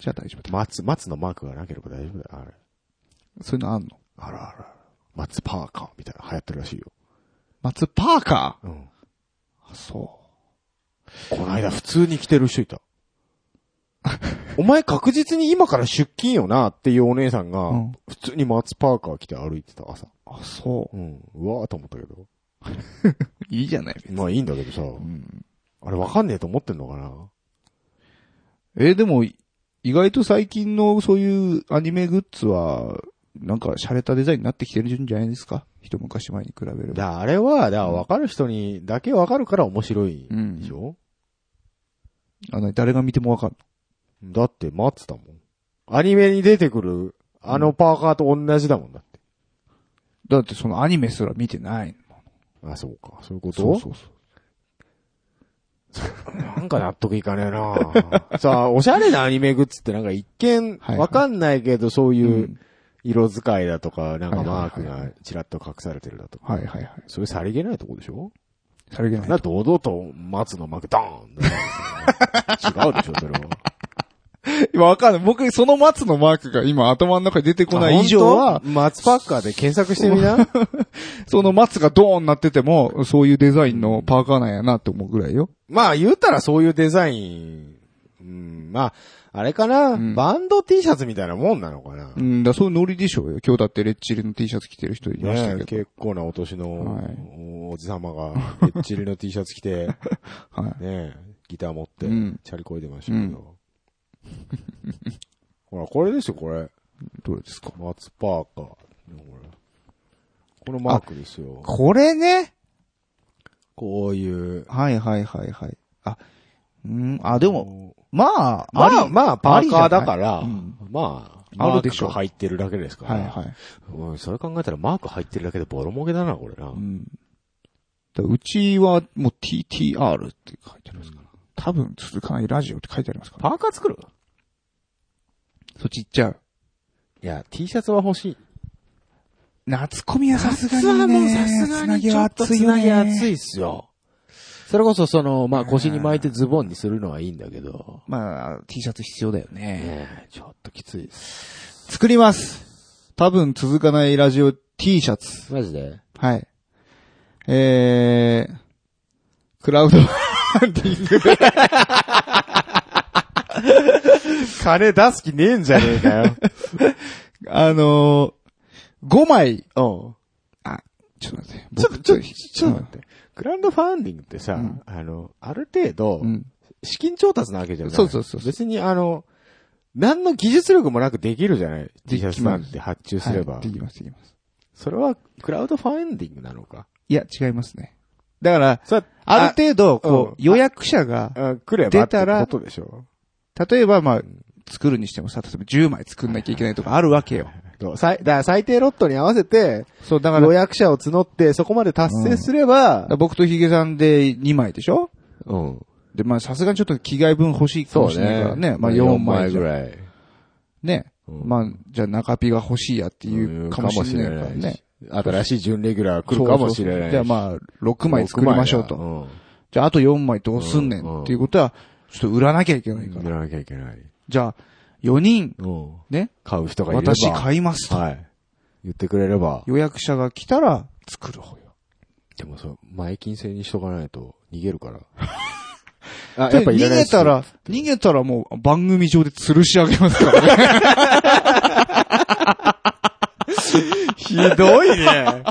Speaker 2: じゃあ大丈夫だ。
Speaker 1: 松、松のマークがなければ大丈夫だよ、あれ。
Speaker 2: そういうのあんの
Speaker 1: あらあら。松パーカーみたいな流行ってるらしいよ。
Speaker 2: 松パーカ
Speaker 1: うん。
Speaker 2: ーあ、そう。
Speaker 1: こないだ普通に着てる人いた。 お前確実に今から出勤よなっていうお姉さんが
Speaker 2: うん、
Speaker 1: 普通に松パーカー着て歩いてた朝。
Speaker 2: あ、そう。
Speaker 1: うん。うわーと思ったけど。
Speaker 2: いいじゃない。
Speaker 1: まあいいんだけどさ。
Speaker 2: うん。
Speaker 1: あれわかんねえと思ってんのかな
Speaker 2: えーでも、意外と最近のそういうアニメグッズは、なんか、洒落たデザインになってきてるんじゃないですか一昔前に比べれば。
Speaker 1: だあれは、だわかる人にだけわかるから面白い
Speaker 2: うん
Speaker 1: でしょ、
Speaker 2: あの、誰が見てもわかる
Speaker 1: だって待ってたもん。アニメに出てくる、あのパーカーと同じだもんだって。
Speaker 2: の。だってそのアニメすら見てないの。
Speaker 1: あ、そうか。そういうこと
Speaker 2: そうそう。
Speaker 1: なんか納得いかねえ なさあ、おしゃれなアニメグッズってなんか一見、
Speaker 2: はい
Speaker 1: わかんないけど、そういううん色使いだとか、なんか
Speaker 2: はいはい
Speaker 1: マ
Speaker 2: は
Speaker 1: ー
Speaker 2: い
Speaker 1: クがちらっと隠されてるだとか。
Speaker 2: はいはいはい。
Speaker 1: そういうさりげないとこでしょ
Speaker 2: さりげない
Speaker 1: な、。 堂々と松のマークドーン違うでしょ、それは。
Speaker 2: 今わかんない。僕、その松のマークが今頭の中に出てこない以上は、
Speaker 1: 松パーカーで検索してみな。
Speaker 2: その松がドーンなってても、そういうデザインのパーカーなんやなって思うぐらいよ。
Speaker 1: まあ言うたらそういうデザイン、うん、まあ、あれかな、
Speaker 2: ん
Speaker 1: バンド T シャツみたいなもんなのかな。
Speaker 2: うんだ、そういうノリでしょうよ。今日だってレッチリの T シャツ着てる人いました
Speaker 1: ねえ
Speaker 2: けど。
Speaker 1: 結構なお年の
Speaker 2: はい
Speaker 1: おおじ様が、レッチリの T シャツ着て、 ね
Speaker 2: はい。
Speaker 1: えギター持って
Speaker 2: うん、
Speaker 1: チャリこいでましたけど。 ほら、これですよ、これ。
Speaker 2: どれですか
Speaker 1: 松パーカー。これこのマークですよ。
Speaker 2: これね。
Speaker 1: こういう。
Speaker 2: はいはいはいはい。あ、うん、あ、でも、まあ、
Speaker 1: ま
Speaker 2: り
Speaker 1: あまあ、パーカーだから、
Speaker 2: ありじゃない
Speaker 1: まあ、
Speaker 2: あるでしょ
Speaker 1: マーク入ってるだけですから。
Speaker 2: はいはい。
Speaker 1: うんそれ考えたらマーク入ってるだけでボロ儲けだな、これな。
Speaker 2: うん。だうちはもう TTR って書いてありますから。多分続かないラジオって書いてありますから。
Speaker 1: パーカー作る
Speaker 2: そっち行っちゃう。
Speaker 1: いや、T シャツは欲しい。
Speaker 2: 夏コミはさすがにね。つなぎは熱い
Speaker 1: つ
Speaker 2: よ
Speaker 1: な
Speaker 2: ね。
Speaker 1: ぎ熱いっすよ。それこそその、まあ腰に巻いてズボンにするのはいいんだけど、
Speaker 2: まあ、T シャツ必要だよ
Speaker 1: ね
Speaker 2: ね。
Speaker 1: え、ちょっときついです。
Speaker 2: 作ります。多分続かないラジオ T シャツ。
Speaker 1: マジで
Speaker 2: はい。えー、クラウドファンディングで。
Speaker 1: 金出す気ねえんじゃねえか よ。
Speaker 2: あのー、5枚。
Speaker 1: うん。
Speaker 2: ちょっと待って。
Speaker 1: ちょ、
Speaker 2: 僕
Speaker 1: ちょ、ちょっと待って。グランドファンディングってさ、
Speaker 2: うん
Speaker 1: あの、ある程度
Speaker 2: う、ん。
Speaker 1: 資金調達なわけじゃない。
Speaker 2: そうそうそうそう
Speaker 1: 別にあの、何の技術力もなくできるじゃない。T
Speaker 2: でき
Speaker 1: シ
Speaker 2: ま
Speaker 1: ャツなん
Speaker 2: す
Speaker 1: て発注すれば。
Speaker 2: はいできます、できます。
Speaker 1: それは、クラウドファンディングなのか。
Speaker 2: いや、違いますね。だから、
Speaker 1: それは
Speaker 2: ある程度、こう、
Speaker 1: うん
Speaker 2: 予約者が、
Speaker 1: あ来れば
Speaker 2: 出たら
Speaker 1: ってことでしょ。
Speaker 2: 例えば、まあ、作るにしてもさ、例えば10枚作んなきゃいけないとかあるわけよ。
Speaker 1: どう最だから最低ロットに合わせて、
Speaker 2: そう、だから、
Speaker 1: 予約者を募って、そこまで達成すれば、
Speaker 2: 僕とヒゲさんで2枚でしょ
Speaker 1: うん。
Speaker 2: で、まあ、さすがにちょっと着替え分欲しいかもしれないからね。まあ、4枚じゃ。
Speaker 1: らい。
Speaker 2: ね。
Speaker 1: うん
Speaker 2: まあ、じゃあ中ピが欲しいやっていうかもしれないからね。。
Speaker 1: 新しい準レギュラー来るかもしれない。
Speaker 2: そうそうそうじゃあまあ、6枚作りましょうと。
Speaker 1: と。
Speaker 2: じゃあ、あと4枚どうすんね
Speaker 1: うんうんん
Speaker 2: っていうことは、ちょっと売らなきゃいけな
Speaker 1: う
Speaker 2: い
Speaker 1: ん。
Speaker 2: か
Speaker 1: 売
Speaker 2: ら。
Speaker 1: らなきゃいけない。
Speaker 2: じゃあ、4人、
Speaker 1: うん。
Speaker 2: ね。
Speaker 1: 買う人がいれば。
Speaker 2: 私買いますと。
Speaker 1: はい。言ってくれれば。
Speaker 2: 予約者が来たら、作る方よ。
Speaker 1: でもそう、前金制にしとかないと逃げるから。 あ
Speaker 2: で、逃
Speaker 1: いらない
Speaker 2: げ
Speaker 1: っす
Speaker 2: たら、逃げたらもう番組上で吊るし上げますからね。
Speaker 1: ひどいね。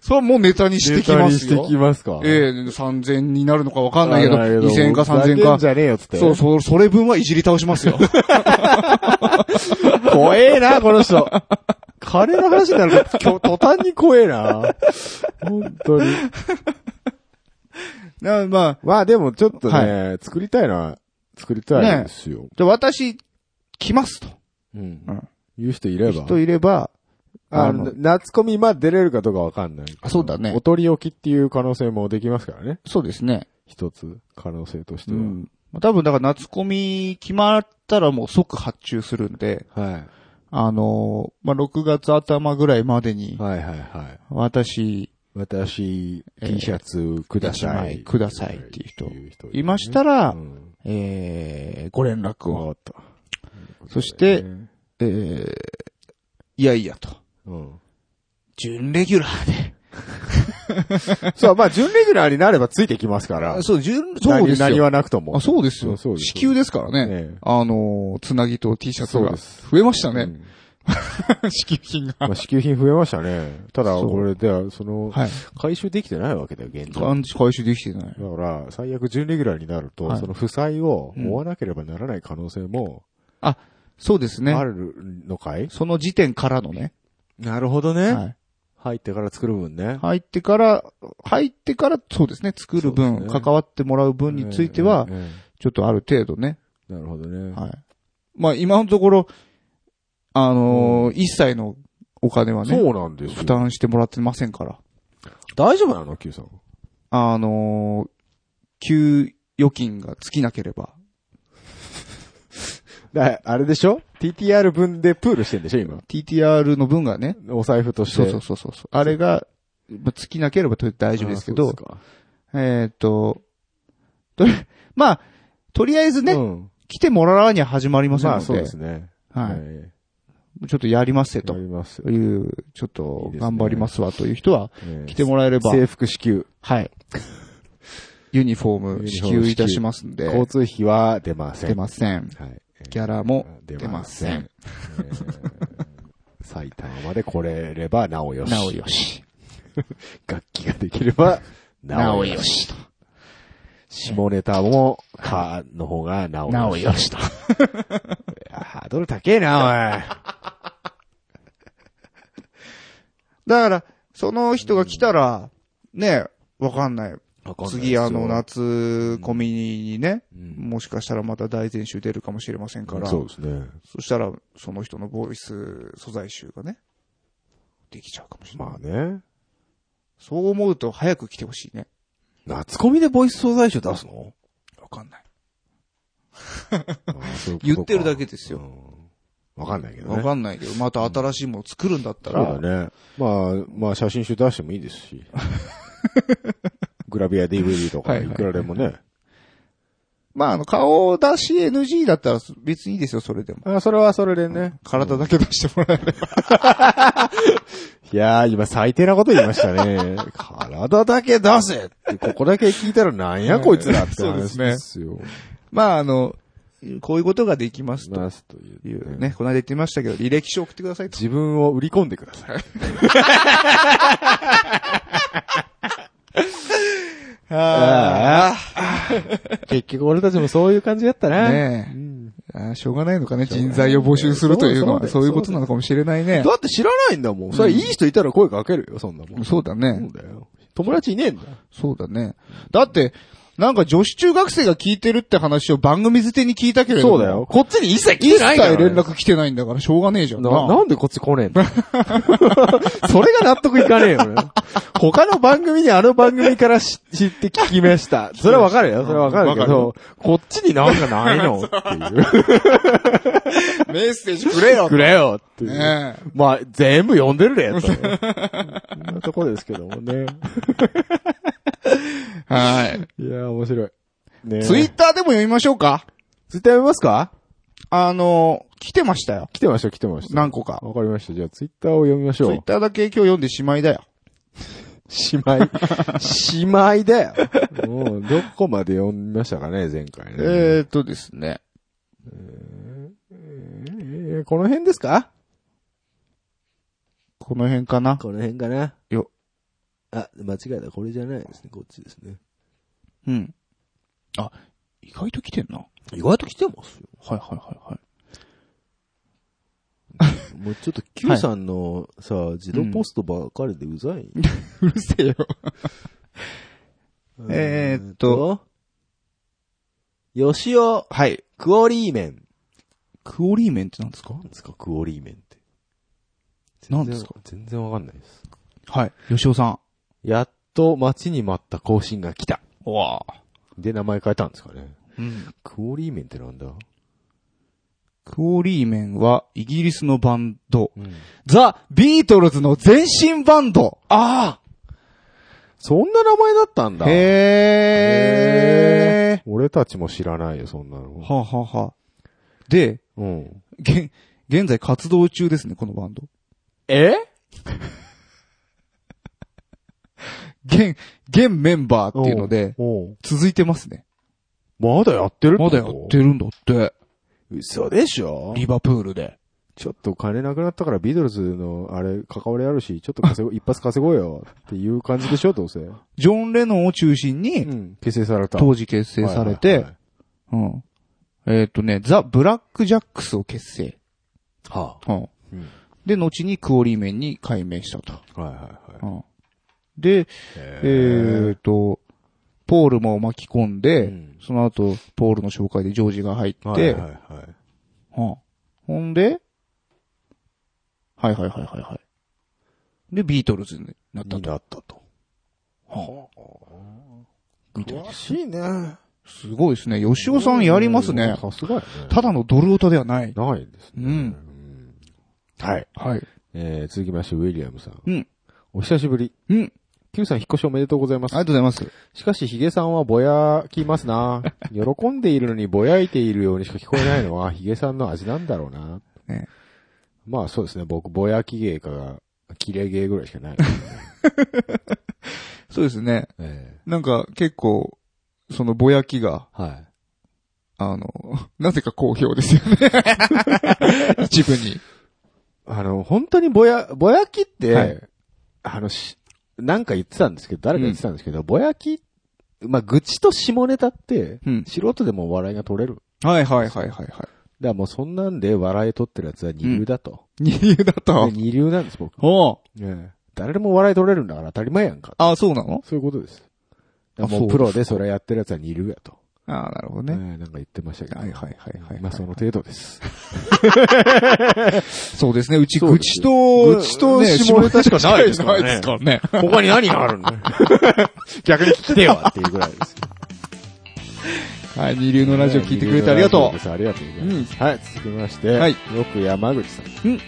Speaker 2: それはもうネタにしてきます
Speaker 1: ネタに
Speaker 2: よ
Speaker 1: して。きますか。
Speaker 2: ええ3000になるのかわかんないけど、
Speaker 1: わかんないけど
Speaker 2: 2000円か
Speaker 1: ふざけん
Speaker 2: 3000
Speaker 1: じ
Speaker 2: か。
Speaker 1: ゃねえよっつって。
Speaker 2: そう、そう、それ分はいじり倒しま すよ。
Speaker 1: 怖えな、この人。金の話になると、今日、途端に怖えな。本当に。
Speaker 2: なまあ、
Speaker 1: まあでもちょっとね、作りたいのは、作りたいですよ。
Speaker 2: じゃあ私、来ますと。
Speaker 1: うん
Speaker 2: うん
Speaker 1: 言う人いれば。
Speaker 2: 人いれば、
Speaker 1: あ
Speaker 2: あ
Speaker 1: の
Speaker 2: の、
Speaker 1: 夏コミ、まあ出れるかどうかわかんない。
Speaker 2: あそうだね
Speaker 1: お取り置きっていう可能性もできますからね。
Speaker 2: そうですね。
Speaker 1: 一つ、可能性として
Speaker 2: う
Speaker 1: は。
Speaker 2: ん。多分、だから夏コミ決まったらもう即発注するんで、
Speaker 1: は
Speaker 2: あのーまあ、6月頭ぐらいまでに
Speaker 1: い。、はいはいはい。
Speaker 2: 私、
Speaker 1: 私、
Speaker 2: えー
Speaker 1: T シャツくださ
Speaker 2: 一枚
Speaker 1: い。
Speaker 2: くださいっていう人
Speaker 1: 人
Speaker 2: いましたら、
Speaker 1: うん。
Speaker 2: えー、ご連絡を。
Speaker 1: わかっ。
Speaker 2: そしたて、
Speaker 1: ね
Speaker 2: えー、いやいやと。
Speaker 1: うん。
Speaker 2: 準レギュラーで。
Speaker 1: そう、まあ、準レギュラーになればついてきますから。
Speaker 2: そう、準、そうです
Speaker 1: 何何
Speaker 2: よ。
Speaker 1: はなくとも。
Speaker 2: あ、そうですよ。
Speaker 1: そうです
Speaker 2: 支給ですからね。
Speaker 1: ええ
Speaker 2: あのー、つなぎと T シャツ
Speaker 1: そう
Speaker 2: が
Speaker 1: です
Speaker 2: 増えましたね。
Speaker 1: うん
Speaker 2: 支給品が。
Speaker 1: まあ、支給品増えましたね。ただ、
Speaker 2: そう
Speaker 1: これでは、その、
Speaker 2: はい。
Speaker 1: 回収できてないわけだよ、現状。
Speaker 2: 感じ回収できてない。
Speaker 1: だから、最悪準レギュラーになると、
Speaker 2: はい
Speaker 1: その負債を
Speaker 2: うん
Speaker 1: 負わなければならない可能性も、
Speaker 2: そうですね
Speaker 1: あ。るのかい、
Speaker 2: その時点からのね。
Speaker 1: なるほどね、
Speaker 2: はい。
Speaker 1: 入ってから作る分ね。
Speaker 2: 入ってから、入ってから、そうですね、作る
Speaker 1: そう
Speaker 2: 分、
Speaker 1: ですね
Speaker 2: 関わってもらう分については、
Speaker 1: ええ、ええ
Speaker 2: ちょっとある程度ね。
Speaker 1: ええなるほどね。
Speaker 2: はい。まあ、今のところ、あのー一切のお金はね、
Speaker 1: そうなんですよ。
Speaker 2: 負担してもらってませんから。
Speaker 1: 大丈夫なの ?Q さん。
Speaker 2: あのー給与金が尽きなければ。
Speaker 1: だあれでしょ ?TTR 分でプールしてんでしょ今。
Speaker 2: TTR の分がね、
Speaker 1: お財布として。
Speaker 2: そうそうそうそう。あれが、まあ尽きなければとりあえず大丈夫ですけ
Speaker 1: あ
Speaker 2: ど
Speaker 1: ー、そうですか
Speaker 2: えーっと、とりまあ、とりあえずね、
Speaker 1: うん
Speaker 2: 来てもらわなには始まりません
Speaker 1: ま
Speaker 2: の
Speaker 1: あ
Speaker 2: で。
Speaker 1: そうですね。
Speaker 2: は
Speaker 1: え
Speaker 2: い。ちょっとやりますせ
Speaker 1: えや
Speaker 2: と
Speaker 1: ります。
Speaker 2: いう、ちょっと頑張りますわという人は
Speaker 1: ええ
Speaker 2: 来てもらえれば、
Speaker 1: 制服支給。
Speaker 2: はい。ユニフォーム支給いたしますんで
Speaker 1: 交、通費は出ません。
Speaker 2: 出ません。
Speaker 1: はい。
Speaker 2: ギャラも
Speaker 1: 出
Speaker 2: 出ません。。
Speaker 1: えー埼玉まで来れればなおよし。
Speaker 2: なおよし。
Speaker 1: 楽器ができればな
Speaker 2: な
Speaker 1: お
Speaker 2: お
Speaker 1: よ
Speaker 2: よ
Speaker 1: し。
Speaker 2: しと。
Speaker 1: 下ネタも、か、の方がなおよし。
Speaker 2: なおよしと。
Speaker 1: いやハードル高えな、
Speaker 2: だから、その人が来たら、ね、わかんない。
Speaker 1: おいわかんないですよ。
Speaker 2: 次、あの、夏コミにね、
Speaker 1: うん、
Speaker 2: もしかしたらまた大全集出るかもしれませんから、
Speaker 1: そうですね。
Speaker 2: そしたら、その人のボイス素材集がね、できちゃうかもしれない。
Speaker 1: まあね。
Speaker 2: そう思うと早く来てほしいね。
Speaker 1: 夏コミでボイス総菜集出すの
Speaker 2: わかんない。
Speaker 1: あーそういうことか
Speaker 2: 言ってるだけですよ。
Speaker 1: うんわかんないけど
Speaker 2: わ
Speaker 1: ね。
Speaker 2: かんないけど、また新しいもの作るんだったら、
Speaker 1: そうだね。まあ、まあ、写真集出してもいいですし。グラビア DVD とか、
Speaker 2: はいはいい
Speaker 1: くらでもね。
Speaker 2: まあ、あの、顔出し NG だったら別にいいですよ、それでも。
Speaker 1: あそれはそれでね。
Speaker 2: 体だけ出してもらえれば。
Speaker 1: いやー、今最低なこと言いましたね。 体だけ出せって、ここだけ聞いたらなんやこいつらって話ですよ。
Speaker 2: まあ、あの、こういうことができますと
Speaker 1: 出すという
Speaker 2: い
Speaker 1: ね
Speaker 2: うね、この間言ってましたけど、履歴書送ってくださいと。
Speaker 1: 自分を売り込んでくだ さい。あ結局俺たちもそういう感じだったな。
Speaker 2: ねえ
Speaker 1: うん
Speaker 2: あーしょうがないのかね、人材を募集するというのは、
Speaker 1: そ
Speaker 2: そ
Speaker 1: だよそう
Speaker 2: う
Speaker 1: だよ
Speaker 2: ういうことなのかもしれないね
Speaker 1: だ。って知らないんだもん。それいい人いたら声かけるよ、そんなもん。
Speaker 2: そうだね
Speaker 1: そ。うだよ。友達いねえんだ。
Speaker 2: そうだね。だって、なんか女子中学生が聞いてるって話を番組捨てに聞いたけれども。
Speaker 1: そうだよ。。こっちに一切来
Speaker 2: 一
Speaker 1: て
Speaker 2: 切
Speaker 1: ないからね
Speaker 2: 連絡来てないんだから、しょうがねえじゃん。
Speaker 1: な、なんでこっち来ねえんだ それが納得いかねえよね。他の番組にあの番組から知知って聞きました。それはわかるよ。それはわかるけど、こっちになんかない のっていう。
Speaker 2: メッセージくれよ。
Speaker 1: くれよっていう。
Speaker 2: ねえ。
Speaker 1: まあ、全部読んでるね、と。 そんなとこですけどもね。
Speaker 2: はい
Speaker 1: やー、面白い。ね
Speaker 2: い。ツイッターでも読みましょうか。
Speaker 1: ツイッター読みますか
Speaker 2: あの、来てましたよ。
Speaker 1: 来てました、来てました。
Speaker 2: 何個か。
Speaker 1: わかりました。じゃあ、ツイッターを読みまし
Speaker 2: ツ
Speaker 1: ょ
Speaker 2: イッ
Speaker 1: う。
Speaker 2: ターだけ今日読んでしまいだよ。
Speaker 1: しまい。しまいだよ。もう、どこまで読みましたかね、前回ね。
Speaker 2: えーっとですね。
Speaker 1: えーこの辺ですか
Speaker 2: この辺かな。
Speaker 1: この辺かな。
Speaker 2: よ。
Speaker 1: あ、間違えた。これじゃないですね。こっちですね。
Speaker 2: うん。あ、意外と来てんな。はい
Speaker 1: 意外と来てますよ。
Speaker 2: はいはいはい。
Speaker 1: もうちょっと Q さんのさ、自動ポストばっかりでうざい。
Speaker 2: うるせえよ。えーっと。
Speaker 1: 吉尾、
Speaker 2: はい。
Speaker 1: クオリーメン。
Speaker 2: クオリーメンって何ですか
Speaker 1: 何ですか、クオリーメンって。
Speaker 2: 何ですか
Speaker 1: 全然わかんないです。
Speaker 2: はい。吉尾さん。
Speaker 1: やっと待ちに待った更新が来た。
Speaker 2: わ
Speaker 1: で、名前変えたんですかね。
Speaker 2: うん。
Speaker 1: クオリーメンってなんだ
Speaker 2: クオリーメンはイギリスのバンド。
Speaker 1: うん。
Speaker 2: ザ・ビートルズの前身バンド。
Speaker 1: ああそんな名前だったんだ。
Speaker 2: へえ。
Speaker 1: 俺たちも知らないよ、そんなの。
Speaker 2: はあ、はあはあ、で、
Speaker 1: うん。
Speaker 2: げ、現在活動中ですね、このバンド。
Speaker 1: え
Speaker 2: 現、現メンバーっていうので、
Speaker 1: おう
Speaker 2: 続いてますね。
Speaker 1: まだやってる
Speaker 2: まだやってるんだって。
Speaker 1: 嘘でしょ
Speaker 2: リバプールで。
Speaker 1: ちょっと金なくなったからビートルズのあれ、関わりあるし、ちょっと 稼ご、一発稼ごうよっていう感じでしょ、どうせ。う
Speaker 2: ジョン・レノンを中心に、
Speaker 1: ん。結成された。
Speaker 2: 当時結成されて、
Speaker 1: はいはい
Speaker 2: うん。えっ、とね、ザ・ブラック・ジャックスを結成。
Speaker 1: はい。は
Speaker 2: うん
Speaker 1: うん
Speaker 2: で、後にクオリーメンに改名したと。
Speaker 1: あはいはいはい。
Speaker 2: うんで、えっ、と、ポールも巻き込んで、
Speaker 1: うん
Speaker 2: その後、ポールの紹介でジョージが入って、
Speaker 1: はいはいはい。
Speaker 2: うんほんで、はいはいはいはいはい。で、ビートルズになった
Speaker 1: に
Speaker 2: と。
Speaker 1: なったと。
Speaker 2: みたいです
Speaker 1: しいね。
Speaker 2: すごいですね。吉尾さんやりますね。
Speaker 1: さすがやね。
Speaker 2: ただのドルオタではない。
Speaker 1: ないです
Speaker 2: う
Speaker 1: ね。
Speaker 2: ん。
Speaker 1: はい。
Speaker 2: はい。
Speaker 1: えー、続きまして、ウィリアムさん。
Speaker 2: うん。
Speaker 1: お久しぶり。
Speaker 2: うん。
Speaker 1: Q さん引っ越しおめでとうございます。
Speaker 2: ありがとうございます。
Speaker 1: しかし、ヒゲさんはぼやきますな。 喜んでいるのにぼやいているようにしか聞こえないの は、ヒゲさんの味なんだろうな。
Speaker 2: ね
Speaker 1: まあそうですね、僕、ぼやき芸か、キレ芸ぐらいしかない、
Speaker 2: そうですね。
Speaker 1: え
Speaker 2: なんか結構、そのぼやきが、
Speaker 1: えはい。
Speaker 2: あの、 なぜか好評ですよ ね。一部に。
Speaker 1: あの、本当にぼや、ぼやきって、
Speaker 2: はい
Speaker 1: あの、し、なんか言ってたんですけど、誰か言ってたんですけど、ぼやき、まあ、愚痴と下ネタって、
Speaker 2: うん。
Speaker 1: 素人でも笑いが取れる。
Speaker 2: はいはいはいはいはい。
Speaker 1: だからもうそんなんで笑い取ってるやつは二流だと。
Speaker 2: 理由だと
Speaker 1: で。二流なんです、僕。
Speaker 2: おう
Speaker 1: 誰でも笑い取れるんだから当たり前やんか。
Speaker 2: ああ、そうなの
Speaker 1: そういうことです。
Speaker 2: あ
Speaker 1: も
Speaker 2: そうう
Speaker 1: プロでそれやってるやつは二流やと。
Speaker 2: ああ、なるほど
Speaker 1: ね、
Speaker 2: ね。
Speaker 1: なんか言ってましたけど。
Speaker 2: はいはいはいはいはい
Speaker 1: まあその程度です。
Speaker 2: そうですね。うち
Speaker 1: そう
Speaker 2: 愚
Speaker 1: で
Speaker 2: 痴
Speaker 1: す
Speaker 2: と、
Speaker 1: 愚痴と下ネタしかないですからね
Speaker 2: ないですからね。
Speaker 1: 他に何があるんだ 逆に聞いてよっていうぐらいです。
Speaker 2: はい、二流のラジオ聞いてくれてありがと
Speaker 1: う。ありがとうございます。はい、続きまして、
Speaker 2: はい
Speaker 1: よく山口さん。
Speaker 2: うん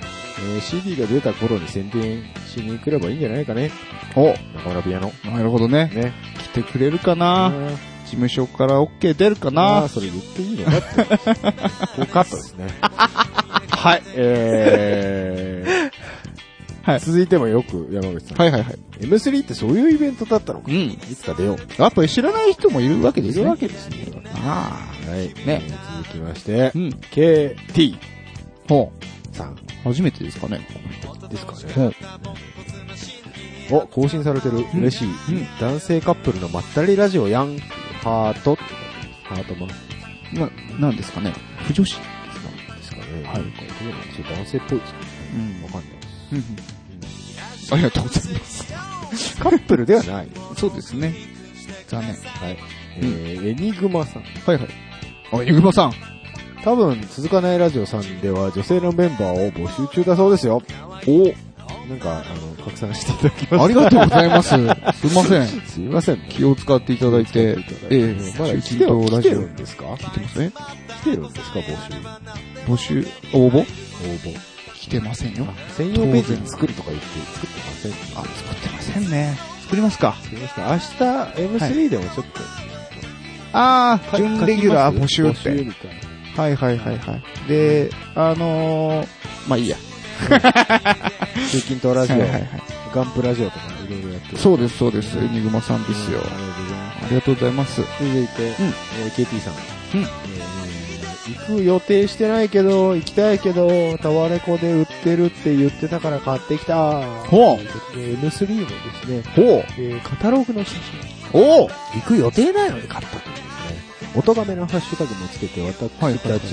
Speaker 1: えー CD が出た頃に宣伝しに来ればいいんじゃないかね。
Speaker 2: う。お
Speaker 1: 中村ピアノ。
Speaker 2: なるほどね。
Speaker 1: ね。
Speaker 2: 来てくれるかな
Speaker 1: うん
Speaker 2: 事務所から OK 出るか
Speaker 1: ま
Speaker 2: な
Speaker 1: あ、それ言っていいのかって。 こうカットですね。
Speaker 2: はい。
Speaker 1: えー、
Speaker 2: はい
Speaker 1: 続いてもよく山口さん。
Speaker 2: はいはいはい。
Speaker 1: M3 ってそういうイベントだったのか。
Speaker 2: うん
Speaker 1: いつか出よう。
Speaker 2: やっぱり知らない人もいるわけですね。
Speaker 1: いるわけですね。
Speaker 2: あ
Speaker 1: はい。
Speaker 2: ね
Speaker 1: えー続きまして
Speaker 2: あ。う、ん。
Speaker 1: KT
Speaker 2: ほ
Speaker 1: さん
Speaker 2: う。初めてですかね。
Speaker 1: ですかね。
Speaker 2: ほ
Speaker 1: お、更新されてる。嬉しい。
Speaker 2: う。うん。
Speaker 1: 男性カップルのまったりラジオやん。ハートって書いてあるハートマン
Speaker 2: な、なんですかね。不女子
Speaker 1: なんですかね。
Speaker 2: はい
Speaker 1: なんかどうなんでしょう男性っぽいですかね。
Speaker 2: うん
Speaker 1: わかんないです。
Speaker 2: うんうんありがとうございます。
Speaker 1: カップルではない。
Speaker 2: そうですね。残念。
Speaker 1: はい。えー、エニグマさん。
Speaker 2: はいはい。あ、ゆぐまさん。
Speaker 1: 多分、続かないラジオさんでは女性のメンバーを募集中だそうですよ。おなんか、あの、拡散していただきま
Speaker 2: ありがとうございます。 すいません。
Speaker 1: す。すいませんね。
Speaker 2: 気を使っていただいて、ええ、
Speaker 1: まだ来
Speaker 2: 中
Speaker 1: ては
Speaker 2: 近東
Speaker 1: 来
Speaker 2: ラ
Speaker 1: て
Speaker 2: ジオ
Speaker 1: るんですか
Speaker 2: 来てますね。
Speaker 1: 来てるんですか募
Speaker 2: 募集、応募
Speaker 1: 集。応募。
Speaker 2: 来てませんよ。
Speaker 1: 専用ページ作るとか言って作ってません。
Speaker 2: あ、作ってませんね。作りますか。
Speaker 1: 作りました。明日 M3 でもちょっと。
Speaker 2: あー、準レギュラ
Speaker 1: 書
Speaker 2: ー募
Speaker 1: き
Speaker 2: 集
Speaker 1: ま
Speaker 2: っ
Speaker 1: す募集
Speaker 2: て。
Speaker 1: みたいな
Speaker 2: はいはいはいはい。で、あのー、まあいいや。
Speaker 1: 通勤とラジオ
Speaker 2: はい、はいはい。
Speaker 1: ガンプラジオとかいろいろやってる。
Speaker 2: そうですそうです。エニグマさんですよ
Speaker 1: あ。りがとうございます。
Speaker 2: ありがとう
Speaker 1: 続
Speaker 2: ございます。
Speaker 1: いて、
Speaker 2: ん
Speaker 1: えー KT さん。
Speaker 2: うん
Speaker 1: えー行く予定してないけど、行きたいけど、タワレコで売ってるって言ってたから買ってきた。
Speaker 2: ほう
Speaker 1: ということで M3 もですね、
Speaker 2: ほう
Speaker 1: えーカタログの写真。
Speaker 2: おう
Speaker 1: 行く予定ないのに買ったというですね。音亀のハッシュタグもつけて、私
Speaker 2: はいはいは
Speaker 1: た
Speaker 2: い
Speaker 1: ち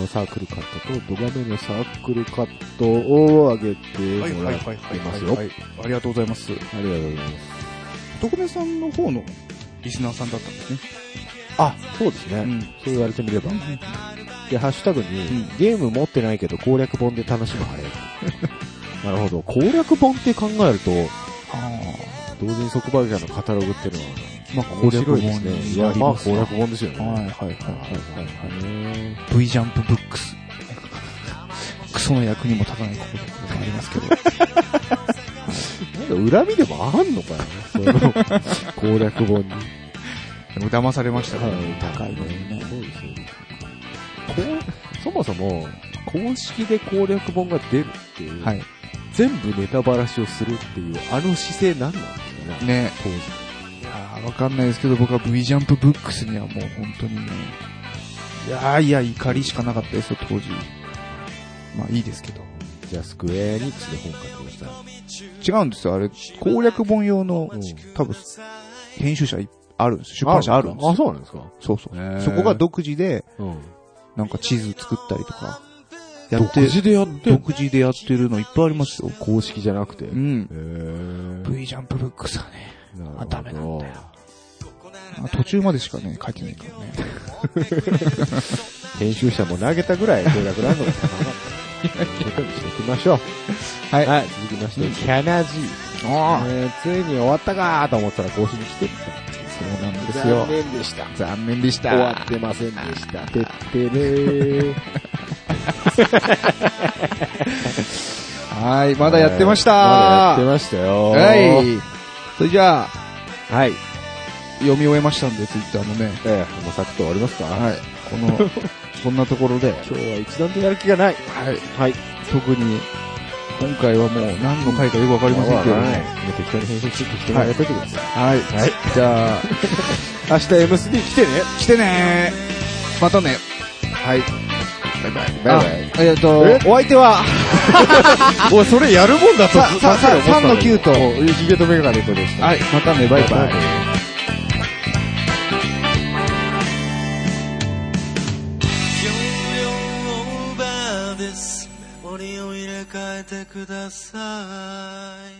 Speaker 1: のサークルカットと、ドガメのサークルカットを上げてもらってますよ。あり
Speaker 2: ありがとうございます。
Speaker 1: がとうございます。
Speaker 2: 徳目さんの方のリスナーさんだったんですね。
Speaker 1: あ、そうですね。
Speaker 2: ん。
Speaker 1: そう言われてみれば。で、ハッシュタグに、
Speaker 2: うん
Speaker 1: ゲーム持ってないけど攻略本で楽しむ晴れ。なるほど。攻略本って考えると、
Speaker 2: あ
Speaker 1: 同人即売会のカタログっていうのは、
Speaker 2: あ。まあ、
Speaker 1: 面白いですね。いや、まあ攻略
Speaker 2: は
Speaker 1: 本ですよね。
Speaker 2: いはいはいはいは
Speaker 1: ね
Speaker 2: い。V ジャンプブックス。 クソの役にも立たないことがありますけど。
Speaker 1: なんか恨みでもあんのかよね。その攻略本に。
Speaker 2: でも騙されましたからね。
Speaker 1: 高いの
Speaker 2: にね
Speaker 1: そうですよね。こうそもそも、公式で攻略本が出るっていう、
Speaker 2: はい。
Speaker 1: 全部ネタバラシをするっていう、あの姿勢何なんですかね。
Speaker 2: ね。
Speaker 1: 当時。
Speaker 2: いやーわかんないですけど、僕は V ジャンプブックスにはもう本当にね、いやーいや、怒りしかなかったですよ、当時。まあいいですけど。
Speaker 1: じゃあ、スクエアエニックスで本買ってください。
Speaker 2: 違うんですよ、あれ、攻略本用の、多分、編集者いあるんですよ出版社あるんですよ。
Speaker 1: あ、そうなんですか
Speaker 2: そうそう
Speaker 1: へー。
Speaker 2: そこが独自で、
Speaker 1: うん。
Speaker 2: なんか地図作ったりとか、やっ
Speaker 1: 独
Speaker 2: て、
Speaker 1: 自でやってんの
Speaker 2: 独自でやってるのいっぱいありますよ。
Speaker 1: 公式じゃなくて。
Speaker 2: う
Speaker 1: へ
Speaker 2: ん。
Speaker 1: ー
Speaker 2: V ジャンプブックスはね、
Speaker 1: なるほど
Speaker 2: あダメなんだよあ途中までしかね、書いてないからね。
Speaker 1: 編集者も投げたぐらい攻略ランドが高かった。ことにしていき ましょう。
Speaker 2: はい
Speaker 1: はい、続きまして、キャナジー。
Speaker 2: あ
Speaker 1: えーついに終わったかーと思ったら更新来てた。
Speaker 2: あ、そうなんですよ。
Speaker 1: 念でした。
Speaker 2: 残念でした。
Speaker 1: 終わってませんでした。てってねー。
Speaker 2: はい、まだやってました。
Speaker 1: まだやってましたよ。
Speaker 2: はい。それじゃあ、
Speaker 1: はい。
Speaker 2: 読み終えましたんで、ツイッターもね。
Speaker 1: ええ、もうサクッと終わりますか
Speaker 2: はい。この、 こんなところで、
Speaker 1: 今日は一段とやる気がない。
Speaker 2: はい。
Speaker 1: はい。
Speaker 2: 特に、今回はもう何の回かよくわかりませんけどね。
Speaker 1: もう適当に編集して適当にやっといてください。
Speaker 2: はい。じゃ あ、
Speaker 1: 明日 M3 来てね。
Speaker 2: 来てねーまたね。はい。
Speaker 1: バイバイ。
Speaker 2: あえっと、お相手は、
Speaker 1: おい、それやるもんだと。
Speaker 2: さ、さ、さ、3の9と、
Speaker 1: ヒゲとメガネコでした。
Speaker 2: はい。またね、バイバイ。
Speaker 5: 容量オーバーですメモリを入れ替えてください